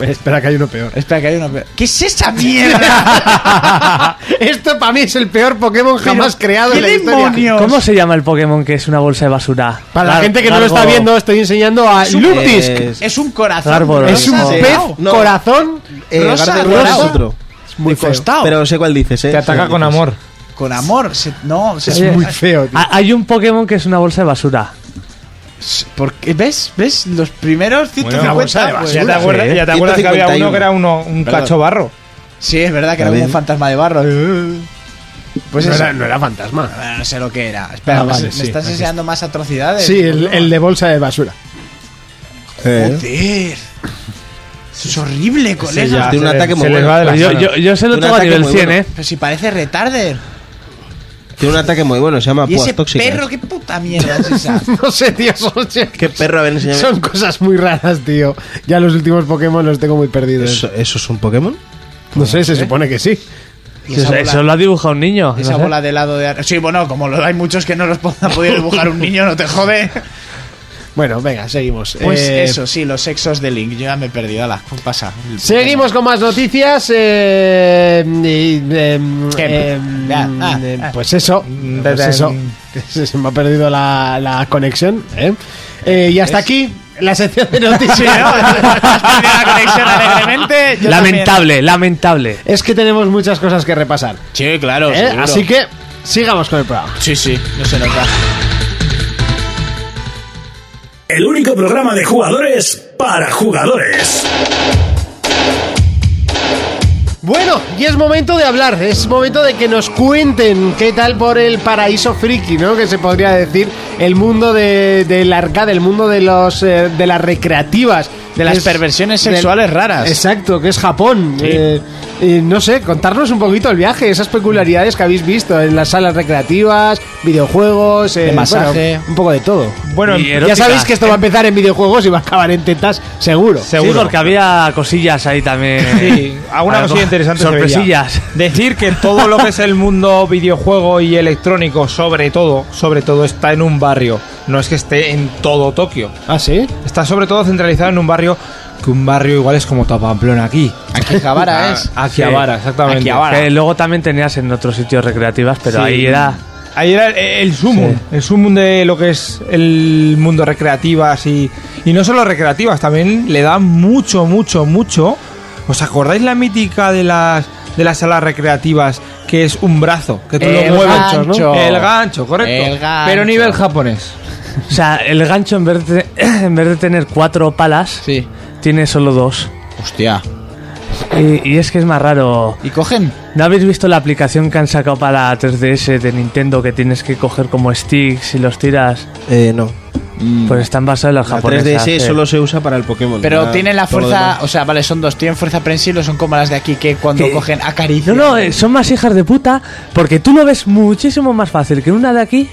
Espera que hay uno peor. Espera, que hay una... ¿Qué es esa mierda? Esto para mí es el peor Pokémon jamás creado ¿Qué en la historia. demonios? ¿Cómo se llama el Pokémon que es una bolsa de basura? Para la Gar- gente que no lo está Garbo. viendo, estoy enseñando a Luptisk. Es- Es un corazón. Árbol, rosa es un Rosa, de pez lado, no. corazón Eh, Rosa, Garden rosa. Rosa es otro. de feo. costado. Pero sé cuál dices, ¿eh? Te ataca Sé con cuál dices. amor. Con amor. se- no, se- es muy feo, tío. ah, Ha- Hay un Pokémon que es una bolsa de basura. Porque, ¿Ves? ¿Ves? Los primeros 150 de pues, basura. ya te acuerdas, ya te acuerdas que había uno que era uno, un Perdón. cacho barro. Sí, es verdad que era como un fantasma de barro. Pues no, eso. era, no era fantasma. Ah, No sé lo que era. Espera, Ah, ¿me- vale, ¿me sí, estás aquí enseñando más atrocidades? Sí, eh. el, el de bolsa de basura. Eh. Joder. Eso es horrible, Sí, colega. ya, Tiene un se le- ataque muy se les bueno. va de las Yo, manos. yo, yo se lo Un tengo a ataque nivel muy 100, ¿eh? bueno. Pero si parece retarder. Tiene un ataque muy bueno, se Ah, llama Y ese pues, Púas Tóxicas. perro, qué puta mierda es esa. No sé, tío, son, ¿Qué perro haber enseñado? son cosas muy raras, tío. Ya los últimos Pokémon los tengo muy perdidos. ¿Eso, eso es un Pokémon? no sé, se supone que sí. Y Eso, esa eso bola- lo ha dibujado un niño. esa no sé. bola de helado de ar- Sí, bueno, como lo hay muchos que no los ha podido dibujar un niño, no te jode. Bueno, venga, seguimos. Pues Eh, eso, sí, los sexos de Link. Yo ya me he perdido. Ala, pues pasa. Seguimos con más noticias. eh, y, em, ¿Qué? em, Ah, ah, em, ah. pues eso. Pues da- eso. Se me ha perdido la, la conexión. ¿eh? Eh, y hasta aquí la sección de noticias. la conexión Eh, alegremente. yo Lamentable, lamentable. es que tenemos muchas cosas que repasar. también. Sí, claro. ¿eh? seguro. Así que sigamos con el programa. Sí, sí, no se nos da. El único programa de jugadores para jugadores. Bueno, y es momento de hablar, es momento de que nos cuenten qué tal por el paraíso friki, ¿no? Que se podría decir el mundo de, del arcade, el mundo de los eh, de las recreativas, De las Es- perversiones del- sexuales raras. Exacto, que es Japón. Eh, eh, no sé, contarnos un poquito el viaje, esas peculiaridades que habéis visto en las salas recreativas, videojuegos, eh, De masaje. bueno, un poco de todo. Bueno, Y ya erótica. Ya sabéis que esto va a empezar en videojuegos y va a acabar en tetas, seguro. seguro. Sí, porque había cosillas ahí también. Sí, alguna Algo- cosilla interesante. se veía. Sorpresillas. Decir que todo lo que es el mundo videojuego y electrónico, sobre todo, sobre todo está en un barrio. No es que esté en todo Tokio. ¿Ah, sí? Está sobre todo centralizado en un barrio que un barrio igual es como Tapamplona aquí. Aquí ¿eh? Javara Ah, es. Aquí Avara, exactamente. Aquí Avara. Que luego también tenías en otros sitios recreativas, pero Sí. ahí era. Ahí era el, el sumum, el sumum de lo que es el mundo recreativas y, y no solo recreativas, también le da mucho, mucho, mucho. ¿Os acordáis la mítica de las de las salas recreativas que es un brazo que tú El lo mueves? gancho. El gancho, correcto. El gancho. Pero nivel japonés. O sea, el gancho en vez de, en vez de tener cuatro palas, Sí. tiene solo dos. Hostia. Y, y es que es más raro. ¿Y cogen? ¿No habéis visto la aplicación que han sacado para la 3DS de Nintendo que tienes que coger como sticks y los tiras? Eh, no. Pues están basados en las La japonesas. 3DS eh. solo se usa para el Pokémon. Pero Nada, tienen la todo lo fuerza. demás. O sea, vale, son dos. Tienen fuerza prensil o son como las de aquí que cuando Que- cogen No, acarician. no, eh, son más hijas de puta porque tú lo ves muchísimo más fácil que una de aquí,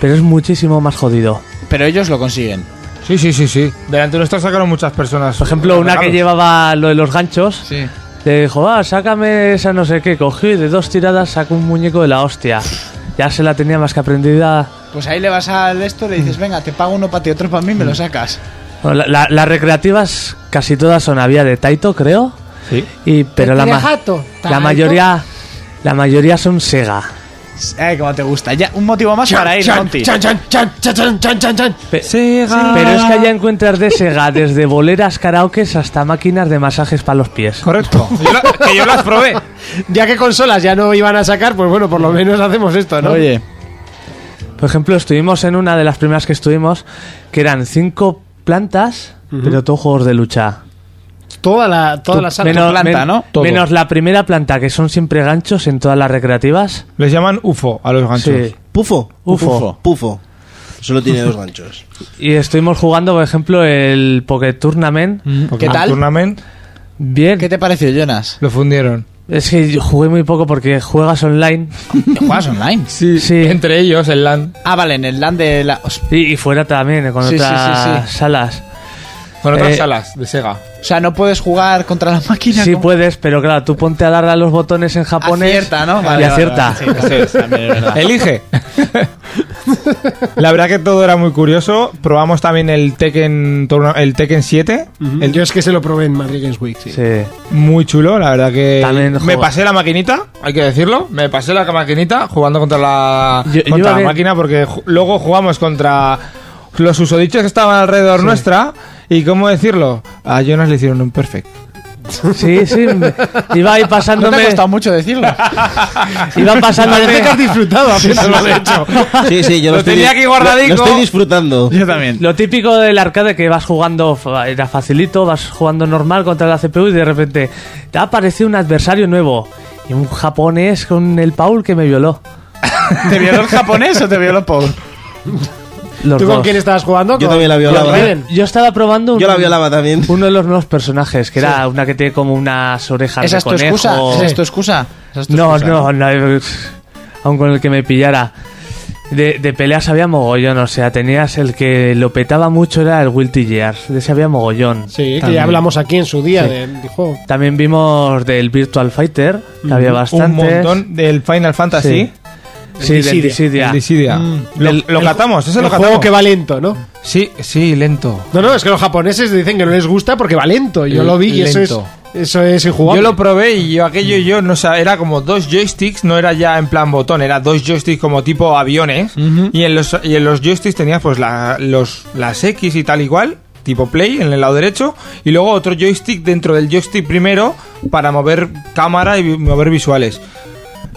pero es muchísimo más jodido. Pero ellos lo consiguen. Sí, sí, sí, sí. Delante de nosotros sacaron muchas personas. Por ejemplo, una que llevaba lo de los ganchos. Sí. Le dijo, ah, sácame esa no sé qué. Cogí de dos tiradas, sacó un muñeco de la hostia. Ya se la tenía más que aprendida. Pues ahí le vas al esto y le Mm. dices, venga, te pago uno para ti, otro para mí, me lo sacas. Bueno, la- la- las recreativas casi todas son había de Taito, creo. Sí. Y, pero la, ma- Tetejato, la Taito. mayoría la mayoría son Sega. Ay, Eh, como te gusta. Ya, un motivo más para ir, Monty. Chan, chan, chan, chan, chan, chan, chan, chan. Pe- Sega. Pero es que allá encuentras de Sega desde boleras karaokes hasta máquinas de masajes para los pies. Correcto. Yo la- que yo las probé. Ya que consolas ya no iban a sacar, pues bueno, por lo menos hacemos esto, ¿no? Oye, Por ejemplo, estuvimos en una de las primeras que estuvimos, que eran cinco plantas, pero todos juegos de lucha. toda la, toda Tu- la sala. tu planta, ¿no? Todo. menos la primera planta, que son siempre ganchos en todas las recreativas. Les llaman UFO a los ganchos. Sí. Pufo. Ufo. Pufo. Solo tiene dos ganchos. Y estuvimos jugando, por ejemplo, el Pocket Tournament. Mm. ¿Qué Porque el tal? Tournament Bien. ¿qué te pareció, Jonas? lo fundieron. Es que yo jugué muy poco porque juegas online. ¿Juegas online? Sí, Sí. Entre ellos, el LAN. Ah, vale, en el land de la... os- Y, y fuera también, eh, con Sí, sí, otras sí, salas. Con otras Eh, salas de Sega. O sea, no puedes jugar contra la máquina. Sí ¿cómo? puedes, pero claro, tú ponte a darle a los botones en japonés. Acierta, ¿no? Y Vale, vale, acierta. vale, sí, sí, sí, también es verdad. Elige. La verdad que todo era muy curioso. Probamos también el Tekken, turno- el Tekken 7. El- Yo es que se lo probé en Madrid Games Week, sí. Sí. Muy chulo, la verdad que. También me juego- pasé la maquinita, hay que decirlo. Me pasé la maquinita jugando contra la, Yo- yo contra a la ver- máquina porque ju- luego jugamos contra los usodichos que estaban alrededor nuestra. Y cómo decirlo, a Jonas le hicieron un perfect. Sí, sí. me- Iba Ah, No ahí te ha pasándome. costado mucho decirlo. Iba pasándome. Parece que has disfrutado haciéndolo, de hecho. Sí, sí, yo lo, Lo estoy, tenía aquí guardadico. Lo, lo estoy disfrutando. Yo también. Lo típico del arcade que vas jugando, fa- era facilito, vas jugando normal contra la CPU y de repente te ha aparecido un adversario nuevo. Y un japonés con el Paul que me violó. ¿Te violó el japonés o te violó Paul? Los ¿Tú con dos. quién estabas jugando? Yo ¿Con- también la con violaba. Raiden? Yo estaba probando un- Yo la violaba también. uno de los nuevos personajes, que era una que tiene como unas orejas ¿Esa de es tu conejo. excusa? ¿Esa es tu excusa? ¿Esa es tu No, excusa? no, no, aun con el que me pillara. De, de peleas había mogollón, o sea, tenías el que lo petaba mucho era el Wilty Gears, de ese había mogollón. Sí, que También. ya hablamos aquí en su día de- del juego. También vimos del Virtual Fighter, que Mm, había Un bastante. montón del Final Fantasy. Sí. Sí, El Dissidia. del El Dissidia. Dissidia. Lo, El- lo el- catamos, ese lo el juego catamos. que va lento, ¿no? Sí, sí, lento. No, no, es que los japoneses dicen que no les gusta porque va lento. Yo lo vi y eso es, Lento. eso es Yo injugable. lo probé y yo aquello yo no sé, era como dos joysticks, no era ya en plan botón, era dos joysticks como tipo aviones y en los y en los joysticks tenías pues la- los las X y tal igual, tipo play en el lado derecho y luego otro joystick dentro del joystick primero para mover cámara y vi- mover visuales.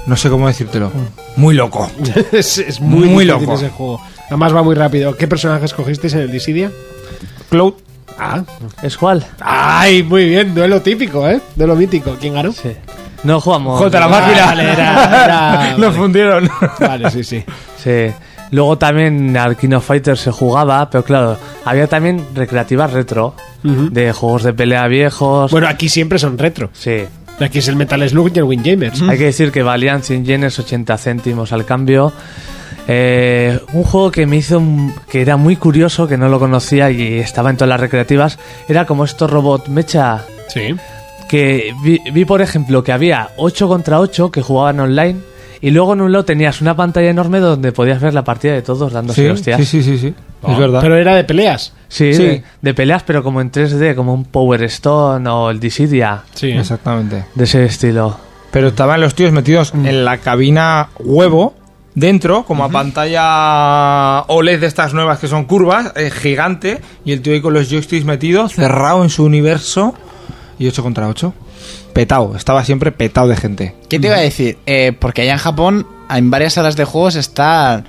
No sé cómo decírtelo. Muy loco. es, es muy, Muy difícil loco. ese juego. Además va muy rápido. ¿Qué personajes cogisteis en el Dissidia? Cloud Ah. ¿Es cuál? Ay, muy bien. Duelo típico, ¿eh? Duelo mítico. ¿Quién ganó? Sí. No jugamos. Jota, la máquina. vale, era- era- Lo vale. fundieron. Vale, sí, sí. Sí. Luego también al King of Fighters se jugaba, pero claro, había también recreativas retro, de juegos de pelea viejos. Bueno, aquí siempre son retro. Sí. Aquí es el Metal Slug y el Windjamers. Hay que decir que valían 100 yenes, 80 céntimos al cambio. Eh, un juego que me hizo un- que era muy curioso, que no lo conocía y estaba en todas las recreativas, era como estos robot mecha. Sí. Que vi, vi, por ejemplo que había 8 contra 8 que jugaban online y luego en un lado tenías una pantalla enorme donde podías ver la partida de todos dándose Sí, hostias. sí, sí, sí, sí. Es verdad. Oh. Pero era de peleas. Sí, Sí. De, de peleas, pero como en 3D, como un Power Stone o el Dissidia, Sí. Exactamente. de ese estilo. Pero estaban los tíos metidos en la cabina huevo, dentro, como a pantalla OLED de estas nuevas que son curvas, eh, gigante, y el tío ahí con los joysticks metido, cerrado en su universo, y 8 contra 8. Petao, estaba siempre petao de gente. ¿Qué te iba a decir? Eh, porque allá en Japón, en varias salas de juegos está...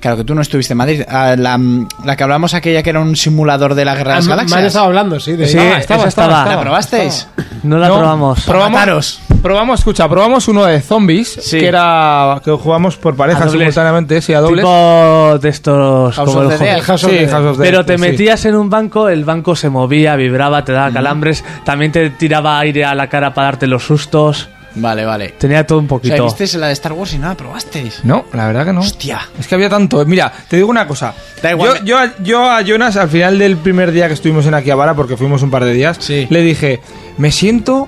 Claro que tú no estuviste en Madrid. Ah, la, la que hablamos aquella que era un simulador de la Ah, Guerra de las me me Galaxias. han estado hablando, sí. De Sí, Ah, esa estaba. ¿La probasteis? No la No, probamos. Probamos, Mataros. probamos, escucha, probamos uno de zombies, Sí. que era que jugamos por A parejas dobles. simultáneamente, sí, a dobles. Tipo de estos. House como of el the juego. Dead. Sí, House of the Pero Dead, te sí. Mm. metías en un banco, el banco se movía, vibraba, te daba calambres, también te tiraba aire a la cara para darte los sustos. Vale, vale. Tenía todo un O sea, poquito. visteis la de Star Wars y no la probasteis. No, la verdad que no. Hostia. Es que había tanto. Mira, te digo una cosa. Da igual. Yo, yo, a- yo a Jonas, al final del primer día que estuvimos en Akihabara, porque fuimos un par de días, Sí. le dije, me siento.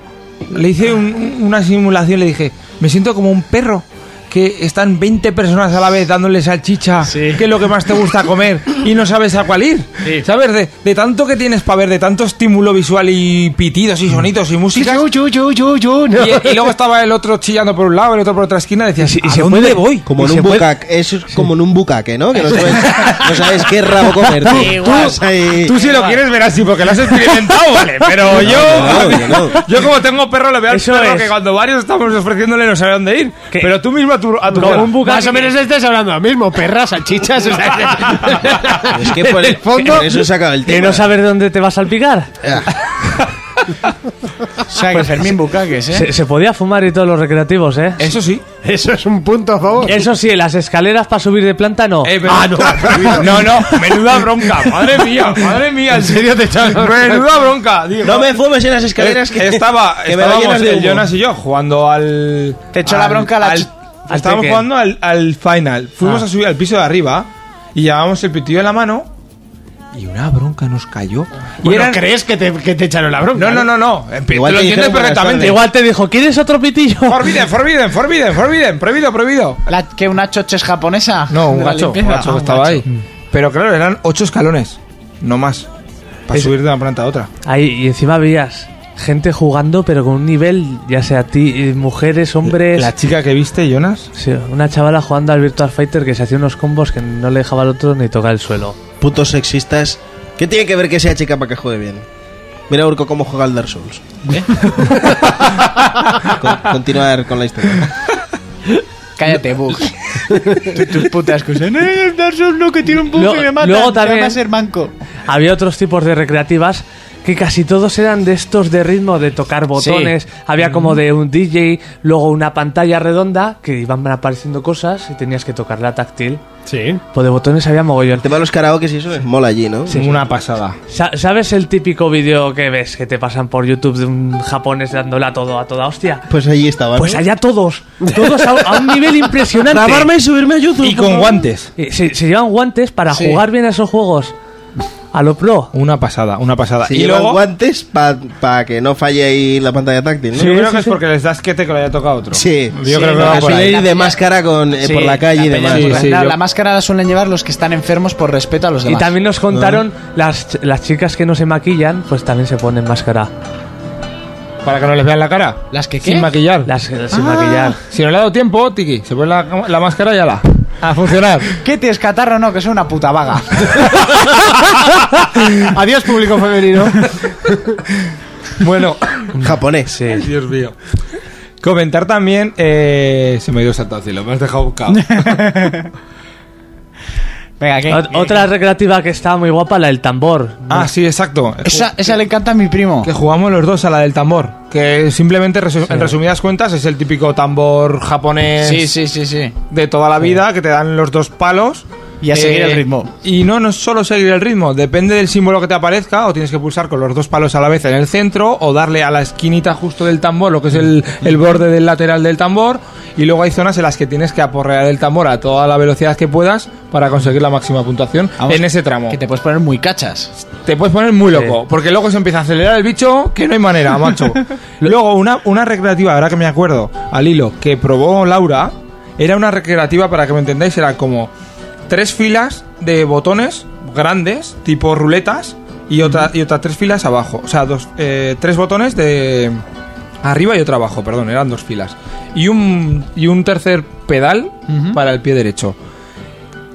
Le hice un- un- una simulación, le dije, me siento como un perro. Que están 20 personas a la vez dándole salchicha, que es lo que más te gusta comer, y no sabes a cuál ir. ¿Sabes? De, de tanto que tienes para ver, de tanto estímulo visual y pitidos y sonidos y música. Yo, yo, yo, yo, yo, no. Y, y luego estaba el otro chillando por un lado, el otro por otra esquina, decías, Y- y ¿a se dónde puede- voy? Como Y en se un puede- bucaque, eso es como en un bucaque, ¿no? Que no sabes, no sabes qué rabo comer. Tú, tú- ahí- Tú si lo quieres ver así, porque lo has experimentado, vale. Pero yo. no, yo no. Yo como tengo perro, le veo al Eso perro es. que cuando varios estamos ofreciéndole no sabe dónde ir. ¿Qué? Pero tú mismo a tu, a tu Como perro. un bucaque. Más o menos estás hablando lo mismo, perras, salchichas. o sea, Es que por, en el fondo. por eso se acaba el Que tema. no sabes dónde te vas a salpicar. O sea, que Fermín Bucaques, ¿eh? Se, se podía fumar y todos los recreativos, ¿eh? Eso sí. Eso es un punto a Eh, favor. Eso sí, las escaleras para subir de planta no. Eh, pero- no, no, menuda bronca. Madre mía, madre mía. En serio te Menuda bronca. digo. No me fumes en las escaleras que Eh, estaba, que me da llenas estábamos de el humo. Jonas y yo jugando al. Te echó la al- bronca la al- ch- al estábamos Tekken. jugando al, al final. Fuimos Ah. a subir al piso de arriba y llevábamos el pitillo en la mano y una bronca nos cayó. Y Bueno, eran- ¿crees que te, que te echaron la bronca? No, no, no, no. En fin, Igual te lo te entiendes dijeron buenas perfectamente. tardes. Igual. Igual te dijo, ¿quieres otro pitillo? Forbidden, forbidden, forbidden, forbidden. Prohibido, prohibido. ¿La, ¿Que una choches japonesa? No, un De la gacho. Un limpieza. gacho Ah, que un estaba gacho. ahí. Mm. Pero claro, eran ocho escalones. No más. Para Es- subir de una planta a otra. Ahí, y encima veías gente jugando, pero con un nivel, ya sea ti, eh, mujeres, hombres. La chica que viste, Jonas. Sí, una chavala jugando al Virtual Fighter que se hacía unos combos que no le dejaba al otro ni tocar el suelo. Putos sexistas. ¿Qué tiene que ver que sea chica para que juegue bien? Mira Urco cómo juega al Dark Souls. ¿Eh? Con- continuar con la historia. Cállate, Bugs. Tú- Tus putas cosas. No, el Dark Souls no, que tiene un bug Luego- que me mata. luego te van también- a ser manco. Había otros tipos de recreativas que casi todos eran de estos de ritmo, de tocar botones. Había como de un DJ, luego una pantalla redonda que iban apareciendo cosas y tenías que tocarla táctil. Sí. Pues de botones había mogollón. El tema de los karaokes y eso es mola allí, ¿no? Una pasada. Sa- ¿Sabes el típico vídeo que ves que te pasan por YouTube de un japonés dándola todo a toda hostia? Pues allí estaba. Pues allá todos, todos a, a un nivel impresionante. Grabarme y subirme a YouTube. Y con guantes. Eh, Se, se llevan guantes para jugar bien a esos juegos. A lo pro. Una pasada, una pasada. Se y llevan luego. guantes para que no falle ahí la pantalla táctil, ¿no? Yo creo que es porque les das que te que lo haya tocado otro. Sí, Yo sí, creo que porque va por suelen ahí. ir de máscara con, eh, Sí, por la calle y la peña demás. por la- Sí, sí, la, yo- la máscara la suelen llevar los que están enfermos por respeto a los Y demás. también nos contaron las, ch- las chicas que no se maquillan, pues también se ponen máscara. Para que no les vean la cara. ¿Las que qué? Sin maquillar. Las eh, sin maquillar. Si no le ha dado tiempo, Tiki, se pone la, la máscara y ala. A funcionar. ¿Qué te escatarro? No, que soy una puta vaga. Adiós, público femenino. bueno, Japonés. Dios mío. Comentar también. Eh, se me dio salto al cielo, me has dejado buscado. Venga, ¿qué? oh, Ot- Otra recreativa que estaba muy guapa, la del tambor. ah, sí, exacto. Esa, esa le encanta a mi primo. Que jugamos los dos a la del tambor. Que simplemente, resu- en resumidas cuentas, es el típico tambor japonés Sí, sí, sí, sí. de toda la vida que te dan los dos palos. eh, Y a seguir el ritmo. Y no, no es solo seguir el ritmo, depende del símbolo que te aparezca, o tienes que pulsar con los dos palos a la vez en el centro, o darle a la esquinita justo del tambor, lo que es el, el borde del lateral del tambor, y luego hay zonas en las que tienes que aporrear el tambor a toda la velocidad que puedas para conseguir la máxima puntuación Vamos, en ese tramo. Que te Te... puedes poner muy cachas. puedes poner muy loco, porque luego se empieza a acelerar el bicho, que no hay manera, macho. luego, una, una recreativa, ahora que me acuerdo, al hilo, que probó Laura, era una recreativa, para que me entendáis, era como tres filas de botones grandes, tipo ruletas, y otra, y otra tres filas abajo. O sea, dos, eh, tres botones de arriba y otro abajo, perdón, eran dos filas. Y un, y un tercer pedal para el pie derecho.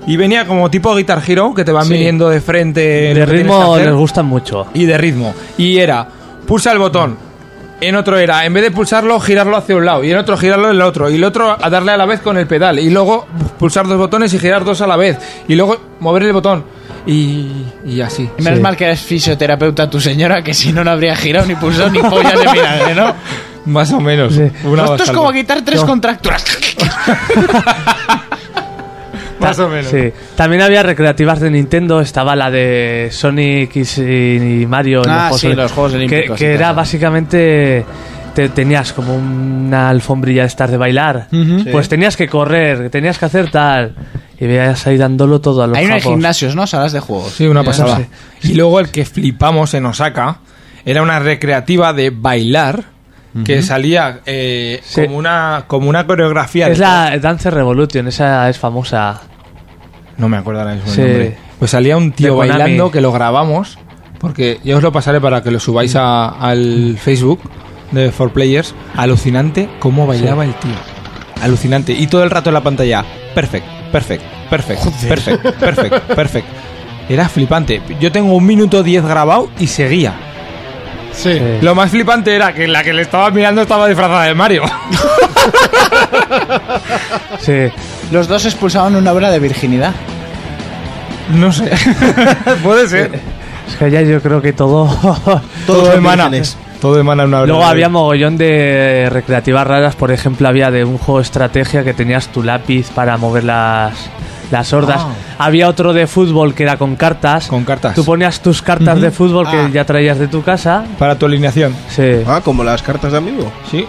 Y venía como tipo Guitar Hero, que te van Sí. viniendo de frente. de lo que tienes que ritmo hacer les gustan mucho. y de ritmo. Y era, pulsa el botón. En otro era, en vez de pulsarlo, girarlo hacia un lado. Y en otro, girarlo en el otro. Y el otro, a darle a la vez con el pedal. Y luego, pulsar dos botones y girar dos a la vez. Y luego, mover el botón. Y, y así. Y menos Sí. mal que eres fisioterapeuta tu señora, que si no, no habría girado ni pulsado ni pollas de vinagre, ¿no? Pues Más o menos. Una Esto es bastarda. como quitar tres No. contracturas. Más o menos. Sí. También había recreativas de Nintendo, estaba la de Sonic y, si- y Mario. en Ah, sí, Oli- los Juegos que- Olímpicos y Que, tal. era básicamente... te- tenías como una alfombrilla de estas de bailar. Pues tenías que correr, tenías que hacer tal. Y veías ahí dándolo todo a los Hay unos japos. gimnasios, ¿no? Salas de juegos. Sí, una Ya pasada. no sé. Y luego el que flipamos en Osaka era una recreativa de bailar que salía eh, Sí. como, una, como una coreografía. Es de la Dance Revolution, esa es famosa. No me acuerdo ahora mismo el Sí. nombre. Pues salía un De tío Konami. bailando que lo grabamos, porque yo os lo pasaré para que lo subáis a- al Facebook de 4Players. Alucinante cómo bailaba el tío. Alucinante. Y todo el rato en la pantalla. Perfect, perfect, perfect, perfect, perfect, perfect. Era flipante. Yo tengo un minuto diez grabado y seguía. Sí. Sí. Lo más flipante era que la que le estaba mirando estaba disfrazada de Mario. Sí. Los dos expulsaban una obra de virginidad. No sé. Puede ser. Es que allá yo creo que todo. Todos Todo son emana. vírgenes. Todo emana una Luego verdadera- había mogollón de recreativas raras, por ejemplo, había de un juego de estrategia que tenías tu lápiz para mover las, las hordas. Ah. Había otro de fútbol que era con cartas. Con cartas. Tú ponías tus cartas de fútbol que ya traías de tu casa. Para tu alineación. Sí, Ah, como las cartas de amigo. Sí.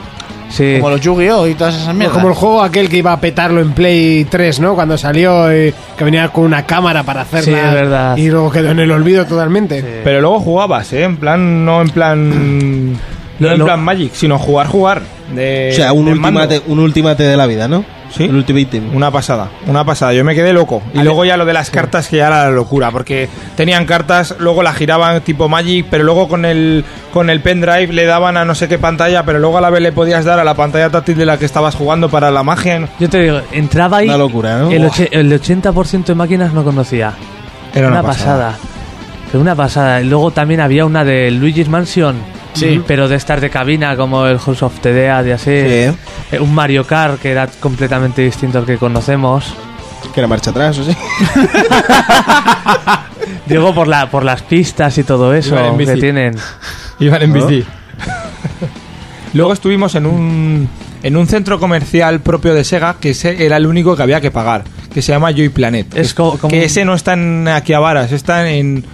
sí. Como los Yu-Gi-Oh! y todas esas mierdas. Como el juego aquel que iba a petarlo en Play 3, ¿no? Cuando salió, eh, que venía con una cámara para hacerla. Sí, es verdad. Y luego quedó en el olvido totalmente. Pero luego jugabas, ¿eh? En plan, no en plan. No en Lo- plan Magic, sino jugar, jugar. De, o sea, un Eh, de mando. ultimate, un ultimate de la vida, ¿no? Sí. Un ultimatum. Una pasada, una pasada. Yo me quedé loco. Y luego ya lo de las cartas, que ya era la locura. Porque tenían cartas, luego las giraban tipo Magic, pero luego con el, con el pendrive le daban a no sé qué pantalla, pero luego a la vez le podías dar a la pantalla táctil de la que estabas jugando para la magia. Yo te digo, entraba ahí. Una locura, ¿no? El, Buah. oche- el 80% de máquinas no conocía. Era una, pasada. Pero una pasada. Y Luego también había una de Luigi's Mansion. Sí. Pero de estar de cabina, como el House of the Dead y así. Sí. Eh, Un Mario Kart que era completamente distinto al que conocemos. Que era marcha atrás, o sí. Digo, por, la, por las pistas y todo eso Iban en que bici. tienen. Iban en bici. Luego estuvimos en un, en un centro comercial propio de Sega, que ese era el único que había que pagar, que se llama Joy Planet. Es co- como un- que ese no está en Akihabaras, está en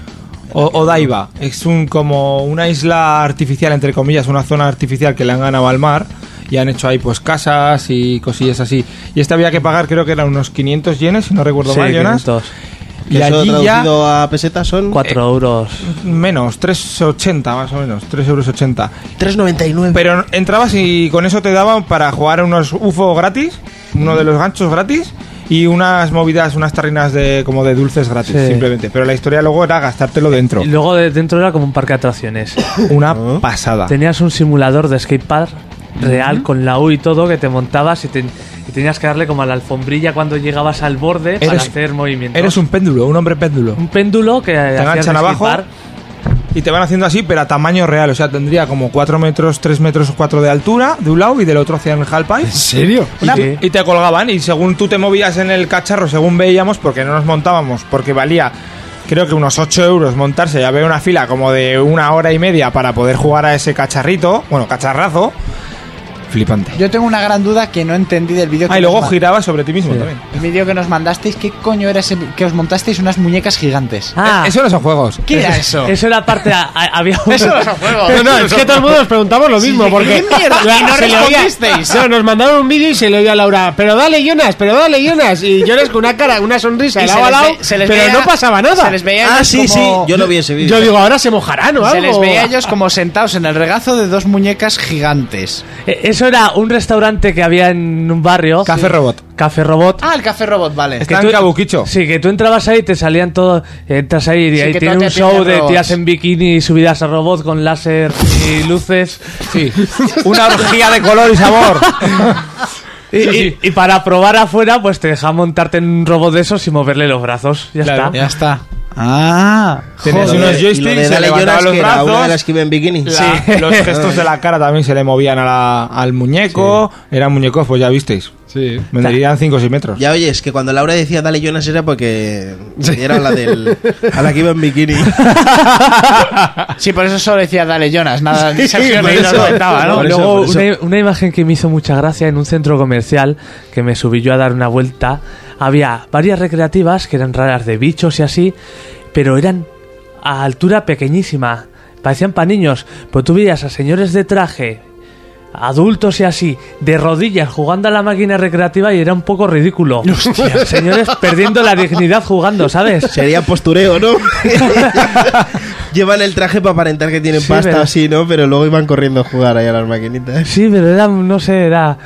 O- Odaiba. Es un, como una isla artificial, entre comillas, una zona artificial que le han ganado al mar y han hecho ahí pues casas y cosillas así. Y esta había que pagar, creo que eran unos 500 yenes, si no recuerdo Sí, mal, Jonas. 500. Y eso allí ya traducido a pesetas son 4 Eh. euros. menos, 3,80 más o menos, 3,80 euros. 3,99. Pero entrabas y con eso te daban para jugar unos UFO gratis, uno de los ganchos gratis y unas movidas, unas tarrinas de como de dulces gratis, Sí. Eh, simplemente. Pero la historia luego era gastártelo dentro. Y luego de dentro era como un parque de atracciones. Ah. Ah. Una pasada. Tenías un simulador de skatepark real con la U y todo que te montabas y, te- y tenías que darle como a la alfombrilla cuando llegabas al borde para Eres- hacer movimientos. Eres un péndulo, un hombre péndulo. Un péndulo que hacías de enganchan abajo. skatepark. Y te van haciendo así, pero a tamaño real. O sea, tendría como 4 metros, 3 metros o 4 de altura de un lado y del otro hacían el half-pipe. ¿En serio? Y, Una- te- y te colgaban y según tú te movías en el cacharro, según veíamos, porque no nos montábamos, porque valía creo que unos 8 euros montarse, ya había una fila como de una hora y media para poder jugar a ese cacharrito, bueno, cacharrazo, flipante. Yo tengo una gran duda que no entendí del vídeo que, Ah, y luego nos ma- giraba sobre ti mismo también. el vídeo que nos mandasteis. ¿Qué coño era ese que os montasteis unas muñecas gigantes? Ah, Eh, Eso no son juegos. ¿Qué era eso? eso era parte. a- a- había un- No, no, es que todo el mundo nos preguntamos lo mismo, porque... ¿Qué mierda? la- Y no se le oía- respondisteis. No, nos mandaron un vídeo y se le oía a Laura, pero dale, Jonas, pero dale, Jonas. Y Jonas con una cara, una sonrisa, de Y se lado a les lado, ve- se les pero veía- no pasaba nada. Se les veía a Ah, ellos sí, como- sí. Yo lo vi ese vídeo. Yo digo, ahora se mojarán o algo. Se les veía A ellos como sentados en el regazo de dos muñecas gigantes. eh, eso era un restaurante que había en un barrio. Café Robot. Café Robot. Ah, el café robot, vale. Está en tú- Kabukicho. Sí, que tú entrabas ahí y te salían todos. Entras ahí y ahí que tiene todo un te pilla show de robots. tías en bikini y subidas a robot con láser y luces. Sí. Una orgía de color y sabor. Y, y- y para probar afuera, pues te deja montarte en un robot de esos y moverle los brazos. Ya Claro. está. Ya está. Ah, Tenías unos y lo joysticks, de se Dale levantaba Jonas, los que era una de brazos. las que iba en bikini. la- Los gestos de la cara también se le movían a la- al muñeco. Eran muñecos, pues ya visteis. Sí. Venderían 5 o 6 metros. Ya oyes, que cuando Laura decía Dale Jonas era porque era la del. a la que iba en bikini. Sí, por eso solo decía dale Jonas, nada, Sergio por ni nos eso. comentaba, ¿no? Por eso, Luego, por eso. Una, una imagen que me hizo mucha gracia en un centro comercial que me subí yo a dar una vuelta. Había varias recreativas que eran raras de bichos y así, pero eran a altura pequeñísima. Parecían para niños, pero tú veías a señores de traje, adultos y así, de rodillas jugando a la máquina recreativa y era un poco ridículo. Señores perdiendo la dignidad jugando, ¿sabes? Sería postureo, ¿no? Llevan el traje para aparentar que tienen Sí, pasta pero- así, ¿no? Pero luego iban corriendo a jugar ahí a las maquinitas. Sí, pero era, no sé, era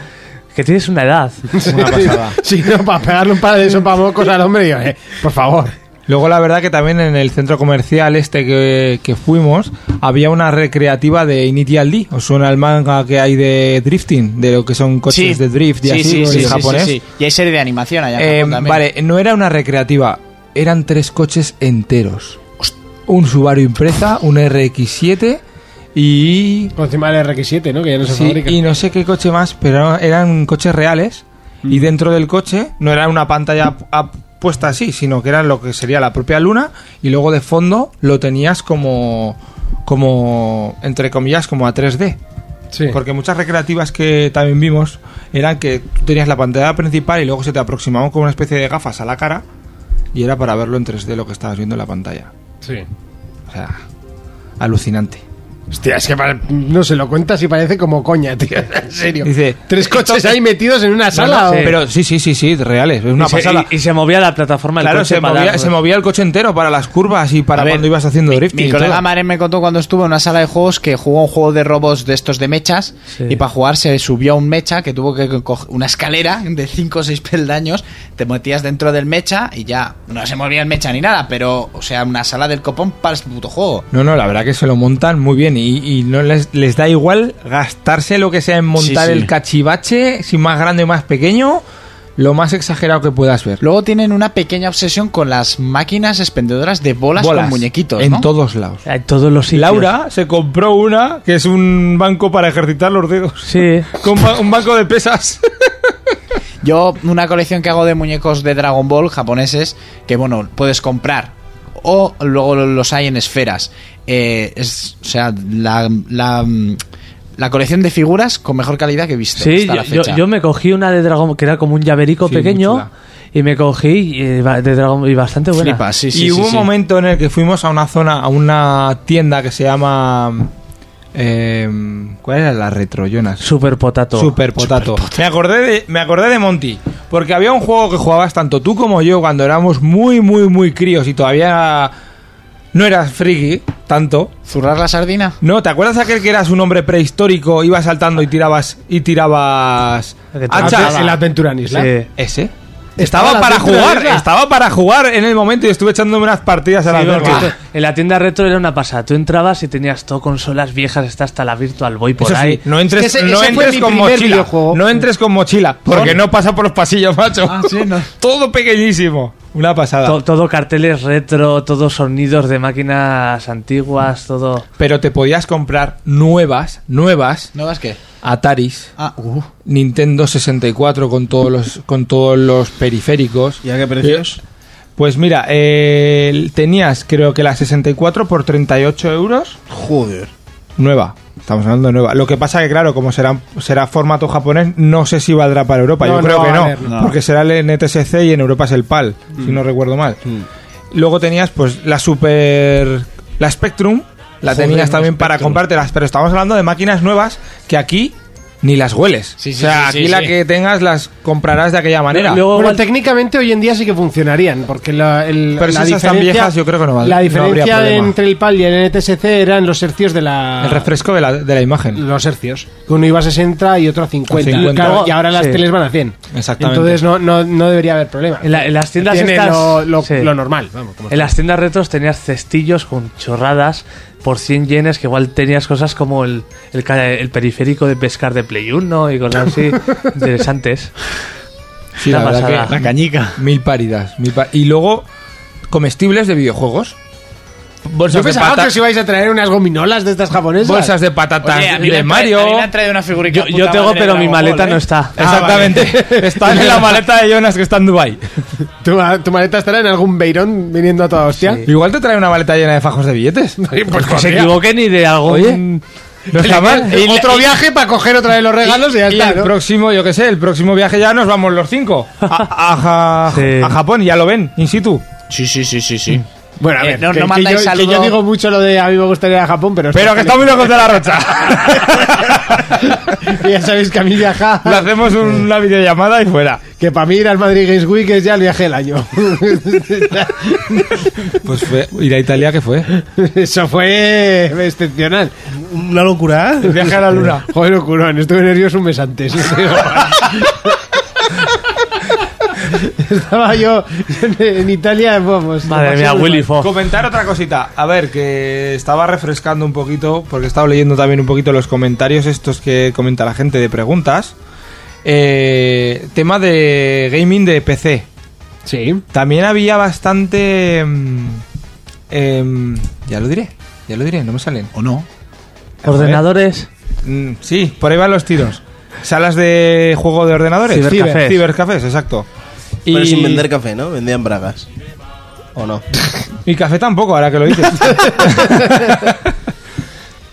que tienes una edad. Una pasada. Sí, no, para pegarle un par de sopamocos al hombre, digo, eh, por favor. Luego la verdad que también en el centro comercial este que, que fuimos había una recreativa de Initial D. ¿Os suena el manga que hay de drifting? De lo que son coches de drift y así en japonés. Y hay serie de animación allá. en Eh, Japón también. vale, no era una recreativa, eran tres coches enteros. Un Subaru Impreza, un RX7 y Por encima del RX7, ¿no? Que ya no se Sí, fabrica. y no sé qué coche más, pero eran coches reales. Y dentro del coche no era una pantalla ap- puesta así, sino que era lo que sería la propia luna. Y luego de fondo lo tenías como, como entre comillas, como a 3D. Sí. Porque muchas recreativas que también vimos eran que tú tenías la pantalla principal y luego se te aproximaban con una especie de gafas a la cara. Y era para verlo en 3D lo que estabas viendo en la pantalla. Sí. O sea, alucinante. Hostia, es que para- no se lo cuentas y parece como coña, tío. En serio. Dice, Tres coches ahí metidos en una sala. no, o- sí. Pero sí, sí, sí, sí, reales. Es una y, se, pasada. y- y se movía la plataforma del Claro, coche se para movía, dar- se movía el coche entero para las curvas y para A ver, cuando ibas haciendo drifting. Mi y colega todo. Maren me contó cuando estuvo en una sala de juegos que jugó un juego de robos de estos de mechas Sí. y para jugar se subió a un mecha que tuvo que coger una escalera de 5 o 6 peldaños, te metías dentro del mecha y ya no se movía el mecha ni nada, pero o sea, una sala del copón para el puto juego. No, no, la verdad que se lo montan muy bien y, y no les, les da igual gastarse lo que sea en montar Sí, sí. el cachivache, si más grande o más pequeño. lo más exagerado que puedas ver. Luego tienen una pequeña obsesión con las máquinas expendedoras de bolas, con muñequitos, En ¿no? todos lados. En todos los sitios. Laura se compró una que es un banco para ejercitar los dedos. Sí. Con ba- un banco de pesas. Yo, una colección que hago de muñecos de Dragon Ball japoneses, que bueno, puedes comprar. O luego los hay en esferas. Eh, es, o sea, la, la, mm, la colección de figuras con mejor calidad que he visto. Sí, hasta la yo, fecha. yo me cogí una de Dragon que era como un llaverico Sí, muy pequeño chula. y me cogí y, eh, va- de Dragon y bastante buena. Flipas, sí, sí, y sí, hubo sí. un momento en el que fuimos a una zona, a una tienda que se llama. em, ¿Cuál era la retro, Jonas? Super potato. Super Potato. Me acordé, de, me acordé de Monty. Porque había un juego que jugabas tanto tú como yo cuando éramos muy, muy, muy críos y todavía no eras friki tanto. ¿Zurrar la sardina? No, ¿te acuerdas aquel que eras un hombre prehistórico, ibas saltando y tirabas y tirabas hachas? El Adventure en Isla. Sí. Ese. Estaba Estaba, la para aventura jugar, de Isla. estaba para jugar en el momento y estuve echándome unas partidas a Sí, la porque verga. esto- en la tienda retro era una pasada. Tú entrabas y tenías todo consolas viejas, está hasta la Virtual Boy por Eso sí, ahí. no entres, Es que ese- no ese fue entres mi con primer mochila. videojuego. Ah, No entres con mochila, porque no pasa por los pasillos, macho. Todo pequeñísimo. Una pasada. To- Todo, carteles retro, todos sonidos de máquinas antiguas, todo. Pero te podías comprar nuevas, nuevas ¿No vas qué? Ataris, Ah, uh. Nintendo 64 con todos los con todos los periféricos. ¿Y a qué precios? Pues mira, eh, el- tenías creo que la 64 por 38 euros. Joder. Nueva. Estamos hablando de nueva. Lo que pasa que, claro, como será, será formato japonés, no sé si valdrá para Europa. No, Yo no creo va que a no, valer, no. Mm. Porque será el NTSC y en Europa es el PAL, si no recuerdo mal. Luego tenías, pues, la Super. La Spectrum. La Joder, tenías una también para Spectrum. comprártelas. Pero estamos hablando de máquinas nuevas que aquí ni las hueles. Sí, sí, o sea, sí, sí, aquí la sí. que tengas las comprarás de aquella manera. Luego Bueno, igual- técnicamente hoy en día sí que funcionarían, porque la, el, Pero si la esas están diferencia- viejas, yo creo que no vale- La no diferencia habría problema. entre el PAL y el NTSC eran los hercios de la. el refresco de la, de la imagen. Los hercios. Que uno iba a 60 y otro a 50. 50. Claro, y ahora las Sí. teles van a 100. Exactamente. Entonces no, no, no debería haber problema. En, la- en las tiendas Tiene estas- lo, lo- sí. lo normal. Vamos, como En las tiendas retros tenías cestillos con chorradas por 100 yenes, que igual tenías cosas como el, el, ca- el periférico de pescar de Play 1 y cosas así interesantes. Sí, Una la verdad pasada. que- La cañica. Mil paridas. mil pa- y luego, comestibles de videojuegos. Bolsas Yo de pensaba que pata- os ibais a traer unas gominolas de estas japonesas. bolsas de patatas de Mario. una figurica. Yo, yo tengo, pero mi maleta no está. Exactamente. Están Ah, en la maleta de Jonas que está en Dubai. ¿Tu, ma- tu maleta estará en algún beirón viniendo a toda hostia. Igual te trae una maleta llena de fajos de billetes. Pues que se equivoquen y de algo. Mm, No está mal. Y otro viaje para coger otra vez los regalos y, ya y está. el ¿no? próximo, yo qué sé, el próximo viaje ya nos vamos los cinco. A, a Ja- Sí. a Japón, ya lo ven, in situ. Sí, sí, sí, sí, sí. Bueno, a Eh, ver, no- que, no que mandáis yo, que saludo. yo digo mucho lo de a mí me gustaría ir a Japón, pero... Pero que esto- estamos locos de la rocha. Ya sabéis que a mí viajar... Le hacemos una videollamada y fuera. Que para mí ir al Madrid Games Week es ya el viaje del año. Pues fue, ir a Italia, que fue? Eso fue excepcional. Una locura. El viaje a la luna. Joder, curón, estuve nervioso un mes antes. Estaba yo en, en Italia, vamos. Madre mía, Willy Fox. Comentar otra cosita. A ver, que estaba refrescando un poquito, porque estaba leyendo también un poquito los comentarios estos que comenta la gente de preguntas. Eh, tema de gaming de PC. Sí. También había bastante... mm, em, ya lo diré, ya lo diré, no me salen. ¿O no? Ordenadores. Mm, sí, por ahí van los tiros. Salas de juego de ordenadores. Cibercafés. Ciber- cibercafés, exacto. Y, Pero sin vender café, ¿no? Vendían bragas. ¿O no? y café tampoco, ahora que lo dices.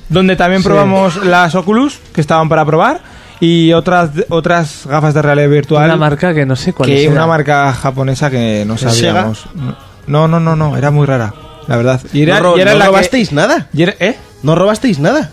Donde también probamos las Oculus, que estaban para probar, y otras, otras gafas de realidad virtual. Una marca que no sé cuál que es. una marca japonesa que no sabíamos. No, no, no, no, era muy rara, la verdad. Y era, ¿No, ro- y era no la que- robasteis nada? y era- ¿eh? ¿No robasteis nada?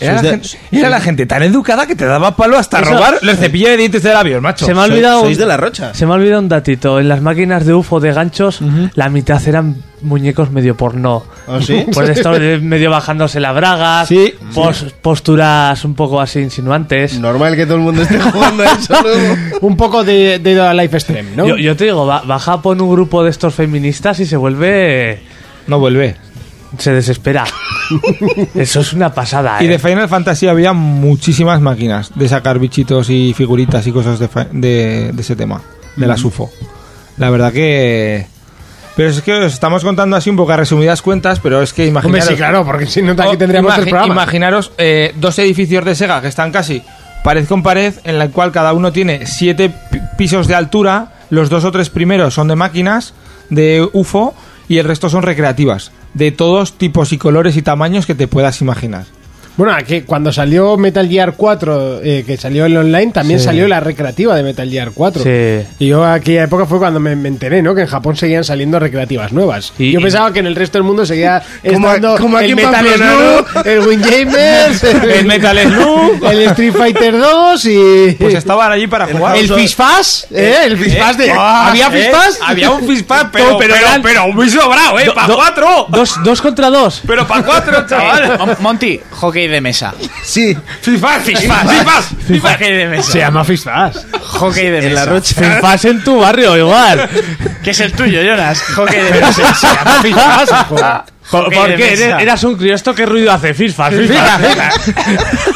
Era, la Sois de- gente, era la gente tan educada que te daba palo hasta robar el cepillo de dientes del avión, macho. Se me ha Sois- olvidado. Sois de la rocha. Se me ha olvidado un datito. En las máquinas de UFO de ganchos, la mitad eran muñecos medio porno. ¿Ah, sí? Por esto de medio bajándose la braga, Sí, pos- posturas un poco así insinuantes. Normal que todo el mundo esté jugando a eso luego. Un poco de, de la Life Stream, ¿no? Yo, yo te digo, va, va a Japón un grupo de estos feministas y se vuelve... No vuelve. se desespera. Eso es una pasada. Y ¿eh? de Final Fantasy había muchísimas máquinas de sacar bichitos y figuritas y cosas de, fa- de- de ese tema, de Mm. la SUFO. La verdad que... Pero es que os estamos contando así un poco a resumidas cuentas, pero es que Hombre, imaginaros... sí, claro, porque si no, aquí Oh, tendríamos imagi- tres programas. Imaginaros eh, dos edificios de Sega que están casi pared con pared, en la cual cada uno tiene siete pi- pisos de altura, los dos o tres primeros son de máquinas, de UFO, y el resto son recreativas, de todos tipos y colores y tamaños que te puedas imaginar. Bueno, que cuando salió Metal Gear 4, eh, que salió el online, también Sí. salió la recreativa de Metal Gear 4. Sí. Y yo aquella época fue cuando me, me enteré, ¿no? Que en Japón seguían saliendo recreativas nuevas. Y- yo y- pensaba que en el resto del mundo seguía Como a- estando como el aquí en Metal Pamplona, Slug, el Windjamers, el, El Metal Slug. el Street Fighter 2 y... Pues estaban allí para jugar. el Fish Pass, ¿eh? El Fish Pass de... ¿Había Fish Pass? Ah, ¿eh? Había un Fispas, pero- pero, pero eran- muy sobrado, ¿eh? Do- ¡Para do- cuatro! Dos, dos contra dos. ¡Pero para cuatro, chaval! Mon- Monty, hockey de mesa. Sí, ¡Fispas, Fispas, Fispas! Hockey de mesa. Se llama Fish Pass. Hockey de en la mesa. rocha. Fifas en tu barrio, igual. Que es el tuyo, Jonas. Hockey de mesa. Se llama ¿Por, Hockey por de qué? mesa. Eres- Eras un crío. ¿Esto qué ruido hace? Fifas, fifas.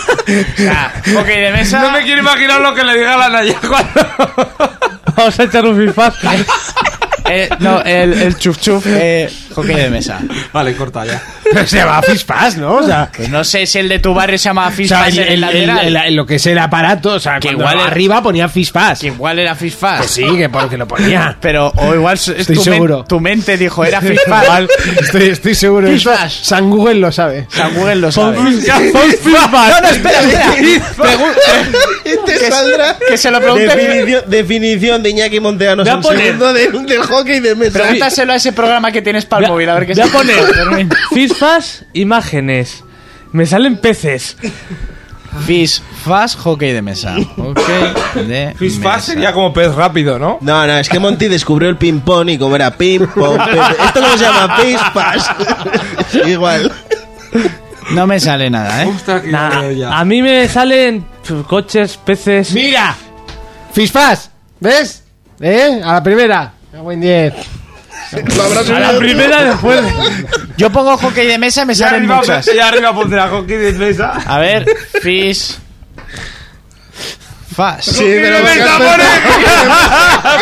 hockey de mesa. No me quiero imaginar lo que le diga la Naya Vamos a echar un fifas. Eh, no, el, el chuf chuf. Eh, hockey de mesa. Vale, corta ya. Pero se llama Fish Pass, ¿no? O sea... Pues no sé si el de tu barrio se llama O Fish sea, Pass en el el- el- lateral. el- lo que es el aparato, o sea, Que cuando igual es- arriba ponía Fish Pass. Que igual era Fish Pass. Que Pues sí, que porque lo ponía. Pero, o igual es Estoy tu, men- seguro. tu mente dijo, era Fish Pass. Igual, estoy, estoy seguro. Fish Eso, Pass. San Google lo sabe. San Google lo sabe. fifas. No, espera, espera. Pregun- Te saldrá que se lo pregunte. definición, definición de Iñaki Monteanos Voy a un poner- segundo de- del hockey de mesa. Pregúntaselo a ese programa que tienes para el móvil, a ver qué voy a se poner fifas, imágenes. Me salen peces. Fish Fast Hockey de mesa. Hockey de Fispas mesa. sería como pez rápido, ¿no? No, no, es que Monty descubrió el ping-pong y como era ping-pong. pe- Esto cómo se llama Pispas. Igual. No me sale nada, ¿eh? Ostras, que ya Nah, veo ya. a mí me salen pf, coches, peces. ¡Mira! Fish Pass. ¿Ves? ¿Eh? A la primera. A buen 10. A la primera después. Yo pongo hockey de mesa y me Ya salen arriba, muchas. ya arriba pondré a hockey de mesa. A ver, Fish Fast. Sí, pero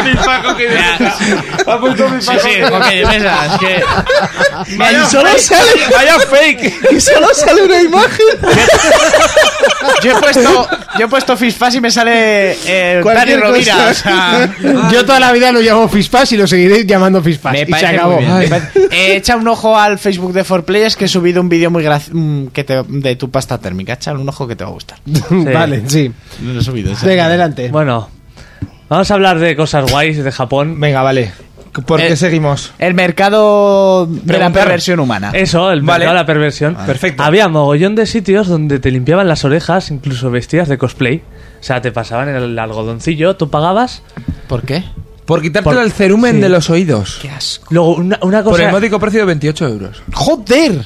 Fispas, hockey de mesa. Ha puesto Sí, fispas. sí, hockey de mesa. Es que. Y solo sale, Vaya fake. y solo sale una imagen. Yo he puesto, yo he puesto Fish Fast y me sale eh, Dani Cualquier Rovira. cosa. O sea, Yo toda la vida lo llamo Fish Pass y lo seguiré llamando Fish Pass. me y se parece acabó. muy bien. Me parece- Eh, echa un ojo al Facebook de 4Players que he subido un vídeo muy gracioso de tu pasta térmica. Echa un ojo que te va a gustar. Vale, sí. No lo he subido. ese. Venga, adelante. Bueno, vamos a hablar de cosas guays de Japón. Venga, vale. ¿Por qué Eh, seguimos? El mercado de la Preguntaros. perversión humana. Eso, el Ah. Vale. mercado de la perversión. Perfecto. Había mogollón de sitios donde te limpiaban las orejas, incluso vestidas de cosplay. O sea, te pasaban el algodoncillo, tú pagabas. ¿Por qué? Por quitártelo Por- el cerumen sí. de los oídos. Qué asco. Luego, una, una Por el cosa. módico precio de 28 euros. ¡Joder!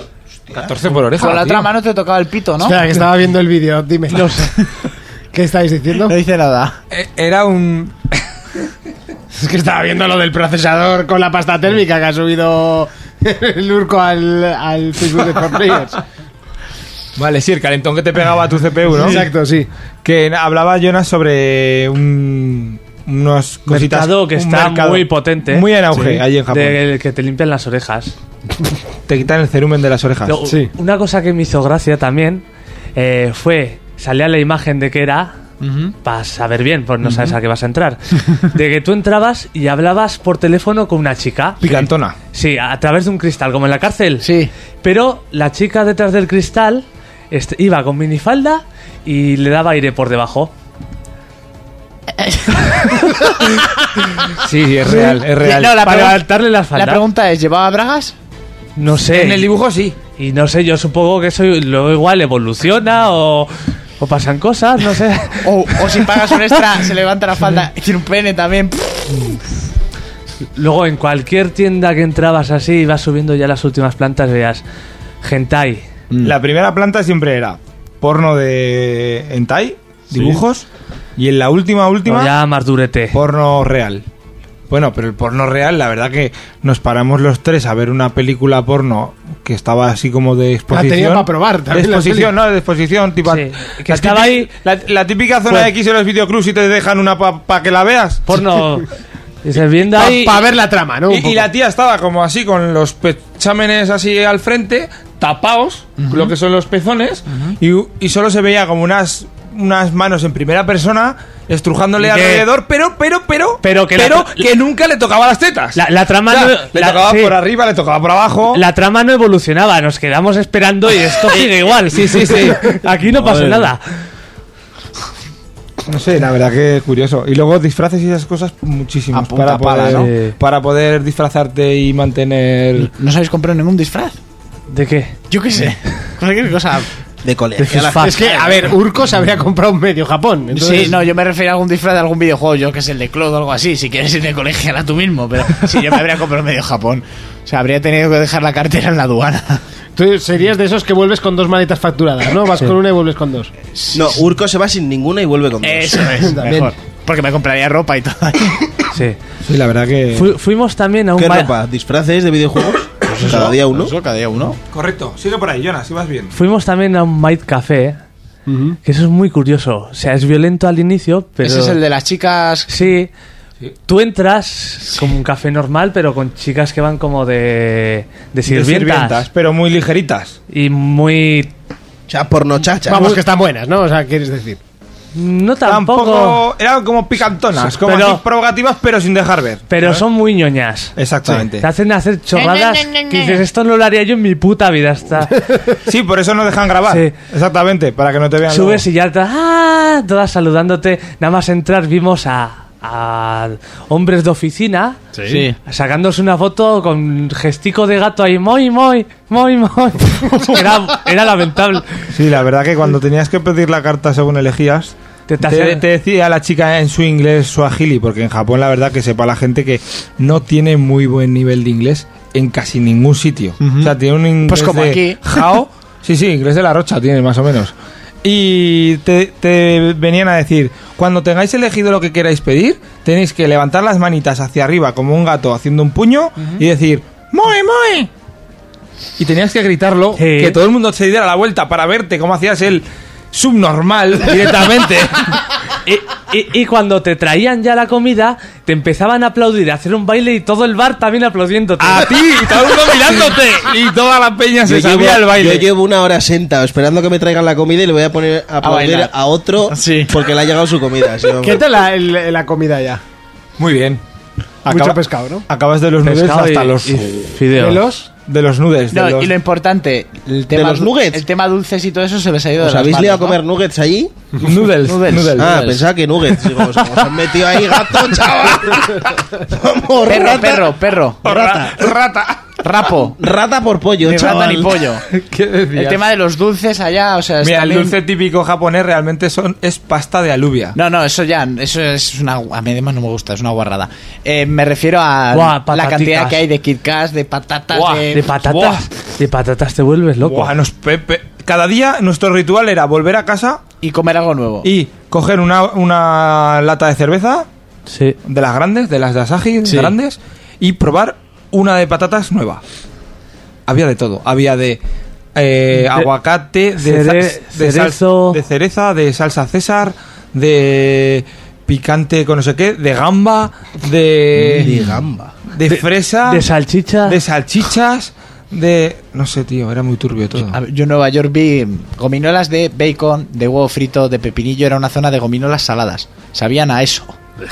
14 por oreja. Con la tío. otra mano te tocaba el pito, ¿no? Espera, que estaba viendo el vídeo. Dime. ¿Qué estáis diciendo? No dice nada. Eh, Era un. Es que estaba viendo lo del procesador con la pasta térmica que ha subido el urco al, al Facebook de 4Players. Vale, sí, el calentón que te pegaba a tu CPU, ¿no? Exacto, sí. Que na- hablaba Jonas sobre un. Unos cositas. mercado que un está mercado muy potente. Muy en auge Sí. allí en Japón. Del que te limpian las orejas. Te quitan el cerumen de las orejas. Luego, sí. Una cosa que me hizo gracia también eh, fue. Salía la imagen de que era. Para saber bien, pues no sabes a qué vas a entrar. De que tú entrabas y hablabas por teléfono con una chica. Picantona. Sí, a través de un cristal, como en la cárcel. Sí. Pero la chica detrás del cristal este, iba con minifalda y le daba aire por debajo. Sí, sí, es real, es real. No, la, para pregun- levantarle la la falda. Eh. pregunta es, ¿llevaba bragas? no sé. En el dibujo sí. Y no sé, yo supongo que eso luego igual evoluciona o, o pasan cosas, no sé. O, o si pagas un extra, se levanta la falda y tiene un pene también. Luego en cualquier tienda que entrabas así y vas subiendo ya las últimas plantas veías hentai. La primera planta siempre era porno de hentai, dibujos, y en la última O última ya más durete. porno real. Bueno, pero el porno real, la verdad que nos paramos los tres a ver una película porno que estaba así como de exposición. tenía para probar también De la exposición, peli. no, de exposición, tipo. Sí, que la estaba típica- ahí- La, la típica zona Pues- X en los videoclubs y te dejan una para que la veas. Porno. Y se viendo Para ahí. ver la trama, ¿no? Un Y, y poco. la tía estaba como así con los pechámenes así al frente, tapados, lo que son los pezones, y, y solo se veía como unas unas manos en primera persona estrujándole ¿Y qué? alrededor, pero pero pero Pero que la- que nunca le tocaba las tetas. La- la trama O sea, no- le la- tocaba sí. por arriba, le tocaba por abajo. La trama no evolucionaba, nos quedamos esperando y esto sigue igual. Sí, sí, sí. Aquí no pasó Joder. nada. No sé, la verdad que es curioso. Y luego disfraces y esas cosas muchísimas A punta para poder, pala, ¿no? Sí. para poder disfrazarte y mantener ¿No sabéis comprar ningún disfraz? ¿De qué? Yo qué sé. Cualquier cosa. de colegio. la- Es que, a ver, Urco se habría comprado un medio Japón. entonces- Sí, no, yo me refiero a algún disfraz de algún videojuego, yo que sé, el de Cloud o algo así. Si quieres ir de colegiala tú mismo, pero si yo me habría comprado medio Japón. O sea, habría tenido que dejar la cartera en la aduana. Tú serías de esos que vuelves con dos maletas facturadas, ¿no? Vas con una y vuelves con dos. No, Urco se va sin ninguna y vuelve con dos. Eso es, mejor. Porque me compraría ropa y todo. Sí. Sí, la verdad que Fu- fuimos también a un ¿Qué ba- ropa? ¿Disfraces de videojuegos? Cada día uno. Eso, cada día uno. Correcto, sigue por ahí, Jonas, si vas bien. Fuimos también a un Might Café. Que eso es muy curioso. O sea, es violento al inicio, pero. Ese es el de las chicas. Sí. Tú entras como un café normal, pero con chicas que van como de, de De sirvientas. sirvientas, pero muy ligeritas. Y muy. O sea, porno chacha. Vamos, que están buenas, ¿no? O sea, quieres decir. No tampoco. Tampoco. Eran como picantonas, como Pero- así provocativas, pero sin dejar ver. Pero son muy ñoñas. Exactamente. Te hacen hacer chorradas que dices, esto no lo haría yo en mi puta vida. Está. Sí, por eso no dejan grabar. Sí. Exactamente, para que no te vean. Subes luego. y ya te- ¡ah! todas saludándote. Nada más entrar vimos a, a hombres de oficina Sí. sacándose una foto con gestico de gato ahí, muy, muy, muy, muy. Era, era lamentable. Sí, la verdad que cuando tenías que pedir la carta según elegías. Te Te, tasea- te decía la chica en su inglés suajili, porque en Japón la verdad que sepa la gente que no tiene muy buen nivel de inglés en casi ningún sitio. O sea, tiene un inglés Pues como de aquí. jao. Sí, sí, inglés de la rocha tiene más o menos. Y te, te venían a decir, cuando tengáis elegido lo que queráis pedir, tenéis que levantar las manitas hacia arriba como un gato haciendo un puño y decir, ¡Moe, moe! Y tenías que gritarlo, Sí. que todo el mundo se diera la vuelta para verte cómo hacías el subnormal directamente. Y, y- y cuando te traían ya la comida, te empezaban a aplaudir, a hacer un baile y todo el bar también aplaudiéndote. a ti, y todo el mundo mirándote. Y toda la peña se Yo sabía llevo- el baile. yo llevo una hora sentado esperando que me traigan la comida y le voy a poner a, aplaudir bailar. a otro Sí. porque le ha llegado su comida. sí, hombre. ¿Qué tal la, el- la comida ya? Muy bien. Mucho pescado, ¿no? Acabas de los nudes Pescado hasta y- los. y ¿De fideos. los? De los nudes. de No, los- y lo importante, el tema, los du- nuggets? el tema dulces y todo eso se les ha ido de ¿Os las habéis manos, liado a ¿no? comer nuggets allí? Noodles. Noodles. noodles. Ah, Noodles. pensaba que nuggets. Digo, os, os han metido ahí gato, chaval. Vamos, Perro, rata. perro, perro. Rata. Rata. Rapo. Rata por pollo, Ni chaval. rata ni pollo. ¿Qué decías? El tema de los dulces allá, o sea, es Mira, el también- dulce típico japonés realmente son, es pasta de alubia. No, no, eso ya, eso es una... A mí además no me gusta, es una guarrada. Eh, me refiero a Buah, la patatitas. cantidad que hay de Kit Kat, de patatas, Buah, de... de patatas. De patatas te vuelves loco. Buah, nos pepe. Cada día nuestro ritual era volver a casa Y comer algo nuevo. y coger una, una lata de cerveza Sí. de las grandes, de las de Asahi, Sí. grandes, y probar una de patatas nueva. Había de todo. Había de eh, aguacate, cere- de, sal- de sal- cerezo. de cereza, de salsa César, de picante con no sé qué, de gamba, de, Ni gamba. de fresa, De salchicha. Ah. de salchichas, de... No sé, tío, era muy turbio todo. A ver, Yo en Nueva York vi gominolas de bacon, de huevo frito, de pepinillo. Era una zona de gominolas saladas. Sabían a eso.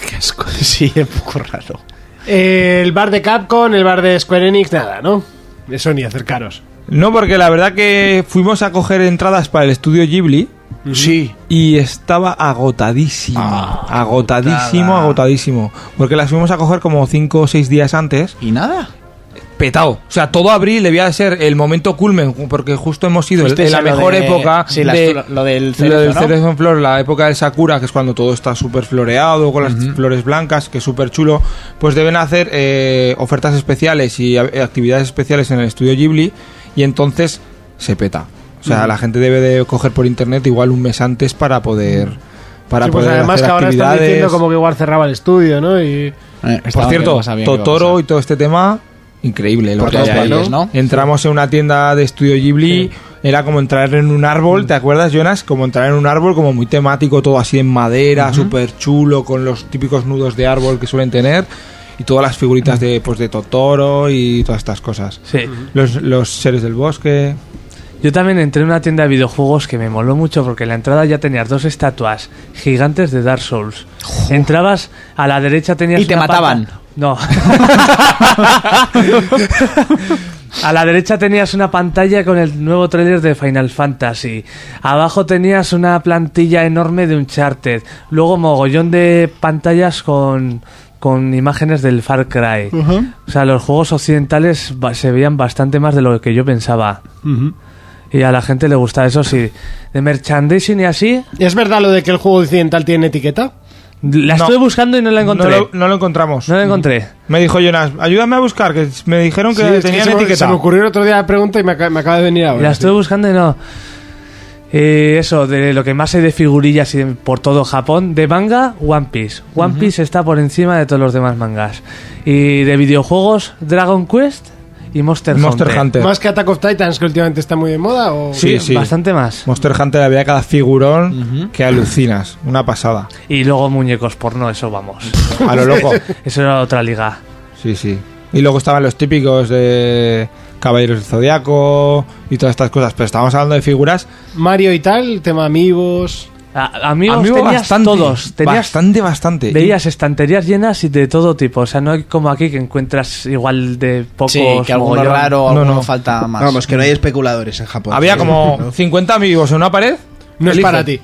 Qué asco. Sí, es un poco raro. Eh, El bar de Capcom, el bar de Square Enix, nada, ¿no? De Sony, acercaros. No, porque la verdad que fuimos a coger entradas para el estudio Ghibli. Sí. Y estaba agotadísimo. agotadísimo, agotadísimo. Porque las fuimos a coger como 5 o 6 días antes. ¿Y nada? Petado. O sea, todo abril debía de ser el momento culmen. Porque justo hemos ido en Fuisteis la a lo mejor de- época. sí, las- de- lo- lo del cerezo, Lo del ¿no? cerezo en flor, la época del Sakura, que es cuando todo está súper floreado, con las flores blancas, que es súper chulo. Pues deben hacer eh, ofertas especiales y a- actividades especiales en el estudio Ghibli. Y entonces se peta. O sea, la gente debe de coger por internet igual un mes antes para poder. Para Sí, pues poder además hacer que ahora están actividades. diciendo como que igual cerraba el estudio, ¿no? Y Eh, Por estaba cierto, que no sabía qué iba a Totoro y pasar. todo este tema, increíble. lo Por que todas hay ahí, partes, ¿no? Entramos en una tienda de estudio Ghibli, era como entrar en un Mm. árbol, ¿te acuerdas, Jonas? Como entrar en un árbol, como muy temático, todo así en madera, súper chulo, con los típicos nudos de árbol que suelen tener. Y todas las figuritas Mm. de, pues, de Totoro y todas estas cosas. Sí. Los, los seres del bosque. Yo también entré en una tienda de videojuegos que me moló mucho porque en la entrada ya tenías dos estatuas gigantes de Dark Souls. Entrabas a la derecha tenías Y te una pata- mataban. No. A la derecha tenías una pantalla con el nuevo tráiler de Final Fantasy. Abajo tenías una plantilla enorme de Uncharted. Luego mogollón de pantallas con, con imágenes del Far Cry. O sea, los juegos occidentales ba- se veían bastante más de lo que yo pensaba. Y a la gente le gusta eso, sí. De merchandising y así, ¿Es verdad lo de que el juego occidental tiene etiqueta? la No. estuve buscando y no la encontré. No No, lo, no lo encontramos. la encontré. Me dijo Jonas, ayúdame a buscar, que me dijeron que Sí, es que tenían se, me, se etiqueta. me ocurrió el otro día la pregunta y me acaba, me acaba de venir Mm. ahora. la sí. estuve buscando y no. Eh, eso, de lo que más hay de figurillas y de- por todo Japón, de manga, One Piece. One Piece está por encima de todos los demás mangas. Y de videojuegos, Dragon Quest y Monster, Monster Hunter. Más que Attack of Titans, que últimamente está muy de moda. ¿o? Sí, sí. Bastante más. Monster Hunter había cada figurón que alucinas. Una pasada. Y luego muñecos porno, eso vamos. A lo loco. Eso era otra liga. Sí, sí. Y luego estaban los típicos de Caballeros del Zodiaco y todas estas cosas. Pero estábamos hablando de figuras. Mario y tal, tema amigos. A, amigos, Amigo, tenías bastante, todos. Tenías bastante, bastante. Veías estanterías llenas y de todo tipo. O sea, no hay como aquí que encuentras igual de pocos. Sí, que alguno mogollón. raro, No, alguno no. falta más. Vamos, que no hay especuladores en Japón. Había Sí. como 50 amigos en una pared. No es Elige. para ti.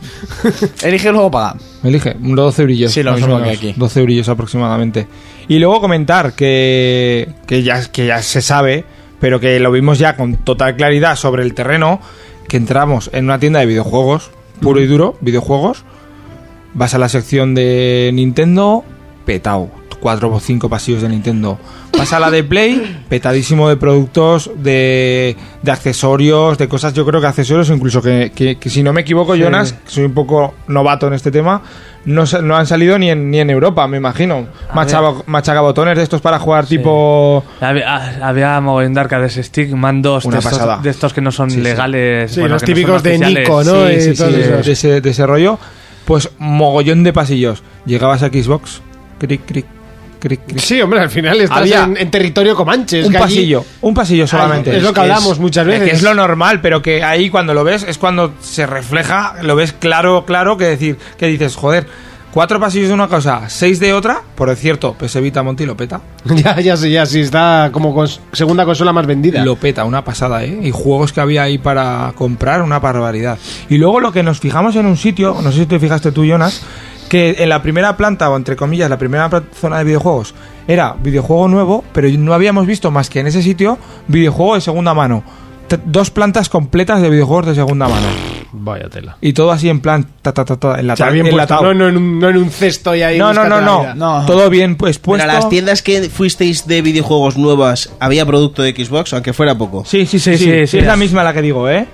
Elige y luego paga. Elige, un 12 eurillos. Sí, lo más o mismo menos, que aquí. 12 eurillos aproximadamente. Y luego comentar que, que, ya, que ya se sabe, pero que lo vimos ya con total claridad sobre el terreno, que entramos en una tienda de videojuegos, puro y duro, videojuegos. Vas a la sección de Nintendo, petao. Cuatro o cinco pasillos de Nintendo. Vas a la de Play, petadísimo de productos, de, de accesorios, de cosas, yo creo que accesorios, incluso que, que- que si no me equivoco, Jonas, que soy un poco novato en este tema, no, sa- no han salido ni en, ni en Europa, me imagino. Machaba- Machacabotones de estos para jugar tipo... Había, ah, había mogollón de arcades stick, mandos Una de estos, pasada. de estos que no son Sí, sí. legales. Sí, bueno, los que no son típicos de oficiales. Nico, ¿no? Sí, Eh, sí, sí, todos de, esos. de ese, de ese rollo. Pues mogollón de pasillos. Llegabas a Xbox, cric, cric, cric, cric. Sí, hombre, al final estás Había en, en territorio comanche. es un que allí- pasillo, un pasillo solamente. es lo que hablamos muchas es que veces. es lo normal, pero que ahí cuando lo ves es cuando se refleja, lo ves claro, claro, que decir, que dices, joder, cuatro pasillos de una cosa, seis de otra, por cierto, pues Evita Monti lo peta. ya, ya, sí, ya, sí, está como cons- segunda consola más vendida. Lo peta, una pasada, ¿eh? Y juegos que había ahí para comprar, una barbaridad. Y luego lo que nos fijamos en un sitio, no sé si te fijaste tú, Jonas, que en la primera planta, o entre comillas, la primera pla- zona de videojuegos, era videojuego nuevo, pero no habíamos visto más que en ese sitio videojuego de segunda mano. T- dos plantas completas de videojuegos de segunda mano. Vaya tela. Y todo así en plan, ta, ta, ta, ta, en la O sea, bien puesto, enlatado. no, no en un, no en un cesto y ahí. No, no, no, búscate la no, vida. no. Todo bien pues Pero puesto. a las tiendas que fuisteis de videojuegos nuevas, ¿había producto de Xbox, aunque fuera poco? Sí, sí, sí, Sí, sí, sí, sí, Es la las- misma la que digo, ¿eh?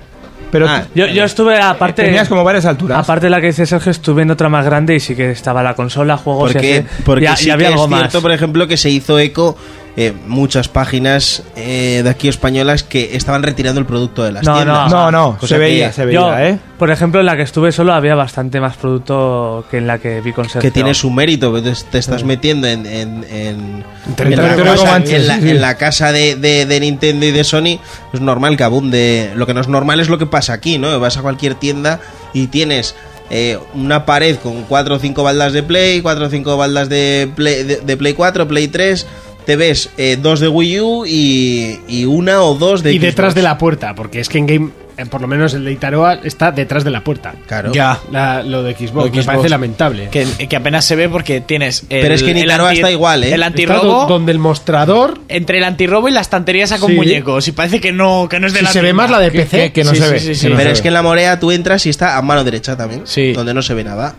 Pero Ah, Yo, yo estuve aparte. tenías como varias alturas. Aparte de la que dice Sergio, estuve en otra más grande y sí que estaba la consola, juegos y Porque, así. porque y, a- y sí que había es algo más. cierto, por ejemplo, que se hizo eco eh, muchas páginas eh, de aquí españolas que estaban retirando el producto de las No, tiendas. No, no, Cosa se que- veía, se veía, Yo, ¿eh? por ejemplo, en la que estuve solo había bastante más producto que en la que vi con Sergio. que tiene su mérito, pero te, te estás metiendo en, en, en, en, territorio la, casa, comanche, en la- sí, sí. en la casa de, de- de Nintendo y de Sony. Es normal que abunde. Lo que no es normal es lo que pasa aquí, ¿no? Vas a cualquier tienda y tienes eh, una pared con cuatro o cinco baldas de Play, cuatro o cinco baldas de Play, de, de Play 4, Play 3. Te ves eh, dos de Wii U y, y una o dos de y detrás Xbox. de la puerta, porque es que en Game, eh, por lo menos el de Itaroa, está detrás de la puerta. Claro. Ya. La- lo de Xbox, Lo de me Xbox. parece lamentable. Que, que apenas se ve porque tienes. el- Pero es que el Nicaragua anti- está igual, ¿eh? El Está do- antirrobo. donde el mostrador Entre el antirrobo y la estantería saca un Sí. muñecos. Y parece que no, que no es de Si la se ve tienda. más la de PC. que- que no Sí, se sí, ve, sí, que sí. no se Pero ve. es que en la morea tú entras y está a mano derecha también. Sí. Donde no se ve nada.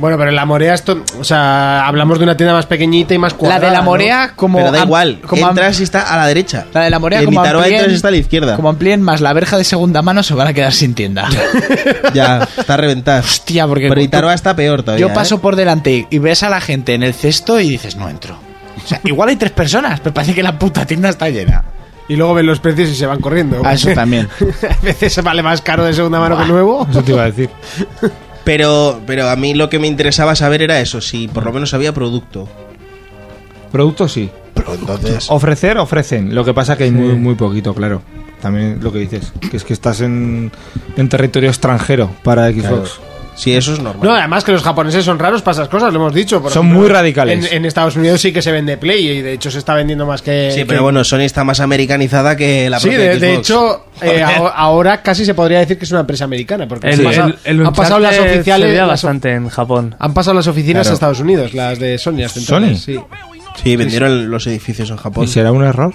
Bueno, pero en la Morea esto, o sea, hablamos de una tienda más pequeñita y más La cuadrada. de la ¿no? morea, como. Pero da am- igual. como am- entras y está a la derecha. La de la morea, Y en como Itaroa amplíen- entras y está a la izquierda. Como amplíen más la verja de segunda mano, se van a quedar sin tienda. Ya, está a reventar. Hostia, porque. Pero tú- Itaroa está peor todavía. Yo paso ¿eh? por delante y ves a la gente en el cesto y dices, no entro. O sea, igual hay tres personas, pero parece que la puta tienda está llena. Y luego ven los precios y se van corriendo. Ah, A eso también. a veces se vale más caro de segunda mano que nuevo. Eso te iba a decir. Pero, pero a mí lo que me interesaba saber era eso, si por lo menos había producto. Productos sí. Entonces, Ofrecer, ofrecen. Lo que pasa que hay muy, muy poquito, claro. También lo que dices, que es que estás en, en territorio extranjero para Xbox. si eso es No, normal. además que los japoneses son raros para esas cosas, lo hemos dicho. por Son ejemplo, muy radicales. En, en Estados Unidos sí que se vende Play y de hecho se está vendiendo más eh, que. sí, que- pero bueno, Sony está más americanizada que la Sí, propia de, de Xbox. hecho, eh, aho- ahora casi se podría decir que es una empresa americana, porque El, han, pasado, el- el han pasado las Uncharted oficiales. se veía las of- bastante en Japón. han pasado las oficinas Claro. a Estados Unidos, las de Sony. las centrales, ¿Sony? sí. Sí, vendieron los edificios en Japón. Eh, ¿Y será un error?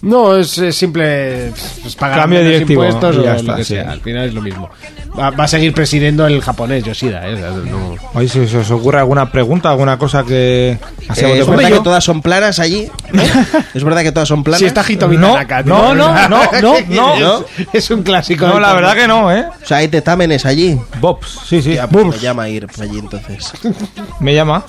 No, es, es simple pues, pagar Cambio menos directivo, impuestos y o ya lo está, que sí. sea. Al final es lo mismo. Va, va a seguir presidiendo el japonés, Yoshida. eh, no- Oye, si se os ocurre alguna pregunta, alguna cosa que Eh, hacemos de ¿Es verdad cuenta. que todas son planas allí? ¿eh? ¿Es verdad que todas son planas? Si está Hitomi No, Tanaka, tío. no, no, no, ¿Qué no, quieres? no. Es un clásico. No, del la verdad porno. que no, ¿eh? O sea, hay tetámenes allí. Bobs, sí, sí. Ya, pues, Bobs. me llama a ir allí entonces. Me llama.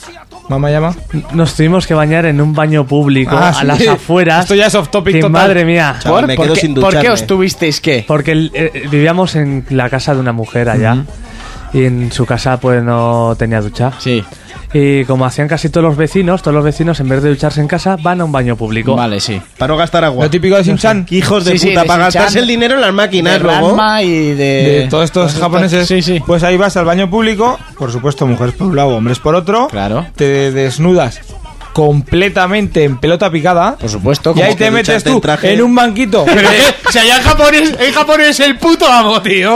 Mamá llama. Nos tuvimos que bañar en un baño público Ah, a sí. las afueras. Esto ya es off topic que total. Madre mía. Chaval, me quedo qué, sin por qué ducharme. os tuvisteis que? Porque el- eh, vivíamos en la casa de una mujer allá. Y en su casa, pues no tenía ducha. Sí. Y como hacían casi todos los vecinos, todos los vecinos, en vez de ducharse en casa, van a un baño público. Vale, sí. Para no gastar agua. Lo típico de Simpson. Hijos de Sí, sí, puta, de para Shin-chan, gastarse el dinero en las máquinas De luego. Ranma y de... de Eh, todos estos Todos japoneses. Sí, sí. Pues ahí vas al baño público, por supuesto, mujeres por un lado, hombres por otro. Claro. Te desnudas completamente en pelota picada. Por supuesto. Y como ahí que te metes ducharte tú en traje. en un banquito. Pero, eh, o sea, ya en Japón es, en Japón es el puto amo, tío.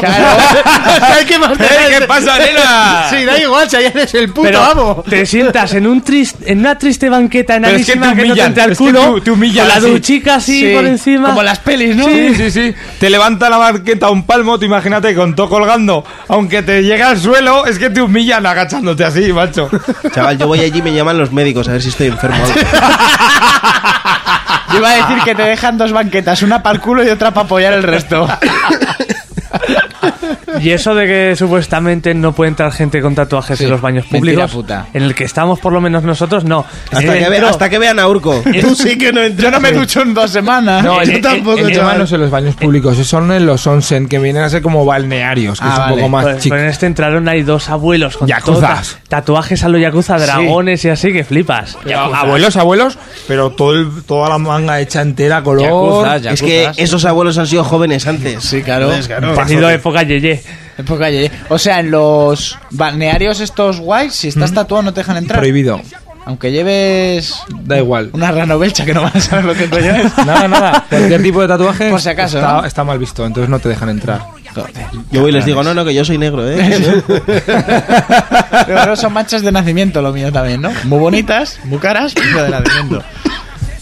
Hay que mantener- ¿Qué pasa, nena? Sí, da igual, si ayer es el puto Pero amo. te sientas en un tris- en una triste banqueta es que enanísima que, no te te humillan, entra el es que culo, tú- te humillan con la así. duchica así por encima. Como las pelis, ¿no? Sí, sí, sí. Te levanta la banqueta un palmo, tú imagínate con todo colgando. Aunque te llega al suelo, es que te humillan agachándote así, macho. Chaval, yo voy allí y me llaman los médicos a ver si estoy enfermo. o algo. Yo iba a decir que te dejan dos banquetas, una para el culo y otra para apoyar el resto. Y eso de que supuestamente no puede entrar gente con tatuajes Sí, en los baños mentira públicos, puta. en el que estamos por lo menos nosotros, no. Eh, Hasta, que ve- Dentro- hasta que vean a Urco. Tú sí que no entras. Yo no me ducho en dos semanas. No, yo en- tampoco, en, en chaval. manos en los baños públicos, son en los onsen, que vienen a ser como balnearios, que Ah, es un vale. poco más Pues, chic. pues en este entraron ahí dos abuelos con Yakuzas. todo ta- tatuajes a los yakuza, dragones y así que flipas. Abuelos, abuelos, pero todo el- toda la manga hecha entera, color. Yakuzas, ya- Es que esos abuelos han sido jóvenes antes. Sí, claro. Han tenido época yeye. Época yeye. Eh, pues, O sea, en los balnearios estos guays, si estás tatuado no te dejan entrar. Prohibido. Aunque lleves Da igual. una ranovelcha que no van a saber lo que coño es. Nada, nada. Cualquier tipo de tatuaje Por si acaso, está, ¿no? está mal visto, entonces no te dejan entrar. Joder. Yo voy y les digo, no, no, que yo soy negro, ¿eh? Pero no son manchas de nacimiento lo mío también, ¿no? Muy bonitas, muy caras, pero de nacimiento.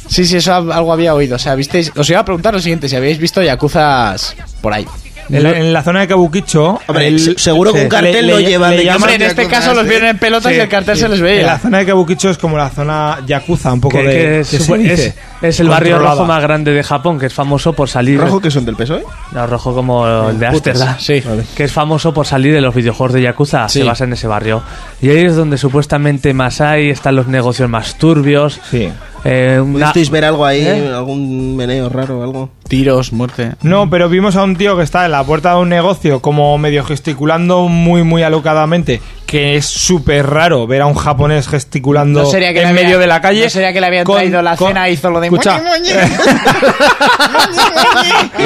Sí, sí, eso a- algo había oído. O sea, visteis. Os iba a preguntar lo siguiente: si habéis visto yacuzas por ahí. En la, en la zona de Kabukicho. Hombre, el- se- seguro que un Sí. cartel lo llevan de que Hombre, en son este yacuzas, caso los ¿eh? vieron en pelotas Sí, y el cartel sí. se les En la veía. zona de Kabukicho es como la zona yakuza, un poco Que- de. que ¿qué es, se dice? es- es el barrio Controlada. rojo más grande de Japón, que es famoso por salir. que son del PSOE? No, rojo como el de Ámsterdam. sí. Que es famoso por salir de los videojuegos de Yakuza. Sí. Se basa en ese barrio. Y ahí es donde supuestamente más hay, están los negocios más turbios. Sí. Eh, una- ¿Pudisteis ver algo ahí? ¿Eh? ¿Algún meneo raro o algo? Tiros, muerte. No, pero vimos a un tío que está en la puerta de un negocio, como medio gesticulando muy, muy alocadamente. Que es súper raro ver a un japonés gesticulando No sería que en le había- medio de la calle. no sería que le habían traído la cena y hizo lo de Escucha,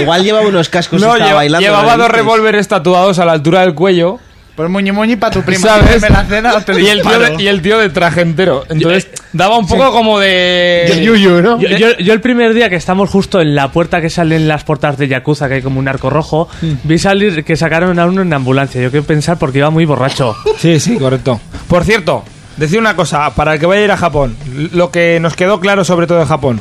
Igual llevaba unos cascos y no, Pues estaba lleva- bailando. llevaba ¿no? dos revólveres tatuados a la altura del cuello. Pues moñi moñi para tu prima. ¿Sabes? Me la cena o te Y el, tío disparo. de, y el tío de traje entero. Entonces, daba un poco como de. Yuyu, ¿no? Yo, yo- yo el primer día que estamos justo en la puerta que salen las puertas de Yakuza, que hay como un arco rojo, Mm. vi salir que sacaron a uno en ambulancia. Yo quiero pensar porque iba muy borracho. Sí, sí, correcto. Por cierto, decir una cosa, para el que vaya a ir a Japón, lo que nos quedó claro sobre todo en Japón,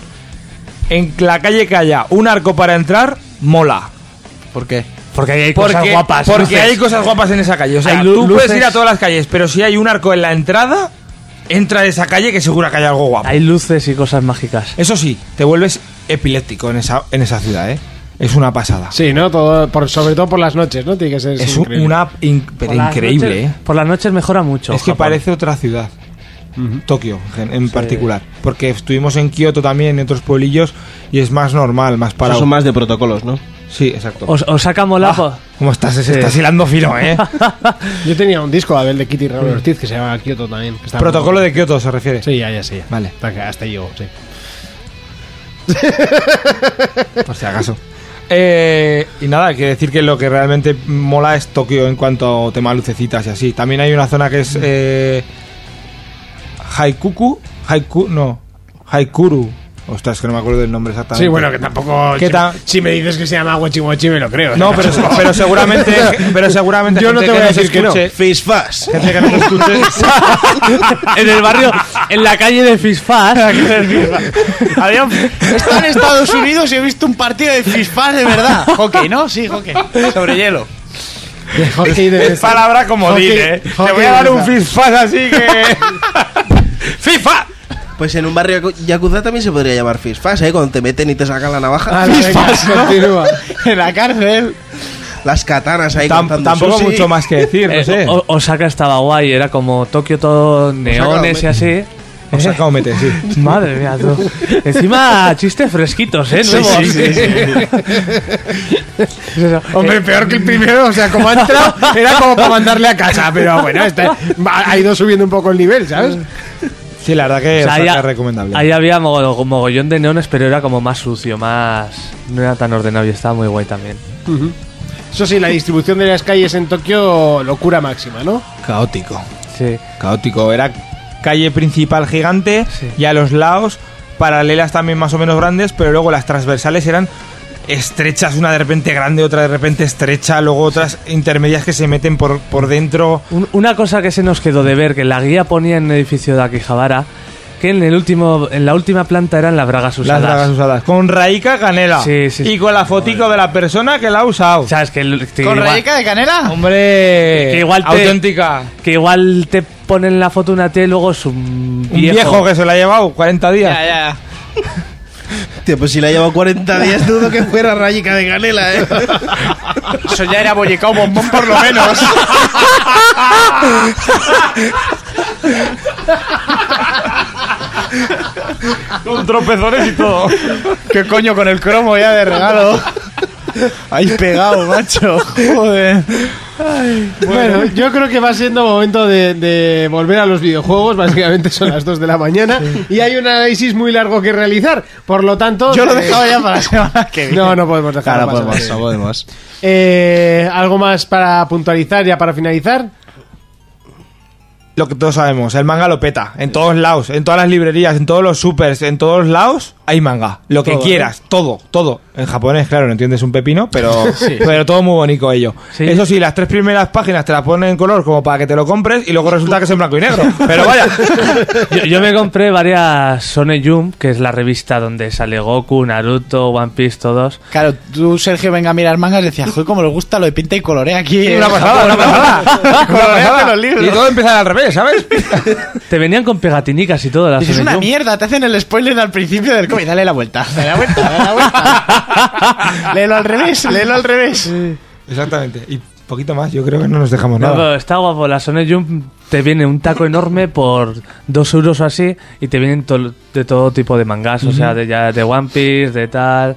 en la calle que haya un arco para entrar, mola. ¿Por qué? Porque ahí hay Porque, cosas guapas. porque luces. hay cosas guapas en esa calle. O sea, Hay lu- tú puedes luces. ir a todas las calles, pero si hay un arco en la entrada, entra de esa calle que seguro que hay algo guapo. Hay luces y cosas mágicas. Eso sí, te vuelves epiléptico en esa, en esa ciudad, ¿eh? Es una pasada. Sí, ¿no? Todo, por, sobre todo por las noches, ¿no? Tiene que ser es un- increíble. una... in- pero Por las increíble, noches- ¿eh? Por las noches mejora mucho. Es que Japón. parece otra ciudad. Tokio en, en particular. Porque estuvimos en Kioto también, en otros pueblillos, y es más normal, más parado. son más de protocolos, ¿no? Sí, exacto. Os, os saca Ah. molazo. ¿Cómo estás? Se Sí. estás hilando fino, ¿eh? Yo tenía un disco, Abel, de Kitty Raúl Ortiz, que se llamaba Kyoto también. que estaba Mm. Protocolo muy- de Kioto se refiere. Sí, ya, ya, sí. ya. Vale, Hasta, que- hasta yo, sí. por si acaso. Eh, y nada, que decir que lo que realmente mola es Tokio en cuanto a tema lucecitas y así. También hay una zona que es eh, Haikuku, Haiku, no, Haikuru. Ostras, que no me acuerdo del nombre exactamente. Sí, bueno, que tampoco. ¿Qué si- tal? Si me dices que se llama Wachi Wachi, me lo creo. No, pero, pero seguramente, pero seguramente Yo no gente te voy a nos decir que no. escuche- Face fast. Gente que nos escuche- en el barrio, en la calle de Fisfar. Había un- He estado en Estados Unidos y he visto un partido de fispas de verdad. Hockey, ¿no? Sí, hockey. Sobre hielo. De hockey de es palabra como Hockey- dile. ¿eh? Te hockey voy a dar de un mesa. fizfaz así que. ¡FIFA! Pues en un barrio yaku- yakuza también se podría llamar face fast, ¿eh? Cuando te meten y te sacan la navaja. Ah, venga, continúa. En la cárcel. Las katanas ahí Tam- cortando tampoco sushi. mucho más que decir, no Eh, sé. O- Osaka estaba guay, era como Tokio todo neones y así. Eh. Osaka o Mete, sí. Madre mía, tú. Encima, chistes fresquitos, ¿eh? Nuevos. Es eso. Hombre, peor que el primero, o sea, como ha entrado, era como para mandarle a casa, pero bueno, este, va- ha ido subiendo un poco el nivel, ¿sabes? Mm. Sí, la verdad que O sea, Osaka ahí ha- es recomendable. Ahí había mogo- mogollón de neones, pero era como más sucio, más. No era tan ordenado y estaba muy guay también. Eso sí, la distribución de las calles en Tokio, locura máxima, ¿no? Caótico. Sí. Caótico. Era calle principal gigante Sí. y a los lados paralelas también más o menos grandes, pero luego las transversales eran estrechas, una de repente grande, otra de repente estrecha, luego otras intermedias que se meten por, por dentro. Un- una cosa que se nos quedó de ver, que la guía ponía en el edificio de Akihabara, que en, el último, en la última planta eran las bragas usadas. Las dragas usadas. Con Raika Canela. Sí, sí, sí. Y con la fotico de la persona que la ha usado. ¿Sabes? Que, el- que ¿Con igual- rayica de canela? Hombre, Que igual te- auténtica. que igual te ponen la foto una tía y luego es un Un viejo. viejo. que se la ha llevado 40 días. Ya, ya. Tío, pues si la lleva 40 días, dudo que fuera rayica de canela, ¿eh? Eso ya era bollicao bombón por lo menos. Con tropezones y todo. ¿Qué coño con el cromo ya de regalo? Ahí pegado, macho. Joder. Bueno, yo creo que va siendo momento de, de volver a los videojuegos, básicamente son las 2 de la mañana, y hay un análisis muy largo que realizar, por lo tanto... Yo lo eh, dejaba ya para la semana que viene. No, no podemos dejarlo Ahora pasar. podemos, no podemos. Eh, ¿Algo más para puntualizar, ya para finalizar? Lo que todos sabemos, el manga lo peta. En todos lados, en todas las librerías, en todos los supers, en todos lados hay manga. Lo que Todo, quieras, todo, todo. En japonés, claro, no entiendes un pepino, pero, pero todo muy bonito ello. Sí. Eso sí, las tres primeras páginas te las ponen en color como para que te lo compres y luego resulta que es en blanco y negro. Pero vaya. Yo, yo me compré varias Sony Jump, que es la revista donde sale Goku, Naruto, One Piece, todos. Claro, tú, Sergio, venga a mirar mangas y decías, joder, como le gusta lo de pinta y colorea aquí. una en Japón, pasada, una ¿no?". pasada. Una pasada. los libros. Y todo empieza al revés, ¿sabes? Te venían con pegatinicas y todo las Dices, es Sony una Jump. mierda, te hacen el spoiler al principio del cómic. Dale la vuelta. Dale la vuelta, dale la vuelta. léelo al revés, léelo al revés. Exactamente. Y poquito más, yo creo que no nos dejamos No, nada. pero está guapo, la Sony Jump te viene un taco enorme por dos euros o así y te vienen tol- de todo tipo de mangas, o sea, de, ya, de One Piece, de tal.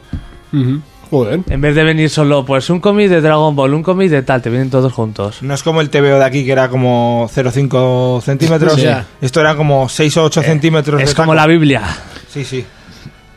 Joder. En vez de venir solo, pues un cómic de Dragon Ball, un cómic de tal, te vienen todos juntos. No es como el TVO de aquí que era como 0,5 centímetros. Sí. Esto era como 6 o 8 centímetros. Es de como la taco. Biblia. Sí, sí.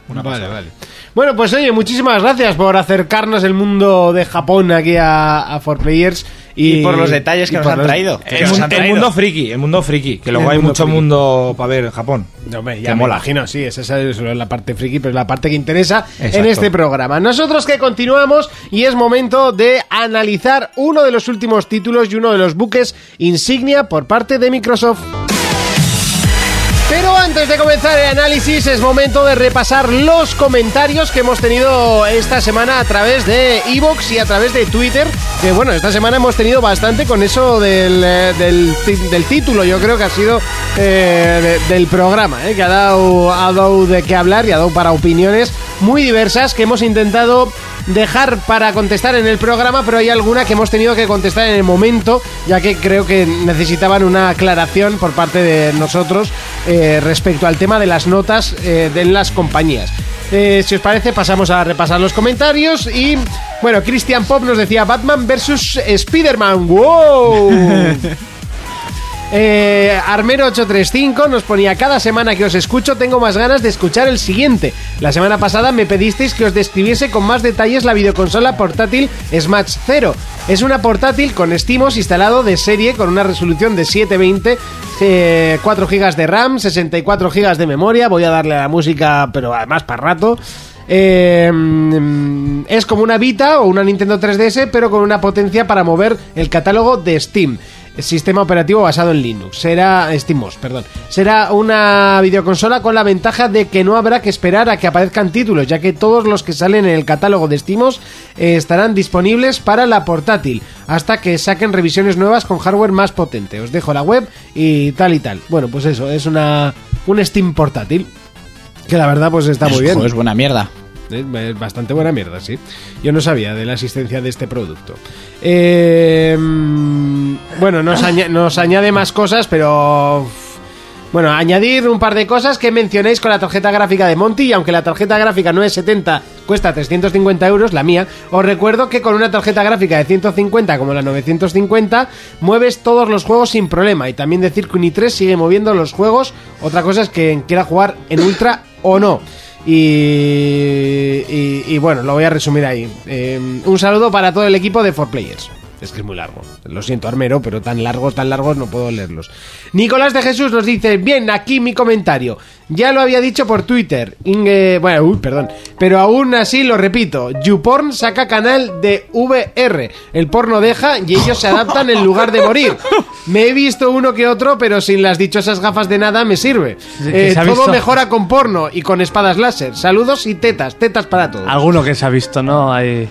vale, vale. Bueno, pues oye, muchísimas gracias por acercarnos el mundo de Japón aquí a, a 4Players. Y, Y por los detalles que y nos por han los- traído. Eh, Que El, nos mun- han el traído. mundo friki, el mundo friki. Que luego El hay mundo mucho friki. mundo para ver en Japón. No, hombre, Que ya me mola. imagino, sí, esa esa es la parte friki, pero es la parte que interesa en Exacto. este programa. Nosotros que continuamos y es momento de analizar uno de los últimos títulos y uno de los buques insignia por parte de Microsoft. Pero antes de comenzar el análisis es momento de repasar los comentarios que hemos tenido esta semana a través de Evox y a través de Twitter. Que bueno, esta semana hemos tenido bastante con eso del, eh, del, ti- del título, yo creo que ha sido eh, de- del programa, eh, que ha dado, ha dado de qué hablar y ha dado para opiniones muy diversas que hemos intentado dejar para contestar en el programa, pero hay alguna que hemos tenido que contestar en el momento, ya que creo que necesitaban una aclaración por parte de nosotros eh, respecto al tema de las notas eh, de las compañías. Eh, si os parece, pasamos a repasar los comentarios y... Bueno, Christian Pop nos decía Batman versus Spider-Man. ¡Wow! Eh, Armero835 nos ponía cada semana que os escucho tengo más ganas de escuchar el siguiente. La semana pasada me pedisteis que os describiese con más detalles la videoconsola portátil Smash 0. Es una portátil con Steamos instalado de serie con una resolución de 720, eh, 4 GB de RAM, 64 GB de memoria. Voy a darle a la música, pero además para rato. Eh, mm, es como una Vita o una Nintendo 3DS, pero con una potencia para mover el catálogo de Steam. Sistema operativo basado en Linux. Será SteamOS, perdón. Será una videoconsola con la ventaja de que no habrá que esperar a que aparezcan títulos, ya que todos los que salen en el catálogo de SteamOS eh, estarán disponibles para la portátil, hasta que saquen revisiones nuevas con hardware más potente. Os dejo la web y tal y tal. Bueno, pues eso, es una un Steam portátil. Que la verdad, pues está muy bien. Es buena mierda. Eh, Es bastante buena mierda, sí. Yo no sabía de la existencia de este producto. Eh, mm, bueno, nos, aña- nos añade más cosas, pero... uf, Bueno, añadir un par de cosas que mencionéis con la tarjeta gráfica de Monty y aunque la tarjeta gráfica no es 70, cuesta 350 euros, la mía, os recuerdo que con una tarjeta gráfica de 150 como la 950 mueves todos los juegos sin problema y también decir que Uni3 sigue moviendo los juegos, otra cosa es que quiera jugar en Ultra o no. Y, y- y bueno, lo voy a resumir ahí. Eh, un saludo para todo el equipo de 4Players. Es que es muy largo. Lo siento, Armero, pero tan largos, tan largos no puedo leerlos. Nicolás de Jesús nos dice, bien, aquí mi comentario. Ya lo había dicho por Twitter. Inge- Bueno, uy, perdón. Pero aún así lo repito. YouPorn saca canal de VR. El porno deja y ellos se adaptan en lugar de morir. Me he visto uno que otro, pero sin las dichosas gafas de nada me sirve. que Eh, se ha todo visto- mejor ahora con porno y con espadas láser. Saludos y tetas, tetas para todos. Alguno que se ha visto, ¿no? Hay...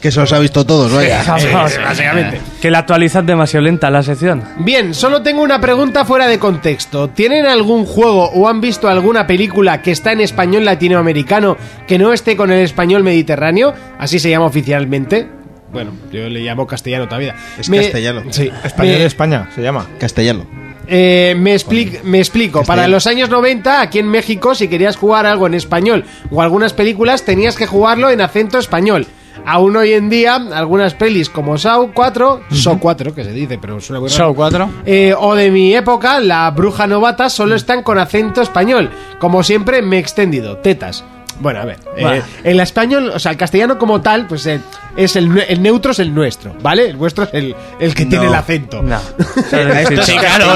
Que se los ha visto todos, vaya. Vamos. eh, Que la actualizan demasiado lenta la sección. Bien, solo tengo una pregunta fuera de contexto. ¿Tienen algún juego o han visto alguna película que está en español latinoamericano que no esté con el español mediterráneo? Así se llama oficialmente. Bueno, yo le llamo castellano todavía. Es Me- castellano. Sí, Español Me- de España se llama. Castellano. Eh, me, expli- me explico, para Castellano. los años 90 aquí en México si querías jugar algo en español o algunas películas tenías que jugarlo en acento español. Aún hoy en día, algunas pelis como Saw 4, Saw 4 que se dice, pero suena muy raro. Show 4. Eh, o de mi época, la bruja novata solo están con acento español. Como siempre, me he extendido. Tetas. Bueno, a ver. eh, Vale. el español, o sea, el castellano como tal, pues eh, es el, nue- el neutro es el nuestro, ¿vale? El vuestro es el, el que tiene el acento. No. Esto es castellano,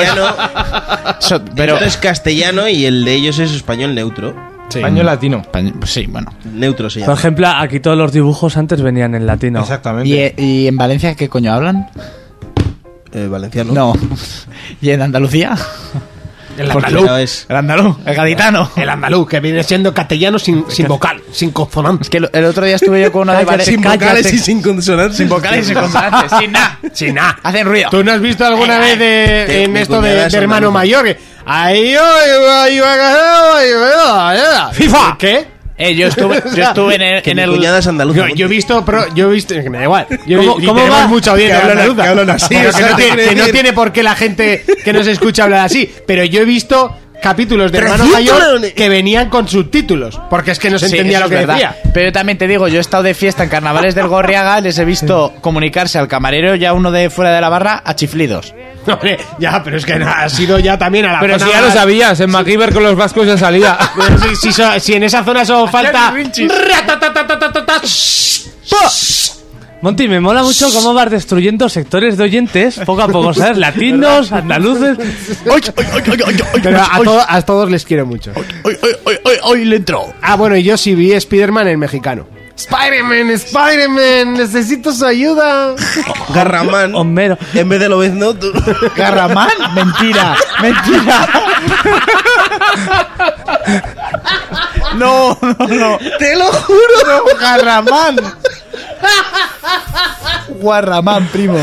So- pero... pero. esto es castellano y el de ellos es español neutro. Sí. Español latino. Español- pues sí, bueno. Neutro se Por llama. ejemplo, aquí todos los dibujos antes venían en latino. Exactamente. ¿Y, y en Valencia qué coño hablan? Eh, valenciano. No. ¿Y en Andalucía? El Porque- andaluz. es- El andaluz, el gaditano. El andaluz, que viene siendo castellano sin, sin vocal, sin consonante. Es que el- el otro día estuve yo con una de Valencia. Sin vocales y sin consonantes. Sin vocales y sin consonantes. sin nada. Sin nada. Hacen ruido. ¿Tú no has visto alguna vez de- Te- en mi esto de, cuñada de es hermano andaluza. mayor? que, "Ay, ay, ay, ay, ay, ay, ay". FIFA. ¿Qué? Eh, yo estuve, yo estuve en el. Que en mi el- cuñada es andaluza. Yo, yo he visto, pro- yo he visto, que me da igual. Yo ¿Cómo- y cómo tenemos va? mucha audiencia Que hablan- andaluza. que hablan así, Pero o que, sea, no te tiene, quiero que no decir. tiene por qué la gente que nos escucha hablar así. Pero yo he visto capítulos de hermano 300 mayor leones. que venían con subtítulos, porque es que no se Sí, entendía eso lo que es verdad. decía. Pero yo también te digo, yo he estado de fiesta en carnavales del Gorriaga, les he visto comunicarse al camarero y a uno de fuera de la barra a chiflidos. No, hombre, ya, pero es que no, ha sido ya también a la Pero zona si ya lo más- sabías, en MacGyver con los vascos ya salía. Pero si, si so- si en esa zona solo falta. Monty, me mola mucho cómo vas destruyendo sectores de oyentes poco a poco, ¿sabes? Latinos, andaluces. Pero a, to- a todos les quiero mucho. Hoy le entró. Ah, bueno, y yo sí vi Spider-Man en mexicano. Spider-Man, Spider-Man, necesito su ayuda. Garramán. Homero. En vez de lo ves, no. tú- Garramán, mentira, mentira. No, no, no. Te lo juro. No, Garramán. Guarramán, primo.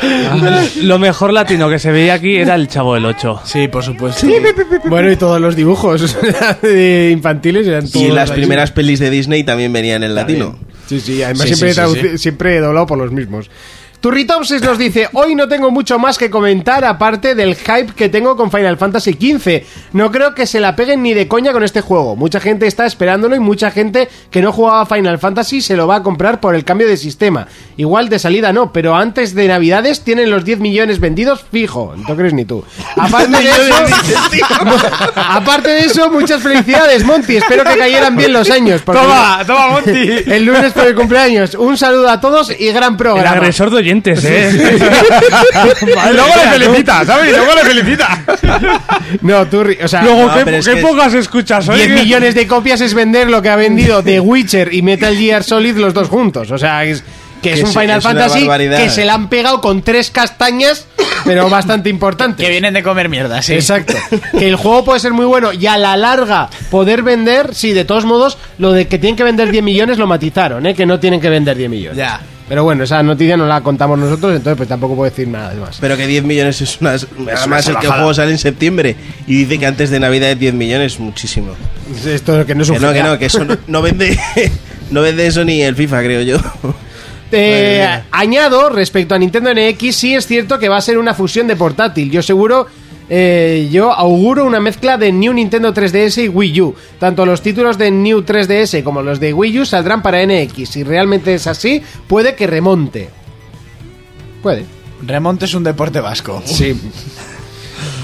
Ah, Lo mejor latino que se veía aquí era el Chavo del 8. Sí, por supuesto. Bueno, y todos los dibujos infantiles eran Y las primeras pelis de Disney también venían en latino. Sí, sí, además Sí, siempre, sí, sí, traduci- siempre doblado por los mismos. Turritopsis nos dice, hoy no tengo mucho más que comentar aparte del hype que tengo con Final Fantasy XV. No creo que se la peguen ni de coña con este juego. Mucha gente está esperándolo y mucha gente que no jugaba a Final Fantasy se lo va a comprar por el cambio de sistema. Igual de salida no, pero antes de Navidades tienen los 10 millones vendidos fijo. No crees ni tú. Aparte de eso, aparte de eso muchas felicidades, Monty. Espero que cayeran bien los años. porque- Toma, toma, Monty. el lunes por el cumpleaños. Un saludo a todos y gran El programa. agresor de oyentes, ¿eh? Luego le felicita, ¿sabes? Luego le felicita. No, tú, ri- o sea, Luego, No, ¿qué, pero es qué que- pocas escuchas hoy? 10 millones de copias es vender lo que ha vendido The Witcher y Metal Gear Solid los dos juntos. O sea, es que es Que un se- Final es una Fantasy barbaridad. que se le han pegado con tres castañas, pero bastante importante. Que vienen de comer mierda, sí. Exacto. Que el juego puede ser muy bueno y a la larga poder vender, sí, de todos modos, lo de que tienen que vender 10 millones lo matizaron, ¿eh? que no tienen que vender 10 millones. Ya. Pero bueno, esa noticia no la contamos nosotros, entonces pues tampoco puedo decir nada más. Pero que 10 millones es una. además, el que el juego sale en septiembre y dice que antes de Navidad 10 millones, muchísimo. Esto que no es un Que no, que GTA. no, que eso no, no vende. No vende eso ni el FIFA, creo yo. Eh, añado, respecto a Nintendo NX, sí es cierto que va a ser una fusión de portátil. Yo seguro... eh, yo auguro una mezcla de New Nintendo 3DS y Wii U. Tanto los títulos de New 3DS como los de Wii U saldrán para NX. Si realmente es así, puede que remonte. Puede. Remonte es un deporte vasco. Sí.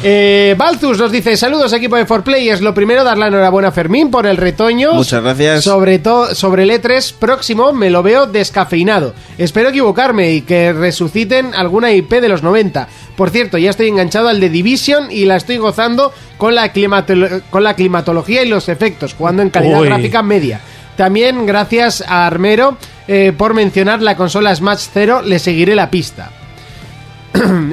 Eh, Balthus nos dice: Saludos, equipo de 4Players. Lo primero, dar la enhorabuena a Fermín por el retoño. Muchas gracias. Sobre, todo sobre el E3 próximo, me lo veo descafeinado. Espero equivocarme y que resuciten alguna IP de los 90. Por cierto, ya estoy enganchado al de Division y la estoy gozando con la, climatolo- con la climatología y los efectos, jugando en calidad Uy. gráfica media. También gracias a Armero eh, por mencionar la consola Smash 0, le seguiré la pista.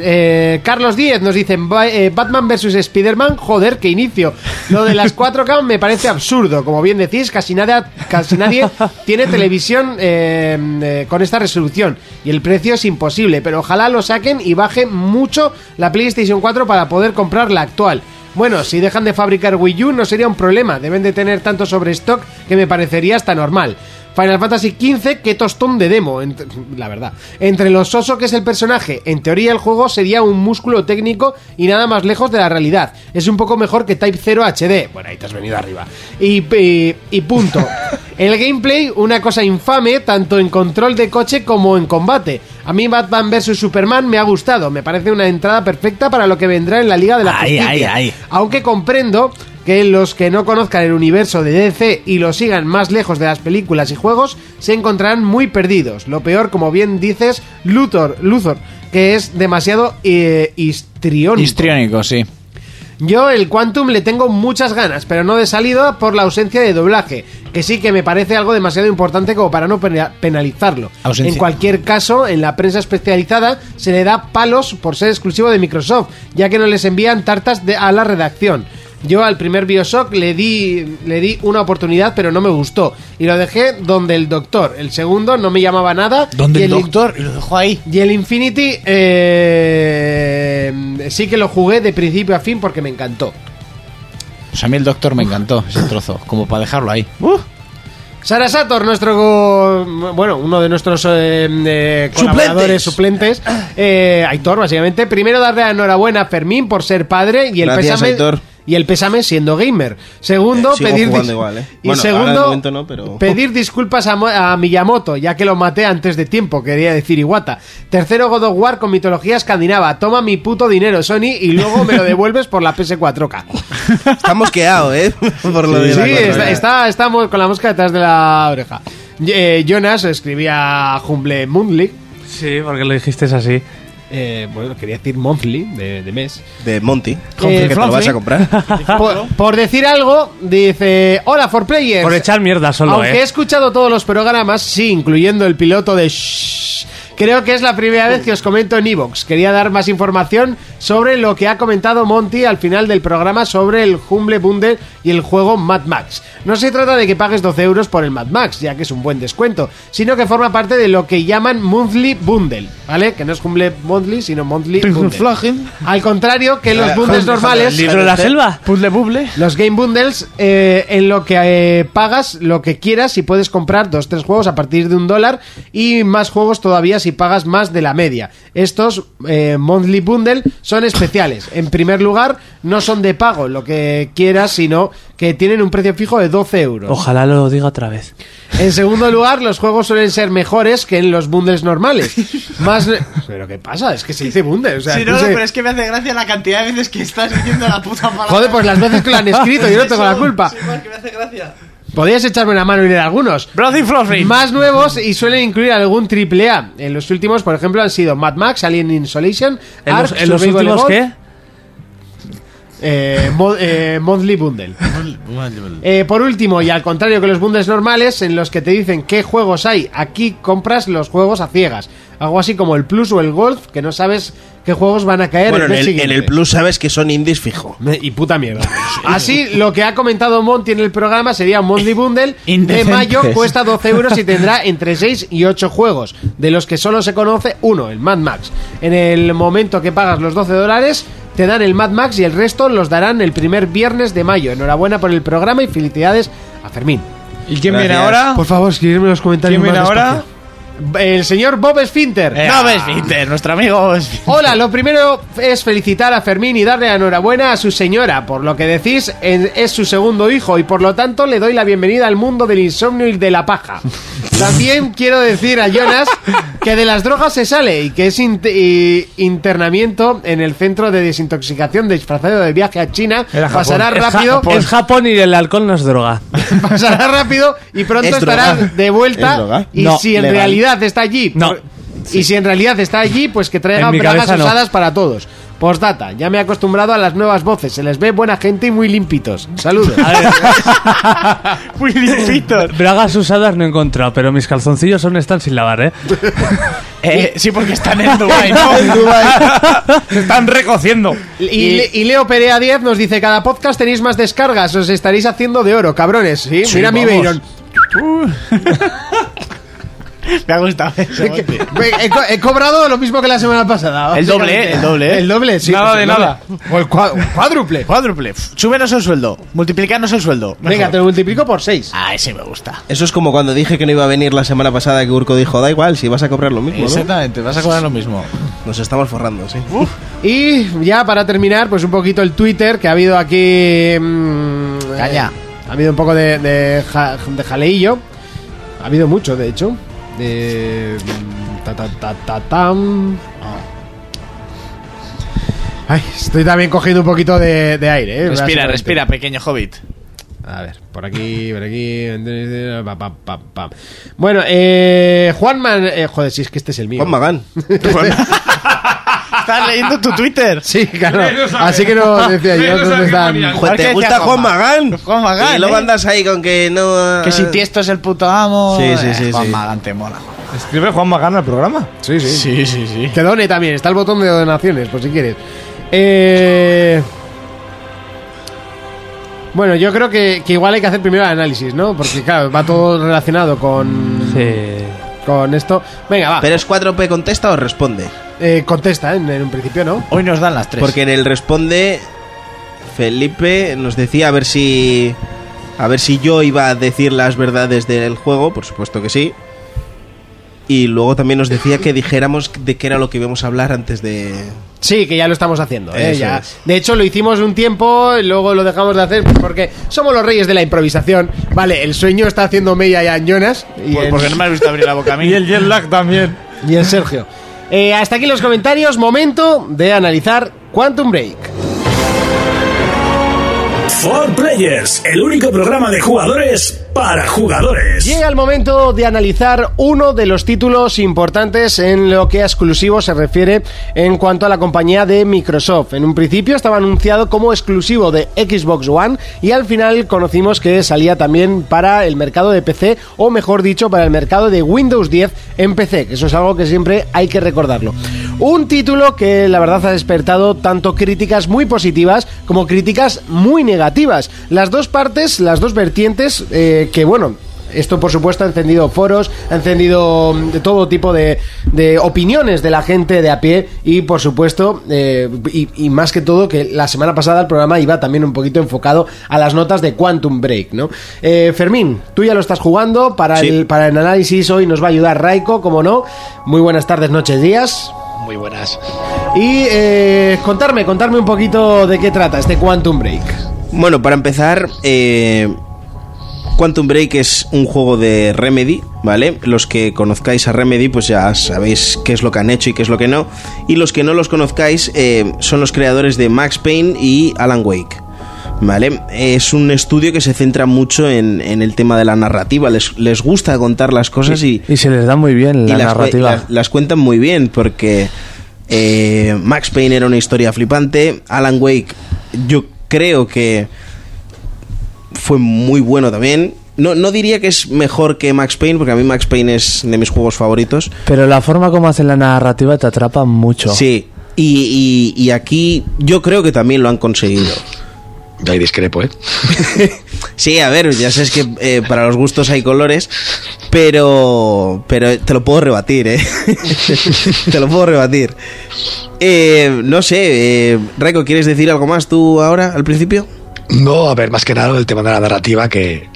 Eh, Carlos Díez nos dicen "Ba- eh, Batman vs Spider-Man, joder, qué inicio. Lo de las 4K me parece absurdo. Como bien decís, casi, nada, casi nadie tiene televisión eh, eh, con esta resolución. Y el precio es imposible, pero ojalá lo saquen y baje mucho la PlayStation 4 para poder comprar la actual. Bueno, si dejan de fabricar Wii U no sería un problema, deben de tener tanto sobrestock que me parecería hasta normal. Final Fantasy XV, qué tostón de demo, ent- la verdad. Entre lo soso que es el personaje, en teoría el juego sería un músculo técnico y nada más lejos de la realidad. Es un poco mejor que Type 0 HD. Bueno, ahí te has venido arriba. Y, y- y punto. El gameplay, una cosa infame, tanto en control de coche como en combate. A mí Batman vs Superman me ha gustado, me parece una entrada perfecta para lo que vendrá en la Liga de la Ay, Justicia. ay, ay. Aunque comprendo que los que no conozcan el universo de DC y lo sigan más lejos de las películas y juegos se encontrarán muy perdidos. Lo peor, como bien dices, Luthor, Luthor que es demasiado eh, histriónico. Histriónico, sí. Yo el Quantum le tengo muchas ganas, pero no de salida por la ausencia de doblaje, que sí que me parece algo demasiado importante como para no pena- penalizarlo. Ausencia. En cualquier caso, en la prensa especializada se le da palos por ser exclusivo de Microsoft, ya que no les envían tartas de- a la redacción. Yo al primer Bioshock le di, le di una oportunidad, pero no me gustó. Y lo dejé donde el doctor. El segundo no me llamaba nada. y ¿Dónde el in- doctor? Y lo dejó ahí. y el Infinity eh, sí que lo jugué de principio a fin porque me encantó. Pues a mí el doctor me encantó ese trozo, como para dejarlo ahí. Sara Sator, nuestro go- bueno, uno de nuestros eh, eh, colaboradores suplentes, eh, Aitor, básicamente. Primero darle la enhorabuena a Fermín por ser padre y el Gracias, pésame Aitor. y el pésame siendo gamer. Segundo, Sigo pedir jugando dis- igual, ¿eh? y Bueno, ahora de segundo, momento no, pero- pedir disculpas a, Mo- a Miyamoto, ya que lo maté antes de tiempo, quería decir Iwata. Tercero, God of War con mitología escandinava. Toma mi puto dinero, Sony, y luego me lo devuelves por la PS4K. Está mosqueado, ¿eh? Por lo de Sí, la cuatro, está, ya. está, está mo- con la mosca detrás de la oreja. Y- eh, Jonas escribía Humble Monthly. Sí, porque lo dijiste así. eh, bueno, quería decir monthly, de, de mes. De Monty. Eh, que te lo vas a comprar. Por, por decir algo, dice: Hola, for players. Por echar mierda solo, Aunque he ¿eh? escuchado todos los programas, sí, incluyendo el piloto de Shhh, Creo que es la primera vez que os comento en Evox. Quería dar más información sobre lo que ha comentado Monty al final del programa sobre el Humble Bundle y el juego Mad Max. No se trata de que pagues 12 euros por el Mad Max, ya que es un buen descuento, sino que forma parte de lo que llaman Monthly Bundle, ¿vale? Que no es Humble Monthly, sino Monthly Bundle. Al contrario que Eh, los bundles normales... este Puzzle Bubble. Los Game Bundles eh, en lo que eh, pagas lo que quieras y puedes comprar dos, tres juegos a partir de un dólar y más juegos todavía si pagas más de la media. Estos eh, Monthly Bundle son especiales. En primer lugar, no son de pago lo que quieras, sino que tienen un precio fijo de 12 euros. Ojalá lo diga otra vez. En segundo lugar, los juegos suelen ser mejores que en los bundles normales. Más... ¿Pero qué pasa? Es que se dice bundle. O sea, Sí, no, no sé- pero es que me hace gracia la cantidad de veces que estás diciendo la puta palabra. Joder, pues las veces que lo han escrito, yo no tengo la culpa. Sí, igual que me hace gracia. Podrías echarme una mano y leer algunos. Más nuevos y suelen incluir algún triple A. En los últimos, por ejemplo, han sido Mad Max, Alien Insolation, ¿En los, Ark, en los Survival últimos Evolved, qué? eh, Mo- eh, Monthly Bundle. Eh, por último, y al contrario que los bundles normales, en los que te dicen qué juegos hay, aquí compras los juegos a ciegas. Algo así como el Plus o el Golf, que no sabes qué juegos van a caer Bueno, el en mes el, en siguiente. el Plus sabes que son indies fijo. Y puta mierda. Así, lo que ha comentado Monty en el programa sería un Monty Bundle de Indecentes. mayo, cuesta 12 euros y tendrá entre 6 y 8 juegos, de los que solo se conoce uno, el Mad Max. En el momento que pagas los 12 dólares, te dan el Mad Max y el resto los darán el primer viernes de mayo. Enhorabuena por el programa y felicidades a Fermín. ¿Y quién viene Gracias. ahora? Por favor, escribidme en los comentarios. ¿Quién viene más ahora? despacio. El señor Bob Sfinter. No ves Peter, nuestro amigo. es- Hola, lo primero es felicitar a Fermín y darle la enhorabuena a su señora. Por lo que decís, en- es su segundo hijo y por lo tanto le doy la bienvenida al mundo del insomnio y de la paja. También quiero decir a Jonas que de las drogas se sale y que es int- y- internamiento en el centro de desintoxicación disfrazado de viaje a China Era Japón. pasará Es rápido, Es Japón y el alcohol no es droga. pasará rápido y pronto Es estará droga. de Es vuelta. droga. Y No, si en legal. realidad está allí, No. por- y si en realidad está allí, pues que traigan En mi bragas cabeza no. usadas para todos. Postdata, ya me he acostumbrado a las nuevas voces, se les ve buena gente y muy limpitos. Saludos. Ah, Muy limpito. Bragas usadas no he encontrado, pero mis calzoncillos aún están sin lavar, ¿eh? Eh, sí, porque están en Dubai, ¿no? Se están recociendo. Y, Le- y Leo Perea 10 nos dice, cada podcast tenéis más descargas, os estaréis haciendo de oro, cabrones. ¿sí? Mira a mi Beiron. Me ha gustado eso. Que- he, co- he cobrado lo mismo que la semana pasada. El doble, ¿eh? El doble, ¿eh? El doble, sí. Nada pues de el doble. nada. O el cua- cuádruple. Cuádruple. Pf, Súbenos el sueldo. Multiplicanos el sueldo. Venga, te lo multiplico por 6. Ah, ese me gusta. Eso es como cuando dije que no iba a venir la semana pasada que Urco dijo, da igual, si vas a cobrar lo mismo, ¿no? Exactamente, vas a cobrar lo mismo. Nos estamos forrando, sí. Y ya para terminar, pues un poquito el Twitter que ha habido aquí. mm, Calla. eh, ha habido un poco de, de, ja- de jaleillo. Ha habido mucho, de hecho. De. mm, ta, ta, ta, ta, tam. Ah. Ay, estoy también cogiendo un poquito de, de aire, eh, Respira, básicamente. respira, pequeño hobbit. A ver, por aquí, por aquí. pa, pa, pa, pa. Bueno, eh, Juanman. eh, joder, si es que este es el mío. Juan Magán. Estás leyendo tu Twitter. Sí, claro. Él no sabe. Así que no decía Él yo no sabe dónde qué están. ponía. Joder, que ¿Te decía gusta Juan Juan Magán? Juan Magán, Y luego ¿eh? andas ahí con que no... eh, Que si Tiesto es el puto amo. Sí, sí, sí, eh, Juan sí. Magán te mola. Escribe Juan Magana al programa. Sí, sí. Sí, sí, sí. Que done también, está el botón de donaciones, por si quieres. Eh, Bueno, yo creo que, que igual hay que hacer primero el análisis, ¿no? Porque, claro, va todo relacionado con, Sí. con esto. Venga, va. ¿Pero es 4P contesta o responde? Eh, contesta, ¿eh? en, en un principio, ¿no? Hoy nos dan las tres. Porque en el responde Felipe nos decía a ver si a ver si yo iba a decir las verdades del juego, por supuesto que sí. Y luego también nos decía que dijéramos de qué era lo que íbamos a hablar antes de Sí, que ya lo estamos haciendo. ¿eh? Eso Ya. es. De hecho, lo hicimos un tiempo, y luego lo dejamos de hacer porque somos los reyes de la improvisación. Vale, el sueño está haciendo mella ya en Jonas. Pues Y Por- en- Porque no me has visto abrir la boca a mí. Y el jet lag también. Y el Sergio. Eh, hasta aquí los comentarios. Momento de analizar Quantum Break. For Players, el único programa de jugadores para jugadores. Llega el momento de analizar uno de los títulos importantes en lo que a exclusivo se refiere en cuanto a la compañía de Microsoft. En un principio estaba anunciado como exclusivo de Xbox One y al final conocimos que salía también para el mercado de PC o mejor dicho para el mercado de Windows 10 en PC, que eso es algo que siempre hay que recordarlo. Un título que la verdad ha despertado tanto críticas muy positivas como críticas muy negativas. Las dos partes, las dos vertientes, eh, que bueno. Esto, por supuesto, ha encendido foros, ha encendido mm, de todo tipo de, de opiniones de la gente de a pie y, por supuesto, eh, y, y más que todo, que la semana pasada el programa iba también un poquito enfocado a las notas de Quantum Break, ¿no? Eh, Fermín, tú ya lo estás jugando, para, Sí. el, para el análisis hoy nos va a ayudar Raiko, como no. Muy buenas tardes, noches, días. Muy buenas. Y eh, contarme, contarme un poquito de qué trata este Quantum Break. Bueno, para empezar, eh, Quantum Break es un juego de Remedy, ¿vale? Los que conozcáis a Remedy, pues ya sabéis qué es lo que han hecho y qué es lo que no. Y los que no los conozcáis eh, son los creadores de Max Payne y Alan Wake. ¿Vale? Es un estudio que se centra mucho en, en el tema de la narrativa. Les, les gusta contar las cosas y, Y se les da muy bien la Pues y las, narrativa. las- las cuentan muy bien porque eh, Max Payne era una historia flipante. Alan Wake, yo creo que fue muy bueno también. No, no diría que es mejor que Max Payne, porque a mí Max Payne es de mis juegos favoritos. Pero la forma como hacen la narrativa te atrapa mucho. Sí, y, y- y aquí yo creo que también lo han conseguido. Ahí discrepo, ¿eh? Sí, a ver, ya sabes que eh, para los gustos hay colores, pero, pero te lo puedo rebatir, ¿eh? te lo puedo rebatir. Eh, no sé, eh, Raiko, ¿quieres decir algo más tú ahora, al principio? No, a ver, más que nada el tema de la narrativa, que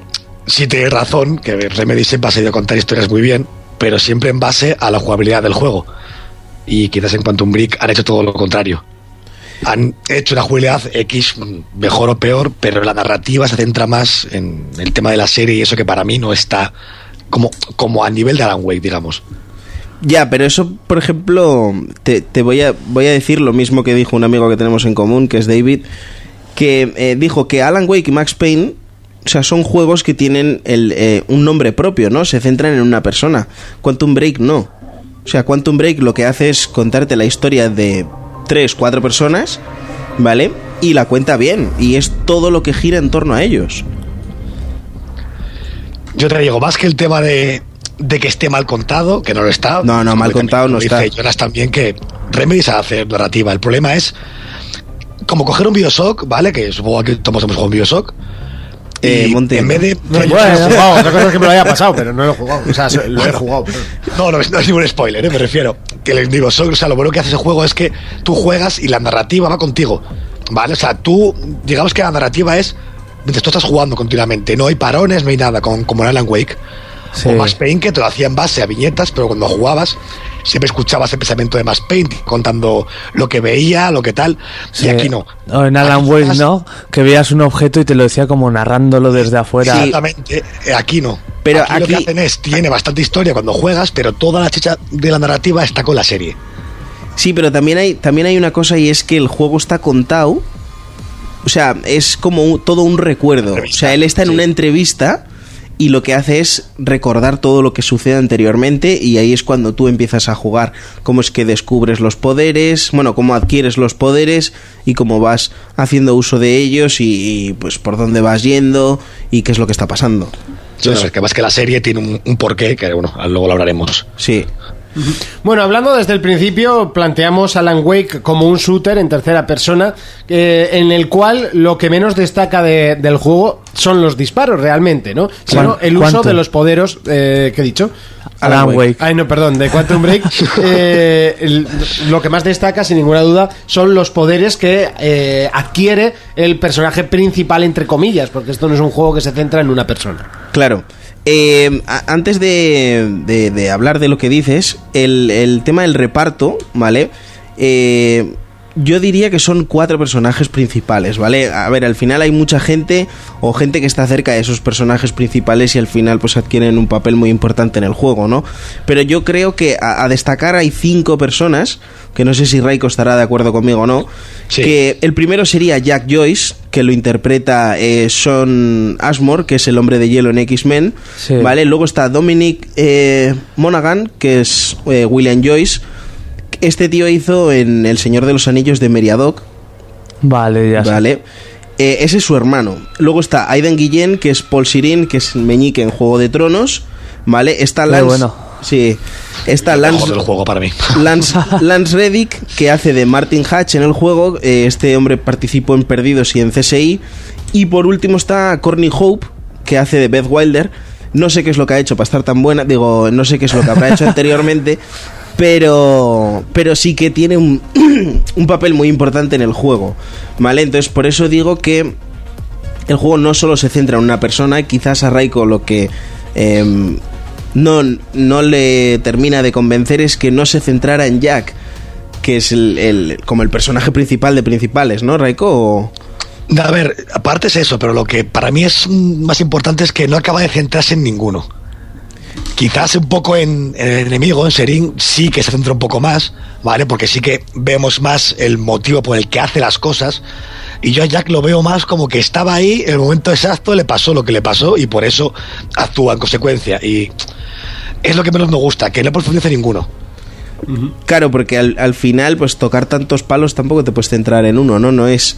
sí tienes razón, que Remedy siempre ha sabido contar historias muy bien, pero siempre en base a la jugabilidad del juego. Y quizás en Quantum Brick han hecho todo lo contrario. Han hecho una jugabilidad X mm, mejor o peor, pero la narrativa se centra más en el tema de la serie y eso que para mí no está como, como a nivel de Alan Wake, digamos. Ya, pero eso, por ejemplo, te, te voy, a, voy a decir lo mismo que dijo un amigo que tenemos en común, que es David, que eh, dijo que Alan Wake y Max Payne, o sea, son juegos que tienen el, eh, un nombre propio, ¿no? Se centran en una persona. Quantum Break no. O sea, Quantum Break lo que hace es contarte la historia de tres, cuatro personas, ¿vale? Y la cuenta bien, y es todo lo que gira en torno a ellos. Yo te digo, más que el tema de, de que esté mal contado, que no lo está. No, no, mal porque contado también no lo dice está. Jonas también que Remedy sabe hacer narrativa. El problema es como coger un Bioshock, ¿vale? Que supongo que todos hemos jugado un Bioshock. y Eh, Monty. en vez de. Bueno, jugado, otra cosa es que me lo haya pasado, pero no lo he jugado. O sea, lo he Bueno. jugado. No, no, es- no es ningún spoiler, ¿eh? me refiero. Que les digo, so- o sea, lo bueno que hace ese juego es que tú juegas y la narrativa va contigo. ¿Vale? O sea, tú, digamos que la narrativa es. Mientras tú estás jugando continuamente, no hay parones, no hay nada, con, como en Alan Wake. Sí. O Max Payne, que te lo hacía en base a viñetas, pero cuando jugabas siempre escuchabas el pensamiento de Max Payne contando lo que veía, lo que tal. Sí. Y aquí no. O en Alan Aquí Wake, estás- ¿no? Que veías un objeto y te lo decía como narrándolo desde afuera. Sí. Exactamente, eh, aquí no. Pero aquí, lo que aquí- hacen es, tiene bastante historia cuando juegas, pero toda la chicha de la narrativa está con la serie. Sí, pero también hay, también hay una cosa y es que el juego está contado. O sea, es como un- todo un recuerdo. O Entrevista, sea, él está en sí. una entrevista y lo que hace es recordar todo lo que sucede anteriormente y ahí es cuando tú empiezas a jugar. Cómo es que descubres los poderes, bueno, cómo adquieres los poderes y cómo vas haciendo uso de ellos y, y, pues por dónde vas yendo y qué es lo que está pasando. Yo no sé, que más que la serie tiene un, un porqué, que bueno, luego lo hablaremos. Sí. Bueno, hablando desde el principio, planteamos Alan Wake como un shooter en tercera persona, eh, en el cual lo que menos destaca de- del juego son los disparos realmente, ¿no? Sino el uso ¿Cuánto? de los poderos eh, que he dicho. Alan Wake. Ay, no, perdón, de Quantum Break. eh, el- lo que más destaca, sin ninguna duda, son los poderes que eh, adquiere el personaje principal, entre comillas, porque esto no es un juego que se centra en una persona. Claro. Eh, a- antes de, de- de hablar de lo que dices, el, el tema del reparto, ¿vale? Eh, Yo diría que son cuatro personajes principales, ¿vale? A ver, al final hay mucha gente o gente que está cerca de esos personajes principales y al final pues adquieren un papel muy importante en el juego, ¿no? Pero yo creo que a, a destacar hay cinco personas, que no sé si Raiko estará de acuerdo conmigo o no, que Eh, el primero sería Jack Joyce, que lo interpreta eh, Sean Ashmore, que es el hombre de hielo en X-Men, Sí. ¿vale? Luego está Dominic eh, Monaghan, que es eh, William Joyce. Este tío hizo en El Señor de los Anillos de Meriadoc. Vale, ya sé. Vale. Eh, ese es su hermano. Luego está Aidan Guillén, que es Paul Sirin, que es Meñique en Juego de Tronos. Vale. Está Muy Lance. bueno. Sí. Está Lance. del juego para mí. Lance, Lance Reddick, que hace de Martin Hatch en el juego. eh, este hombre participó en Perdidos y en CSI. Y por último está Courtney Hope, que hace de Beth Wilder. No sé qué es lo que ha hecho para estar tan buena. Digo, no sé qué es lo que habrá hecho anteriormente. Pero, pero sí que tiene un, un papel muy importante en el juego. ¿Vale? Entonces, por eso digo que el juego no solo se centra en una persona, quizás a Raiko lo que em, no, no le termina de convencer es que no se centrara en Jack, que es el, el- como el personaje principal de principales, ¿no, Raiko? O- A ver, aparte es eso, pero lo que para mí es mm, más importante es que no acaba de centrarse en ninguno. Quizás un poco en, en el enemigo, en Serin, sí que se centra un poco más, ¿vale? Porque sí que vemos más el motivo por el que hace las cosas. Y yo a Jack lo veo más como que estaba ahí, en el momento exacto le pasó lo que le pasó y por eso actúa en consecuencia. Y es lo que menos me gusta, que no profundice ninguno. Claro, porque al, al final, pues tocar tantos palos tampoco te puedes centrar en uno, ¿no? No es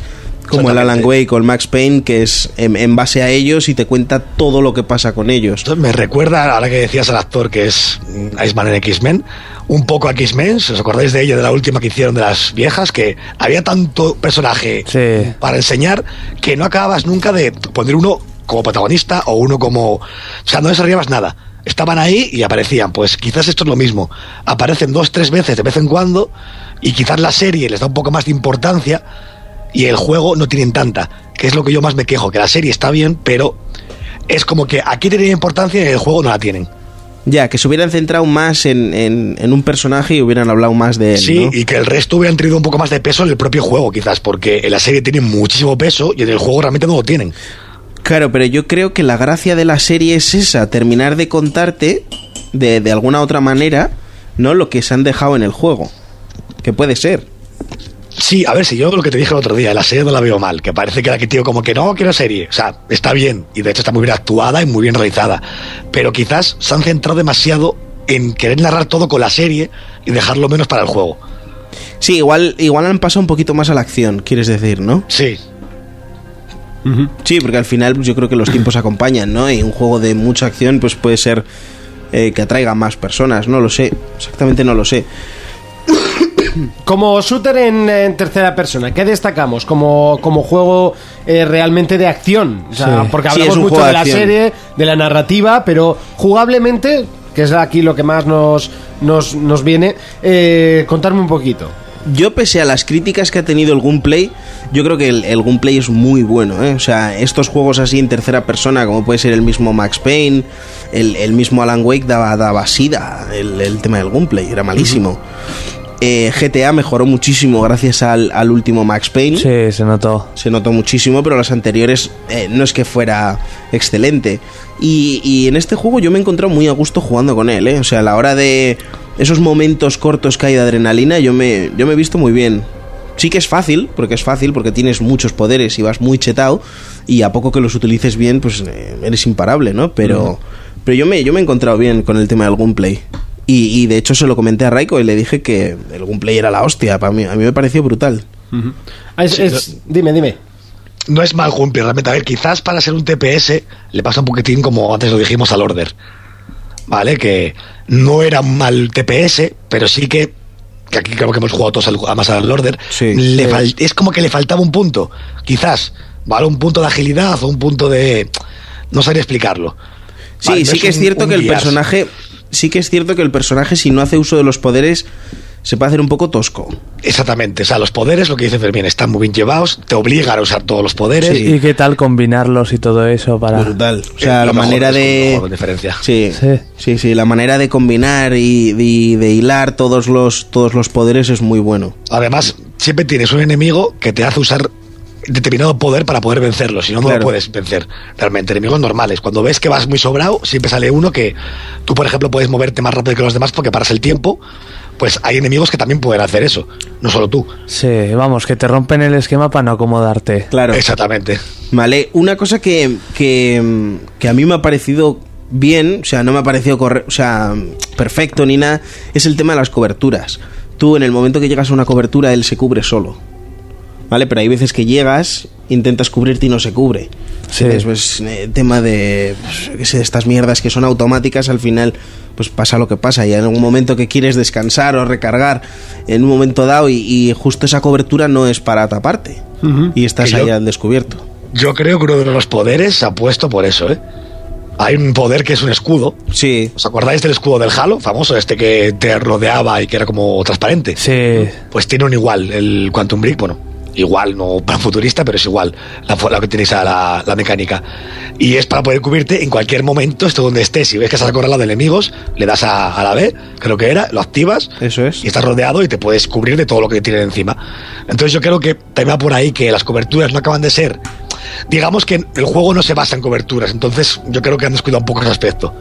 como el Alan Wake o el Max Payne, que es en, en base a ellos y te cuenta todo lo que pasa con ellos. Esto me recuerda, ahora que decías al actor que es mm, Iceman en X-Men, un poco a X-Men, si os acordáis de ella, de la última que hicieron de las viejas, que había tanto personaje Sí. para enseñar que no acababas nunca de poner uno como protagonista o uno como... O sea, no desarrollabas nada. Estaban ahí y aparecían. Pues quizás esto es lo mismo. Aparecen dos, tres veces de vez en cuando y quizás la serie les da un poco más de importancia y el juego no tienen tanta. Que es lo que yo más me quejo, que la serie está bien, pero es como que aquí tienen importancia y en el juego no la tienen. Ya, que se hubieran centrado más en, en- en un personaje y hubieran hablado más de él. Sí, ¿no? y que el resto hubieran tenido un poco más de peso en el propio juego, quizás, porque en la serie tiene muchísimo peso y en el juego realmente no lo tienen. Claro, pero yo creo que la gracia de la serie es esa, terminar de contarte de, de alguna otra manera, ¿no? Lo que se han dejado en el juego. Que puede ser. Sí, a ver, si yo lo que te dije el otro día, la serie no la veo mal, que parece que era que tío como que no quiero serie, o sea, está bien, y de hecho está muy bien actuada y muy bien realizada, pero quizás se han centrado demasiado en querer narrar todo con la serie y dejarlo menos para el juego. Sí, igual, igual han pasado un poquito más a la acción, quieres decir, ¿no? Sí. Sí, porque al final yo creo que los tiempos acompañan, ¿no? Y un juego de mucha acción, pues puede ser eh, que atraiga más personas, no lo sé. Exactamente no lo sé. Como shooter en, en tercera persona, ¿qué destacamos como, como juego eh, realmente de acción? O sea, Sí. Porque Sí, hablamos es un mucho juego de de la acción. serie, de la narrativa, pero jugablemente, que es aquí lo que más nos, nos, nos viene, eh, contarme un poquito. Yo, pese a las críticas que ha tenido el gameplay, yo creo que el, el gameplay es muy bueno. ¿eh? O sea, estos juegos así en tercera persona, como puede ser el mismo Max Payne, el, el mismo Alan Wake, daba, daba sida el, el tema del gameplay, era malísimo. Eh, GTA mejoró muchísimo gracias al, al último Max Payne. Sí, se notó. Se notó muchísimo, pero las anteriores eh, no es que fuera excelente. Y, y en este juego yo me he encontrado muy a gusto jugando con él. ¿eh? O sea, a la hora de esos momentos cortos que hay de adrenalina, yo me, yo me he visto muy bien. Sí que es fácil, porque es fácil, porque tienes muchos poderes y vas muy chetado. Y a poco que los utilices bien, pues eh, eres imparable, ¿no? Pero, pero yo, me, yo me he encontrado bien con el tema del gameplay. Y, y de hecho se lo comenté a Raiko y le dije que el gameplay era la hostia. Para mí, a mí me pareció brutal. Ah, es- Sí, es- dime, dime. No es mal Jumpy, realmente. A ver, quizás para ser un TPS le pasa un poquitín como antes lo dijimos al Order. ¿Vale? Que no era un mal TPS, pero sí que, que aquí creo que hemos jugado todos al- a más al Order. Sí. le Sí. fal- es como que le faltaba un punto. Quizás, ¿vale? Un punto de agilidad o un punto de. No sabría explicarlo. Sí, Vale, no sí que es un- cierto un que el guiarse. personaje. Sí que es cierto que el personaje, si no hace uso de los poderes, se puede hacer un poco tosco. Exactamente, o sea, los poderes, lo que dice Fermín, están muy bien llevados, te obligan a usar todos los poderes. Sí. ¿Y qué tal combinarlos y todo eso para...? Brutal. O sea, Eh, la lo mejor manera es un de. juego con diferencia. Sí, Sí. sí, sí, la manera de combinar y, y de hilar todos los, todos los poderes es muy bueno. Además, siempre tienes un enemigo que te hace usar determinado poder para poder vencerlo, si no, no Claro. lo puedes vencer. Realmente, enemigos normales. Cuando ves que vas muy sobrado, siempre sale uno que tú, por ejemplo, puedes moverte más rápido que los demás porque paras el tiempo. Pues hay enemigos que también pueden hacer eso, no solo tú. Sí, vamos, que te rompen el esquema para no acomodarte. Claro. Exactamente. Vale, una cosa que, que, que a mí me ha parecido bien, o sea, no me ha parecido corre o sea, perfecto ni nada, es el tema de las coberturas. Tú en el momento que llegas a una cobertura, él se cubre solo. ¿Vale? Pero hay veces que llegas, intentas cubrirte y no se cubre. Sí. Entonces, pues, eh, tema de, pues, yo qué sé, de estas mierdas que son automáticas, al final, pues pasa lo que pasa. Y en algún momento que quieres descansar o recargar, en un momento dado, y, y justo esa cobertura no es para taparte. Y estás Que yo- ahí al descubierto. Yo creo que uno de los poderes se ha puesto por eso, ¿eh? Hay un poder que es un escudo. Sí. ¿Os acordáis del escudo del Halo? Famoso, este que te rodeaba y que era como transparente. Sí, Pues tiene un igual, el Quantum Brick, bueno, igual, no para futurista, pero es igual la, fo- la que utiliza la, la mecánica. Y es para poder cubrirte en cualquier momento, esto donde estés. Si ves que estás acorralado de enemigos, le das a, a la B, creo que era, lo activas Eso es. y estás rodeado y te puedes cubrir de todo lo que tienen encima. Entonces yo creo que también va por ahí que las coberturas no acaban de ser. Digamos que el juego no se basa en coberturas, entonces yo creo que han descuidado un poco ese aspecto.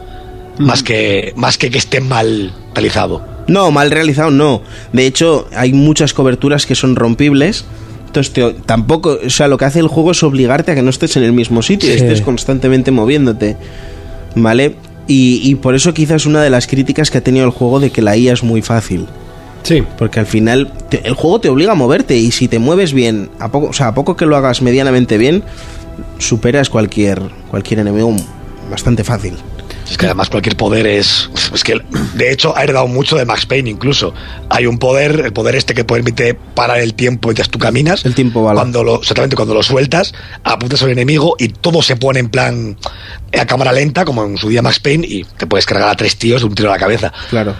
Más que, más que que esté mal realizado. No, mal realizado no. De hecho, hay muchas coberturas que son rompibles. Entonces, te- tampoco, o sea, lo que hace el juego es obligarte a que no estés en el mismo sitio, y Sí. estés constantemente moviéndote. ¿Vale? Y, y por eso quizás una de las críticas que ha tenido el juego de que la IA es muy fácil. Sí. Porque al final te- el juego te obliga a moverte y si te mueves bien, a poco, o sea, a poco que lo hagas medianamente bien, superas cualquier, cualquier enemigo bastante fácil. Es que además cualquier poder es. Es que de hecho ha heredado mucho de Max Payne incluso. Hay un poder, el poder este que permite parar el tiempo mientras tú caminas. El tiempo bala. Cuando lo, exactamente cuando lo sueltas, apuntas al enemigo y todo se pone en plan a cámara lenta, como en su día Max Payne, y te puedes cargar a tres tíos de un tiro a la cabeza. Claro.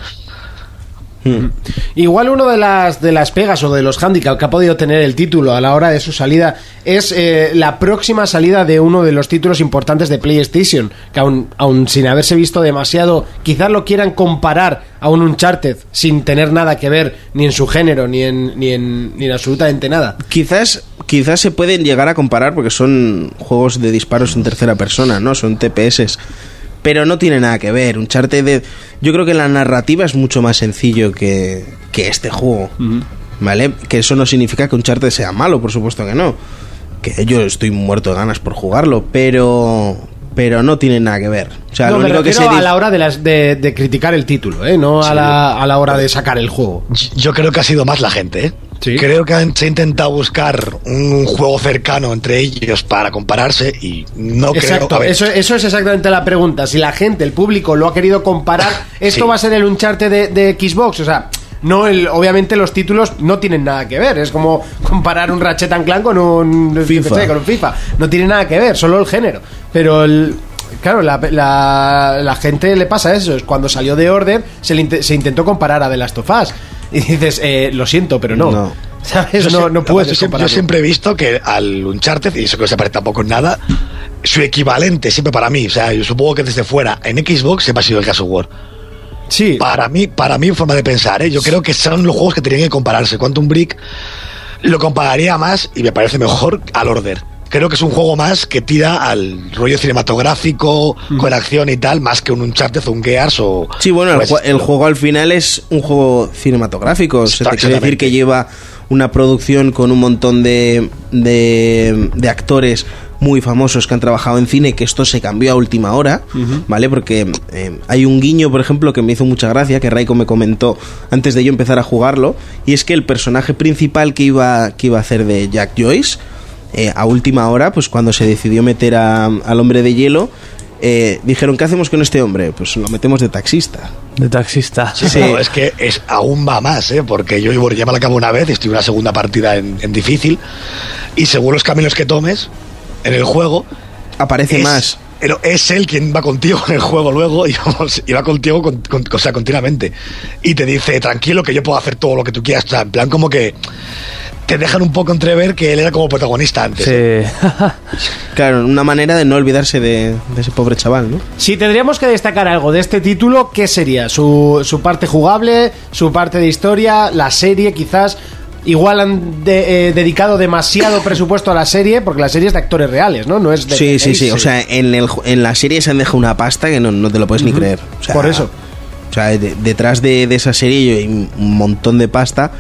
Igual uno de las de las pegas o de los handicap que ha podido tener el título a la hora de su salida es eh, la próxima salida de uno de los títulos importantes de PlayStation, que aún, aún sin haberse visto demasiado, quizás lo quieran comparar a un Uncharted sin tener nada que ver ni en su género ni en ni en, ni en absolutamente nada. Quizás, quizás se pueden llegar a comparar porque son juegos de disparos en tercera persona, ¿no? Son TPS. Pero no tiene nada que ver. Un de. Yo creo que la narrativa es mucho más sencillo que, que este juego. ¿Vale? Que eso no significa que un charter sea malo, por supuesto que no. Que yo estoy muerto de ganas por jugarlo, pero. Pero no tiene nada que ver. O sea, no, lo me único que se refiero a dif- la hora de, las, de, de criticar el título, ¿eh? no a, la, a la hora de sacar el juego. Yo creo que ha sido más la gente, ¿eh? Sí. Creo que han, se ha intentado buscar un juego cercano entre ellos para compararse y no Exacto, creo. a ver, eso, eso es exactamente la pregunta. Si la gente, el público, lo ha querido comparar, esto Sí. va a ser el Uncharted de, de Xbox. O sea, no el, obviamente los títulos no tienen nada que ver. Es como comparar un Ratchet and Clank con un yo qué FIFA. sé, con un FIFA. No tiene nada que ver, solo el género. Pero el. Claro, la, la- la gente le pasa eso. Es cuando salió de Order, se, le inte- se intentó comparar a The Last of Us. Y dices, eh, lo siento, pero no. No. ¿Sabes? no, Yo sé- no además, yo puedes siempre, comparar. yo siempre he visto que al Uncharted, y eso que no se parece tampoco en nada, su equivalente siempre para mí, o sea, yo supongo que desde fuera, en Xbox siempre ha sido el Gears of War. Sí, Para mí, para mí, en forma de pensar, ¿eh? yo creo que son los juegos que tenían que compararse. Quantum Brick lo compararía más, y me parece mejor, al Order. Creo que es un juego más que tira al rollo cinematográfico, con acción y tal, más que un Uncharted o un Gears o... pues Sí, bueno, o el, Pues ese ju- el estilo. juego al final es un juego cinematográfico. Se Pues te quiere decir Exactamente. que lleva una producción con un montón de, de, de actores muy famosos que han trabajado en cine, que esto se cambió a última hora, ¿vale? Porque eh, hay un guiño, por ejemplo, que me hizo mucha gracia, que Raiko me comentó antes de yo empezar a jugarlo, y es que el personaje principal que iba, que iba a hacer de Jack Joyce, eh, a última hora, pues cuando se decidió meter a- al hombre de hielo, eh, dijeron, ¿qué hacemos con este hombre? Pues lo metemos de taxista. de taxista. Sí. No, es que es aún va más, ¿eh? porque yo bueno, ya me la acabo una vez, estoy en una segunda partida en, en difícil, y según los caminos que tomes en el juego, Aparece es, más. pero es él quien va contigo en el juego luego, y, vamos, y va contigo con- con- o sea, continuamente. Y te dice, tranquilo, que yo puedo hacer todo lo que tú quieras, o sea, en plan como que te dejan un poco entrever que él era como protagonista antes. Sí. Claro, una manera de no olvidarse de, de ese pobre chaval, ¿no? Si tendríamos que destacar algo de este título, ¿qué sería? ¿Su, su parte jugable? ¿Su parte de historia? ¿La serie quizás? igual han de- eh, dedicado demasiado presupuesto a la serie, porque la serie es de actores reales, ¿no? No es de. Sí, sí, sí. de- O sea, en, el, ju- en la serie se han dejado una pasta que no, no te lo puedes ni creer. O sea, Por eso. O sea, de- detrás de, de esa serie hay un montón de pasta.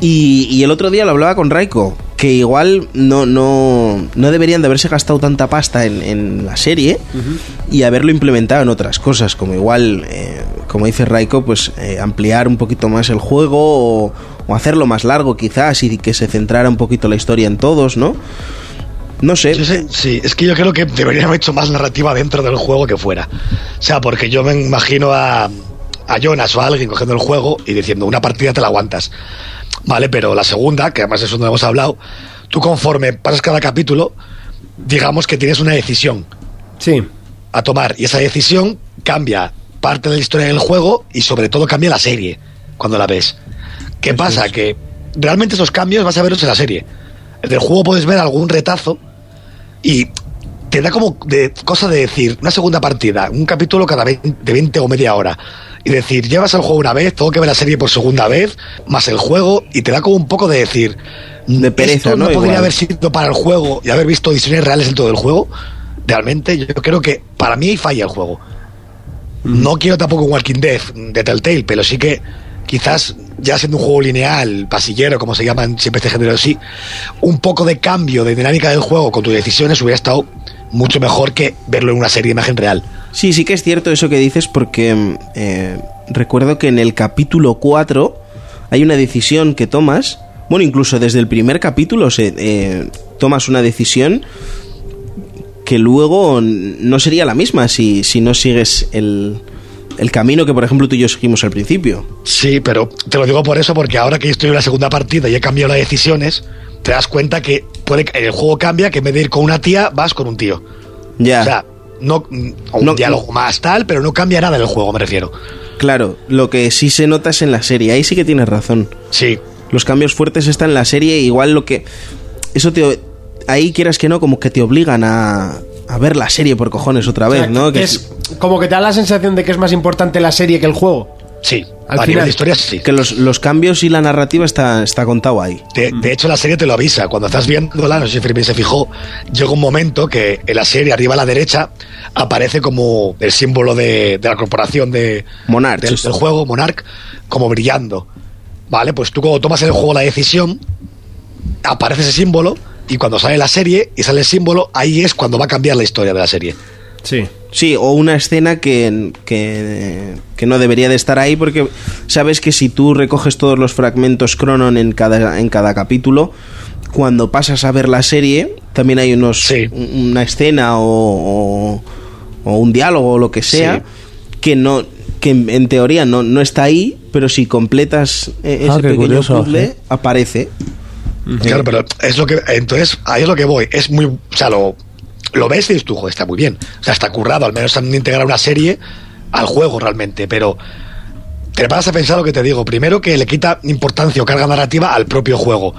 Y, y el otro día lo hablaba con Raiko, que igual no, no, no deberían de haberse gastado tanta pasta en, en la serie y haberlo implementado en otras cosas, como igual, eh, como dice Raiko, pues eh, ampliar un poquito más el juego o, o hacerlo más largo quizás y que se centrara un poquito la historia en todos, ¿no? No sé. Sí, es que yo creo que debería haber hecho más narrativa dentro del juego que fuera. O sea, porque yo me imagino a, a Jonas o a alguien cogiendo el juego y diciendo, una partida te la aguantas. Vale, pero la segunda, que además eso no hemos hablado, tú conforme pasas cada capítulo, digamos que tienes una decisión. Sí. A tomar. Y esa decisión cambia parte de la historia del juego y sobre todo cambia la serie cuando la ves. ¿Qué pasa? Que realmente esos cambios vas a verlos en la serie. Del juego puedes ver algún retazo y te da como de, cosa de decir una segunda partida, un capítulo cada 20, de 20 o media hora. Y decir, llevas al juego una vez, tengo que ver la serie por segunda vez, más el juego, y te da como un poco de decir, De pereza, esto no, ¿no? podría Igual. haber sido para el juego y haber visto ediciones reales en todo el juego. Realmente, yo creo que para mí ahí falla el juego. No quiero tampoco un Walking Dead de Telltale, pero sí que quizás ya siendo un juego lineal, pasillero, como se llaman siempre este género sí, un poco de cambio de dinámica del juego con tus decisiones hubiera estado mucho mejor que verlo en una serie de imagen real. Sí, sí que es cierto eso que dices porque mm, eh, recuerdo que en el capítulo 4 hay una decisión que tomas, bueno, incluso desde el primer capítulo se, eh, tomas una decisión que luego n- no sería la misma si, si no sigues el, el camino que por ejemplo tú y yo seguimos al principio. Sí, pero te lo digo por eso, porque ahora que yo estoy en la segunda partida y he cambiado las decisiones, te das cuenta que puede, que el juego cambia, que en vez de ir con una tía, vas con un tío. Ya. O sea, no, mm, o un No- diálogo más tal, pero no cambia nada en el juego, me refiero. Claro, lo que sí se nota es en la serie, ahí sí que tienes razón. Sí. Los cambios fuertes están en la serie, igual lo que... Eso te... Ahí quieras que no, como que te obligan a, a ver la serie por cojones otra o vez, sea, ¿no? que Que es como que te da la sensación de que es más importante la serie que el juego. Sí, Al a final. nivel de historia sí. Que los, los cambios y la narrativa está, está contado ahí. De, de hecho, la serie te lo avisa. Cuando estás viéndola, no sé si Fermín se fijó, llega un momento que en la serie, arriba a la derecha, aparece como el símbolo de, de la corporación de, Monarch, del, sí. del juego, Monarch, como brillando. Vale, pues tú cuando tomas en el juego la decisión, aparece ese símbolo y cuando sale la serie y sale el símbolo, ahí es cuando va a cambiar la historia de la serie. Sí. Sí, o una escena que, que, que no debería de estar ahí porque sabes que si tú recoges todos los fragmentos Cronon en cada, en cada capítulo, cuando pasas a ver la serie, también hay unos un- una escena o, o- o un diálogo o lo que sea que no que en, en teoría no, no está ahí, pero si completas eh, ese Ah, qué pequeño curioso, puzzle ¿eh? aparece. Claro, pero es lo que. Entonces, ahí es lo que voy. Es muy. O sea, lo, lo ves y dices tú, "Joder, está muy bien. O sea, está currado. Al menos han integrado una serie al juego realmente. Pero te vas a pensar lo que te digo. Primero, que le quita importancia o carga narrativa al propio juego.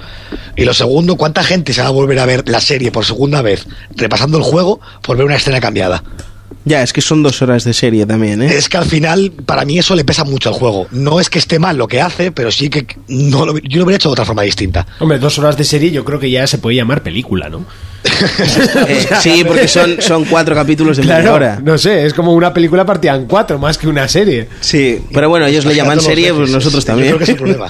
Y lo segundo, ¿cuánta gente se va a volver a ver la serie por segunda vez repasando el juego por ver una escena cambiada? Ya, es que son dos horas de serie también, ¿eh? Es que al final, para mí, eso le pesa mucho al juego. No es que esté mal lo que hace, pero sí que no lo- yo lo hubiera hecho de otra forma distinta. Hombre, dos horas de serie yo creo que ya se puede llamar película, ¿no? Eh, sí, porque son, son cuatro capítulos de media hora. no sé, es como una película partida en cuatro, más que una serie. Sí, pero bueno, ellos le llaman serie, pues nosotros también. Yo creo que es el problema.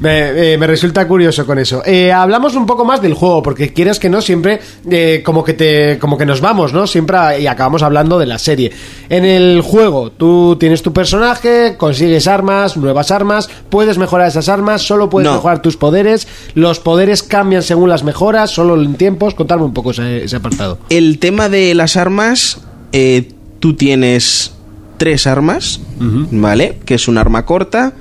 Me, eh, me resulta curioso con eso. Eh, hablamos un poco más del juego, porque quieres que no, siempre eh, como que te como que nos vamos, ¿no? Siempre a- y acabamos hablando de la serie. En el juego, tú tienes tu personaje, consigues armas, nuevas armas, puedes mejorar esas armas, solo puedes No. mejorar tus poderes, los poderes cambian según las mejoras, solo en tiempos. Contarme un poco ese, ese apartado. El tema de las armas, eh, tú tienes tres armas, ¿vale? Que es un arma corta,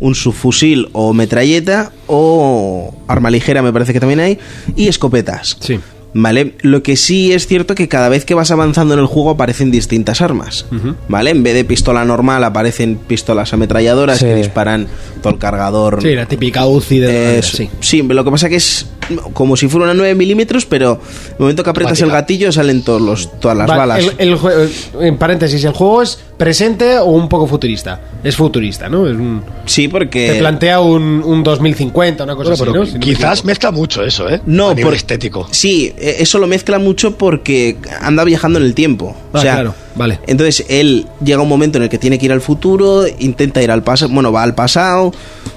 un subfusil o metralleta, o arma ligera me parece que también hay, y escopetas. Sí. ¿Vale? Lo que sí es cierto que cada vez que vas avanzando en el juego aparecen distintas armas. ¿Vale? En vez de pistola normal aparecen pistolas ametralladoras Sí. que disparan todo el cargador. Sí, la típica UCI de... Es- sí. sí, Eh, lo que pasa que es como si fuera una 9 milímetros, pero en el momento que aprietas el gatillo salen todos los, todas las Vale, balas. el- el jue- eh, en paréntesis, ¿el juego es presente o un poco futurista? Es futurista, ¿no? Es un- sí, porque... Eh, Te plantea un, un 2050, una cosa Bueno, pero Pues así, ¿no? Si no me Quizás mezcla mucho eso, ¿eh? No, A nivel por- estético. Sí, eh, eso lo mezcla mucho porque anda viajando en el tiempo. Ah, o sea, claro, vale. Entonces él llega un momento en el que tiene que ir al futuro, intenta ir al pasado, bueno, va al pasado.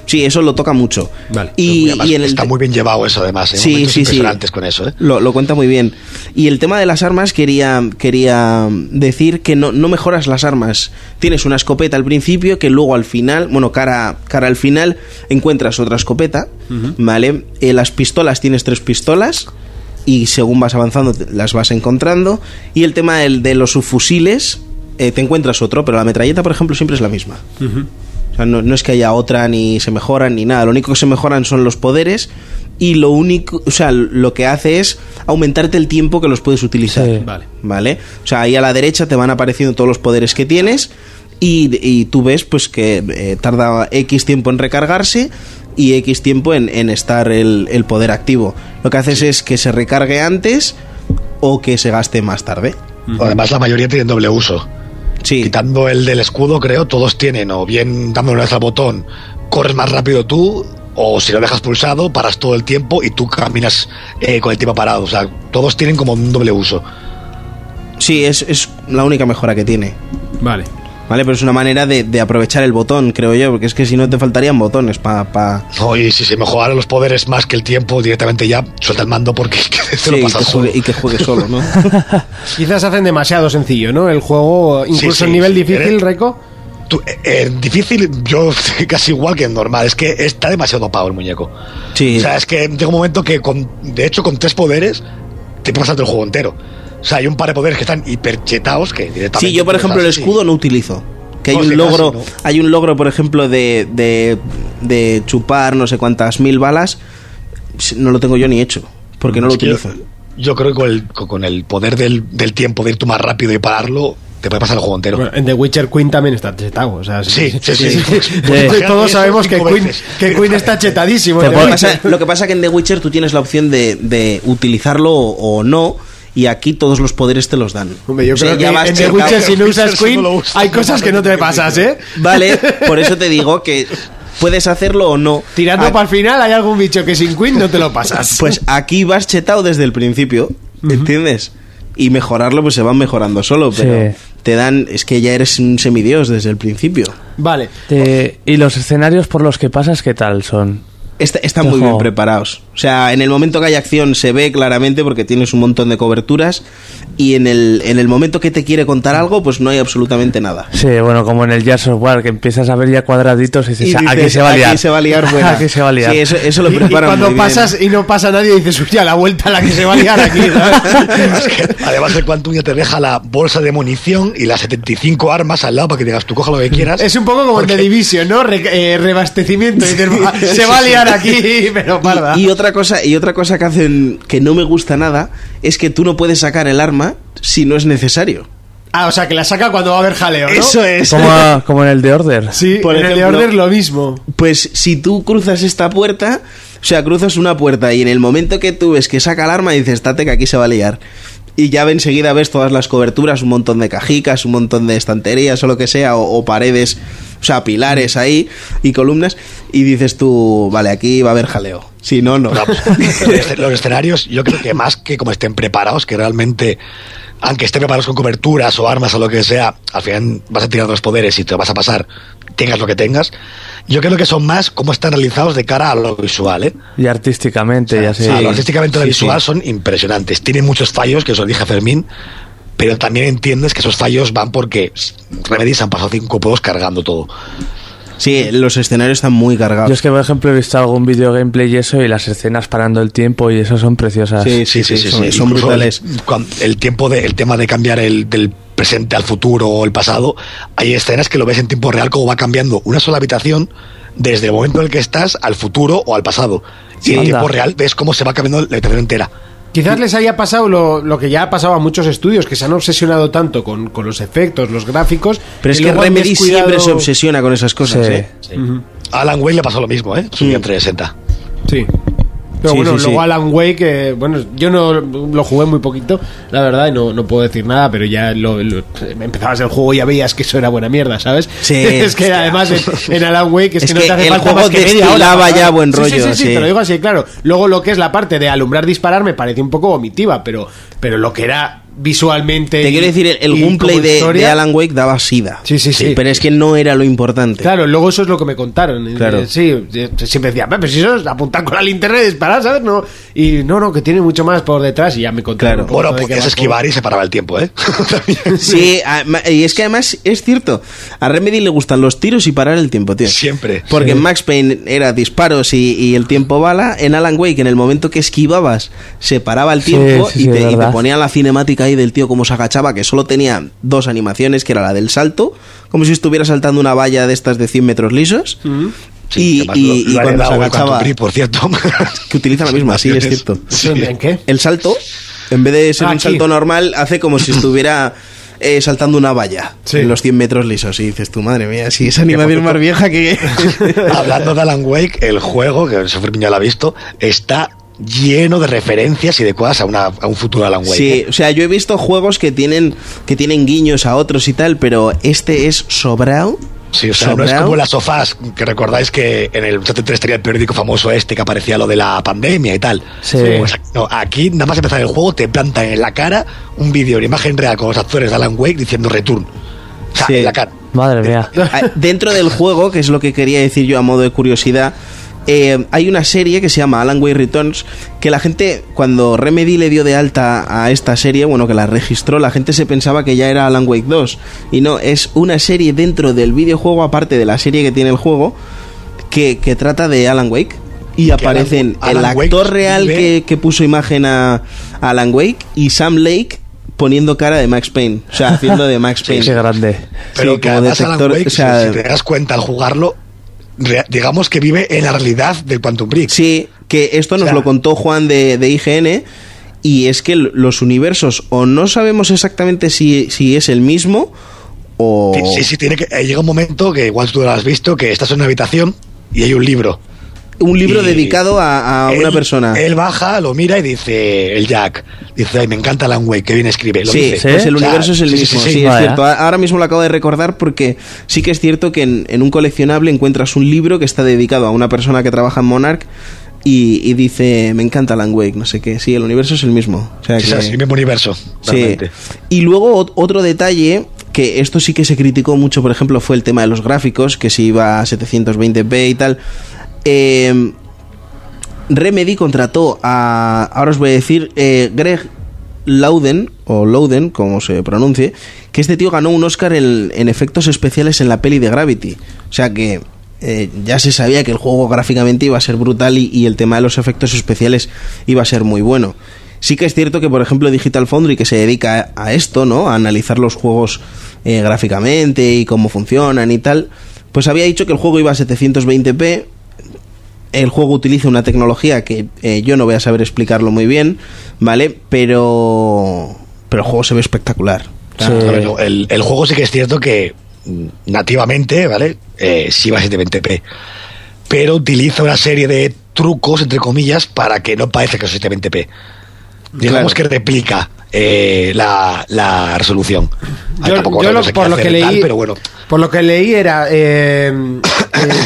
Sí, eso lo toca mucho. Vale. Y, Además, y en el está muy bien llevado eso, además. ¿eh? Sí, sí, Momentos sí. impresionantes con eso, ¿eh? Lo, lo cuenta muy bien. Y el tema de las armas, quería, quería decir que no, no mejoras las armas. Tienes una escopeta al principio que luego al final, bueno, cara, cara al final, encuentras otra escopeta, ¿vale? Eh, las pistolas, tienes tres pistolas y según vas avanzando te- las vas encontrando. Y el tema del- de los subfusiles, eh, te encuentras otro, pero la metralleta, por ejemplo, siempre es la misma. O sea, no, no es que haya otra ni se mejoran ni nada. Lo único que se mejoran son los poderes y lo único, o sea, lo que hace es aumentarte el tiempo que los puedes utilizar. Sí. Vale. Vale. O sea, ahí a la derecha te van apareciendo todos los poderes que tienes y, y tú ves pues que eh, tarda X tiempo en recargarse y X tiempo en, en estar el, el poder activo. Lo que haces es que se recargue antes o que se gaste más tarde. Además, la mayoría tienen doble uso. Sí. Quitando el del escudo, creo, todos tienen, o bien dándole una vez al botón, corres más rápido tú, o si lo dejas pulsado, paras todo el tiempo y tú caminas eh, con el tiempo parado. O sea, todos tienen como un doble uso. Sí, es, es la única mejora que tiene. equivoco. Vale. Vale, pero es una manera de, de aprovechar el botón, creo yo, porque es que si no te faltarían botones para... No, y si se mejoraron los poderes más que el tiempo, directamente ya suelta el mando porque se lo pasas solo. y que juegue solo, ¿no? Quizás hacen demasiado sencillo, ¿no? El juego, incluso sí, el nivel sí, ¿eh? difícil, eres- Reco. Tú, eh, eh, difícil, yo casi igual que en normal. Es que está demasiado pago el muñeco. Sí. O sea, es que llega un momento que, con, de hecho, con tres poderes, te pasas el juego entero. O sea, hay un par de poderes que están hiperchetados que directamente. sí, yo por te los ejemplo el haces y- escudo no utilizo. Que hay No, un sí, logro, casi, ¿no? hay un logro, por ejemplo, de, de, de chupar no sé cuántas mil balas. No lo tengo yo ni hecho, porque no lo Es que yo- utilizo. Yo creo que con el, con- con el poder del, del tiempo de ir tú más rápido y pararlo, te puede pasar el juego entero. Bueno, en The Witcher Queen también está chetado. O sea, Sí, sí, sí. Pues, pues, De hecho, imagínate Todos eso sabemos que cinco Queen, veces. que Queen está chetadísimo. en Lo The que Witcher. pasa- lo que pasa que en The Witcher tú tienes la opción de, de utilizarlo o, o no, y aquí todos los poderes te los dan. Hombre, yo O sea, creo ya que vas en The checado. Witcher si no usas Witcher si Queen, no lo usas, hay no cosas pasa que no te nada. pasas, ¿eh? Vale, por eso te digo que puedes hacerlo o no. Tirando Ah. Aquí- para el final hay algún bicho que sin Queen no te lo pasas. Pues aquí vas chetado desde el principio, ¿entiendes? Y mejorarlo pues se van mejorando solo, pero Sí. te dan, es que ya eres un semidios desde el principio. Vale. Te- Eh, ¿Y los escenarios por los que pasas qué tal son? Está- están Ojo. muy bien preparados. O sea, en el momento que hay acción se ve claramente porque tienes un montón de coberturas y en el, en el momento que te quiere contar algo pues no hay absolutamente nada. Sí, bueno, como en el Jazz Software, que empiezas a ver ya cuadraditos y dices, "Ah, Y aquí dices, se va a liar. Aquí se va a liar, buena. Aquí se va a liar. Sí, eso, eso lo Y, y preparan cuando muy bien. pasas y no pasa nadie, dices, uy, ya la vuelta a la que se va a liar aquí. ¿sabes? Además, que- además el Quantum ya te deja la bolsa de munición y las 75 armas al lado para que digas tú coja lo que quieras. Es un poco como el de Division, ¿no? Re- eh, reabastecimiento. Dices, "Ah, se va a liar aquí, pero Y- parda. Y, otra cosa, y otra cosa que hacen que no me gusta nada es que tú no puedes sacar el arma si no es necesario. Ah, o sea, que la saca cuando va a haber jaleo, ¿no? es. como, como en el de Order. Sí, Por en el de ejemplo- Order lo mismo. Pues si tú cruzas esta puerta, o sea, cruzas una puerta y en el momento que tú ves que saca el arma dices, estate que aquí se va a liar. Y ya ve- enseguida ves todas las coberturas, un montón de cajicas, un montón de estanterías o lo que sea, o, o paredes, o sea, pilares ahí y columnas, y dices tú, vale, aquí va a haber jaleo. Si no, no. No, pues, los escenarios, yo creo que más que como estén preparados, que realmente, aunque estén preparados con coberturas o armas o lo que sea, al final vas a tirar dos poderes y te lo vas a pasar, tengas lo que tengas. Yo creo que son más como están realizados de cara a lo visual, ¿eh? Y artísticamente, ya sé. O sea, lo artísticamente lo Sí, visual sí. son impresionantes. Tienen muchos fallos, que eso lo dije a Fermín, pero también entiendes que esos fallos van porque Remedy se han pasado cinco juegos cargando todo. Sí, los escenarios están muy cargados. Yo es que, por ejemplo, he visto algún video gameplay y eso, y las escenas parando el tiempo y eso son preciosas. Sí, sí, sí, son, son Incluso brutales. el- cuan- El tiempo de, el tema de cambiar el, del presente al futuro o el pasado, hay escenas que lo ves en tiempo real como va cambiando una sola habitación desde el momento en el que estás al futuro o al pasado. Sí, y en anda. tiempo real ves cómo se va cambiando la habitación entera. Quizás les haya pasado lo, lo que ya ha pasado a muchos estudios, que se han obsesionado tanto con, con los efectos, los gráficos. Pero es que luego han Remedy descuidado- siempre se obsesiona con esas cosas, Sí. ¿eh? A Alan Wake le pasó lo mismo, ¿eh? Su día en 360. Sí. Pero Sí, bueno, sí, luego sí. Alan Wake, que, bueno, yo no lo jugué muy poquito, la verdad, y no, no puedo decir nada, pero ya lo, lo- empezabas el juego y ya veías que eso era buena mierda, ¿sabes? Sí. es que además en, en Alan Wake es, Es que no que te hace el falta juego más que media hora. destilaba para- ya buen Sí, sí, rollo, Sí, sí, sí. te lo digo así, claro. Luego lo que es la parte de alumbrar, disparar, me parece un poco vomitiva, pero, pero lo que era visualmente. Te y- quiero decir, el, el y gameplay como de, historia- de Alan Wake daba sida. Sí, sí, sí. Pero es que no era lo importante. Claro, luego eso es lo que me contaron. Eh, Claro. eh, Sí, eh, siempre decía, pero si eso es apuntar con la linterna y disparar, ¿sabes? No, y no, no, que tiene mucho más por detrás y ya me contaron. un poco Bueno, de qué podías va el esquivar juego. y se paraba el tiempo, ¿eh? Sí, a- ma- y es que además es cierto. A Remedy le gustan los tiros y parar el tiempo, tío. Siempre. Porque Sí. en Max Payne era disparos y, y el tiempo bala. En Alan Wake, en el momento que esquivabas, se paraba el Sí, tiempo sí, y, sí, te, es y te verdad. ponían la cinemática ahí del tío como se agachaba, que solo tenía dos animaciones, que era la del salto, como si estuviera saltando una valla de estas de 100 metros lisos. Y- Además, y, lo- y lo ha cuando se heredado de Quantum agachaba Break, por cierto. que utiliza la misma, sí, es Animaciones. cierto. Sí. ¿En qué? El salto, en vez de ser Ah, un sí. salto normal, hace como si estuviera eh, saltando una valla Sí. en los 100 metros lisos. Y dices, tu madre mía, si esa animación más vieja que. Hablando de Alan Wake, el juego, que Sofía Piña lo ha visto, está lleno de referencias y de cosas a, una- a un futuro Alan Wake. ¿eh? Sí, o sea, yo he visto juegos que tienen, que tienen guiños a otros y tal, pero este es sobrao. Sí, o sea, no es como las sofás, que recordáis que en el 73 tenía el periódico famoso este que aparecía lo de la pandemia y tal. Sí. Pues, no, aquí nada más empezar el juego te plantan en la cara un vídeo, una imagen real con los actores de Alan Wake diciendo return. O sea, Sí. en la cara. Madre mía. Ah, Dentro del juego, que es lo que quería decir yo a modo de curiosidad, eh, hay una serie que se llama Alan Wake Returns, que la gente, cuando Remedy le dio de alta a esta serie, bueno, que la registró, la gente se pensaba que ya era Alan Wake 2. Y no, es una serie dentro del videojuego, aparte de la serie que tiene el juego, que, que trata de Alan Wake. Y Alan- aparecen Alan el Wake actor real vive- que, que puso imagen a a Alan Wake y Sam Lake poniendo cara de Max Payne, o sea, haciendo de Max Payne. Qué grande. Pero Sí, que como además Alan detector, Wake, o sea- si te das cuenta al jugarlo, re- digamos que vive en la realidad del Quantum Break. Sí, que esto nos O sea- lo contó Juan de, de IGN. Y es que l- los universos, o no sabemos exactamente si, si es el mismo, o. Sí, sí, sí, tiene que, eh, llega un momento que igual tú lo has visto, que estás en una habitación y hay un libro. Un libro Y- dedicado a, a una Él- persona. Él baja, lo mira y dice, el Jack, dice, ay, me encanta Alan Wake, que bien escribe. Lo sí, dice. pues el O sea, universo es el sí, sí, mismo. Sí, sí, sí. es Vaya. cierto. A- Ahora mismo lo acabo de recordar porque sí que es cierto que en, en un coleccionable encuentras un libro que está dedicado a una persona que trabaja en Monarch y, y dice, me encanta Alan Wake, no sé qué. Sí, el universo es el mismo. O sea, Sí, sí, que- sí, el mismo universo. Sí. realmente. Y luego ot- otro detalle que esto sí que se criticó mucho, por ejemplo, fue el tema de los gráficos, que si iba a 720p y tal. Eh, Remedy contrató a, ahora os voy a decir, eh, Greg Lauden, o Louden, como se pronuncie, que este tío ganó un Oscar en, en efectos especiales en la peli de Gravity. O sea que eh, ya se sabía que el juego gráficamente iba a ser brutal y, y el tema de los efectos especiales iba a ser muy bueno. Sí que es cierto que, por ejemplo, Digital Foundry, que se dedica a, a esto, ¿no? A analizar los juegos eh, gráficamente y cómo funcionan y tal, pues había dicho que el juego iba a 720p, el juego utiliza una tecnología que eh, yo no voy a saber explicarlo muy bien, ¿vale? Pero, pero el juego se ve espectacular. A Eh, ver, no, el, el juego sí que es cierto que mm, nativamente, ¿vale? Eh, sí va a 720p. Pero utiliza una serie de trucos, entre comillas, para que no parezca que es 720p. Digamos que replica eh, la, la resolución. Ahí Yo- tampoco yo no lo- sé qué por lo hacer que y tal, leí- pero bueno. Por lo que leí era, eh, eh,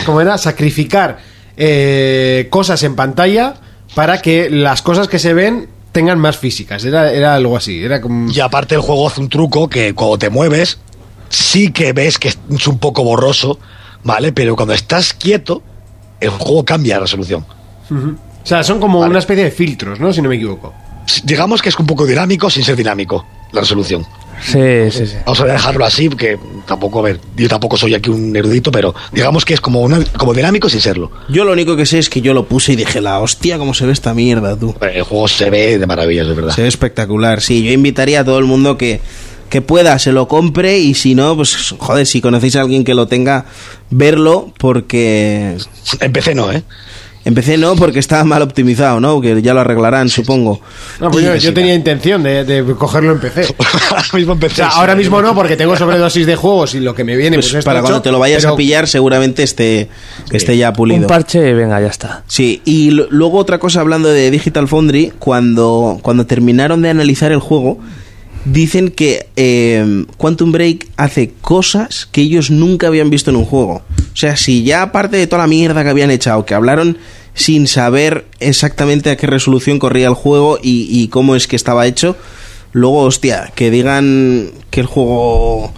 ¿cómo era? Sacrificar eh, cosas en pantalla para que las cosas que se ven tengan más físicas. Era, era algo así. Era como... Y aparte el juego hace un truco que cuando te mueves, sí que ves que es un poco borroso, ¿vale? Pero cuando estás quieto, el juego cambia la resolución. O sea, son como una especie de filtros, ¿no? Si no me equivoco. Digamos que es un poco dinámico sin ser dinámico la resolución. Sí, sí, sí. Vamos a dejarlo así, porque tampoco, a ver, yo tampoco soy aquí un erudito, pero digamos que es como, una, como dinámico sin serlo. Yo lo único que sé es que yo lo puse y dije, la hostia, cómo se ve esta mierda, tú. El juego se ve de maravillas, de verdad. Se ve espectacular, sí. Yo invitaría a todo el mundo que, que pueda, se lo compre y si no, pues joder, si conocéis a alguien que lo tenga, verlo porque... Empecé no, ¿eh? Empecé no porque estaba mal optimizado, ¿no? Que ya lo arreglarán, supongo. No, pues Y- yo, yo tenía intención de, de cogerlo en PC. ahora mismo O sea, ahora mismo no, porque tengo sobredosis de juegos y lo que me viene pues, Pues es para tocho, cuando te lo vayas pero a pillar, seguramente esté, esté ya pulido. Un parche, venga, ya está. Sí, y lo- luego otra cosa hablando de Digital Foundry, cuando, cuando terminaron de analizar el juego, dicen que eh, Quantum Break hace cosas que ellos nunca habían visto en un juego. O sea, si ya aparte de toda la mierda que habían echado, que hablaron sin saber exactamente a qué resolución corría el juego y, y cómo es que estaba hecho, luego, hostia, que digan que el juego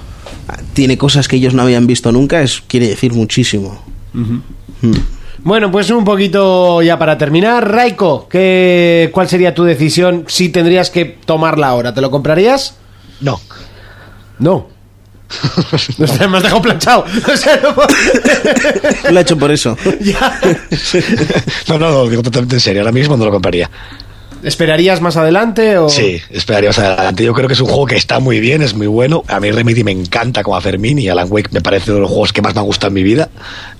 tiene cosas que ellos no habían visto nunca, es, quiere decir muchísimo. Bueno, pues un poquito ya para terminar. Raiko, ¿qué, ¿cuál sería tu decisión si tendrías que tomarla ahora? ¿Te lo comprarías? No. No. O sea, me has dejado planchado. O sea, no puedo- Lo ha hecho por eso. Ya. no, no, lo digo totalmente en serio. Ahora mismo no lo compraría. ¿Esperarías más adelante? O... Sí, esperaría más adelante. Yo creo que es un juego que está muy bien, es muy bueno. A mí Remedy me encanta como a Fermín y Alan Wake me parece uno de los juegos que más me ha gustado en mi vida.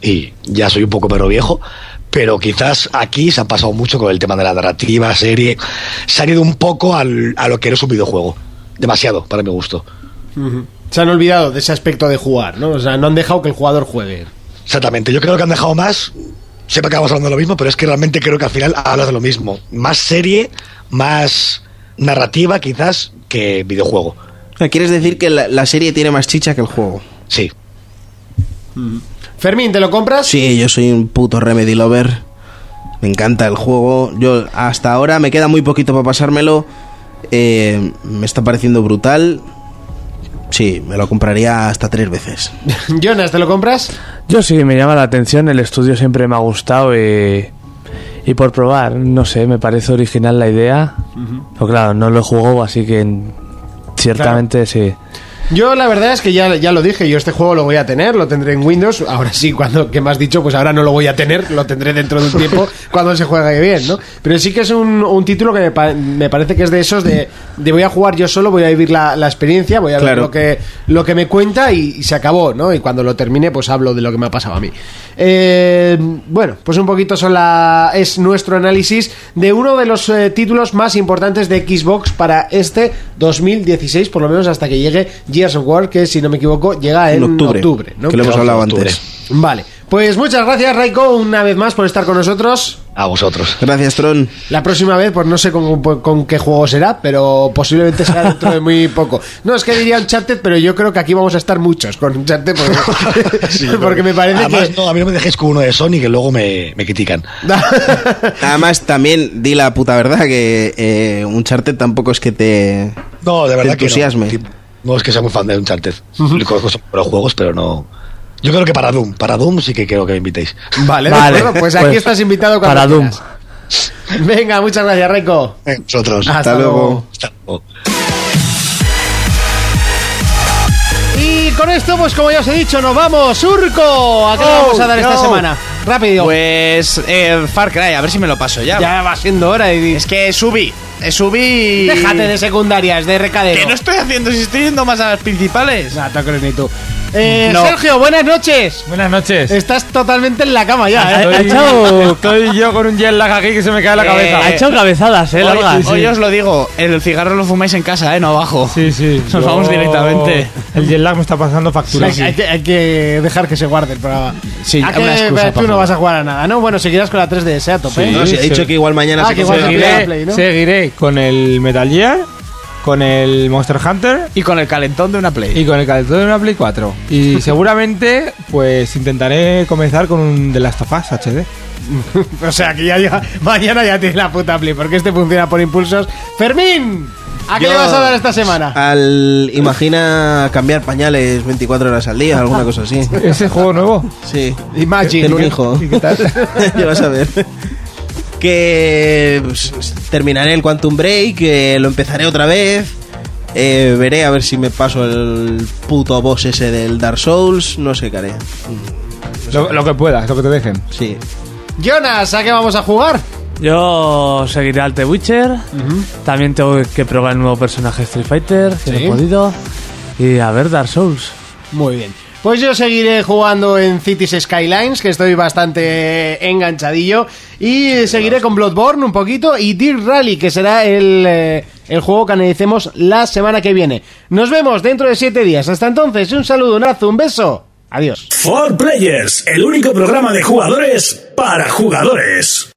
Y ya soy un poco perro viejo. Pero quizás aquí se ha pasado mucho con el tema de la narrativa, serie. Se han ido un poco al- a lo que es un videojuego. Demasiado, para mi gusto. Ujú. Se han olvidado de ese aspecto de jugar, ¿no? O sea, no han dejado que el jugador juegue. Exactamente, yo creo que han dejado más. Sé que acabamos hablando de lo mismo, pero es que realmente creo que al final hablas de lo mismo. Más serie, más narrativa quizás que videojuego. O sea, ¿Quieres decir que la, la serie tiene más chicha que el juego? Sí. Fermín, ¿te lo compras? Sí, yo soy un puto Remedy Lover. Me encanta el juego. Yo hasta ahora me queda muy poquito para pasármelo. Eh, me está pareciendo brutal. Sí, me lo compraría hasta tres veces. Jonas, ¿te lo compras? Yo sí, me llama la atención, el estudio siempre me ha gustado y, y por probar, no sé, me parece original la idea. Pero claro, no lo he jugado, así que en- ciertamente sí. Yo la verdad es que ya, ya lo dije, yo este juego lo voy a tener, lo tendré en Windows, ahora sí, cuando que me has dicho, pues ahora no lo voy a tener, lo tendré dentro de un tiempo cuando se juegue bien, ¿no? Pero sí que es un, un título que me, pa- me parece que es de esos de, de voy a jugar yo solo, voy a vivir la, la experiencia, voy a ver Claro. lo que, lo que me cuenta y, y se acabó, ¿no? Y cuando lo termine, pues hablo de lo que me ha pasado a mí. Eh, bueno, pues un poquito son la, es nuestro análisis de uno de los eh, títulos más importantes de Xbox para este 2016, por lo menos hasta que llegue Gears of War, que si no me equivoco llega en, En octubre, ¿no? que lo hemos Claro, hablado octubre. antes. Vale, pues muchas gracias Raiko una vez más por estar con nosotros. A vosotros. Gracias, Tron. La próxima vez, pues no sé con, con qué juego será, pero posiblemente sea dentro de muy poco. No, es que diría Uncharted, pero yo creo que aquí vamos a estar muchos con Uncharted porque, porque me parece Además, que... no, a mí no me dejéis con uno de Sony que luego me, me critican. Además, también di la puta verdad que eh, un charter tampoco es que te. No, de verdad Te entusiasme. que no. No es que sea muy fan de Uncharted. Le conozco solo los juegos, pero no. Yo creo que para Doom, para Doom sí que creo que me invitéis. Vale, de Vale, acuerdo, pues aquí pues, estás invitado cuando Para Doom. quieras. Venga, muchas gracias, Raiko. Eh, Vosotros. Hasta luego. Hasta luego. Y con esto, pues como ya os he dicho, nos vamos. Surco, ¿a qué le vamos a dar esta Oh, no. semana? Rápido. Pues eh, Far Cry, a ver si me lo paso ya. ya va siendo hora de... Es que subí, eh, subí. Déjate de secundarias, de recadero. Que no estoy haciendo, si estoy yendo más a las principales. No, te crees ni tú. Eh, No. Sergio, buenas noches. Buenas noches. Estás totalmente en la cama ya, ¿eh? Estoy, Chao. estoy yo con un jet lag aquí que se me cae la Eh, cabeza. Ha hecho cabezadas, eh, Hoy, largas. hoy os lo digo, el cigarro lo fumáis en casa, eh, no abajo. Sí, sí. Nos vamos directamente. El jet lag me está pasando factura. Hay, hay que, hay que dejar que se guarde el programa. Sí, ¿A una que, excusa, tú por no favor. vas a jugar a nada, ¿no? Bueno, seguirás con la 3DS a tope. No, ¿eh? si he dicho sí. que igual mañana Ah, se que igual consigue. mañana. Play, seguiré, ¿no? seguiré con el Metal Gear, con el Monster Hunter Y con el calentón de una Play. y con el calentón de una Play 4. Y seguramente, pues intentaré comenzar con un The Last of Us HD. O sea, que ya llega- mañana ya tienes la puta play, porque este funciona por impulsos. Fermín, ¿a qué Yo- le vas a dar esta semana? Al. Imagina cambiar pañales 24 horas al día, alguna cosa así. Ese juego nuevo. Sí. Imagine. Tener un hijo. ya vas a ver. Que pues, terminaré el Quantum Break, que lo empezaré otra vez. eh, veré a ver si me paso el puto boss ese del Dark Souls. No sé qué haré. Lo, lo que puedas, lo que te dejen. Sí. Jonas, ¿a qué vamos a jugar? Yo seguiré al The Witcher. También tengo que probar el nuevo personaje Street Fighter, Sí. que no he podido. Y a ver, Dark Souls. Muy bien. Pues yo seguiré jugando en Cities Skylines, que estoy bastante enganchadillo. Y seguiré con Bloodborne un poquito y Deer Rally, que será el, eh, el juego que analicemos la semana que viene. Nos vemos dentro de 7 días. Hasta entonces, un saludo, un abrazo, un beso. Adiós. For Players, el único programa de jugadores para jugadores.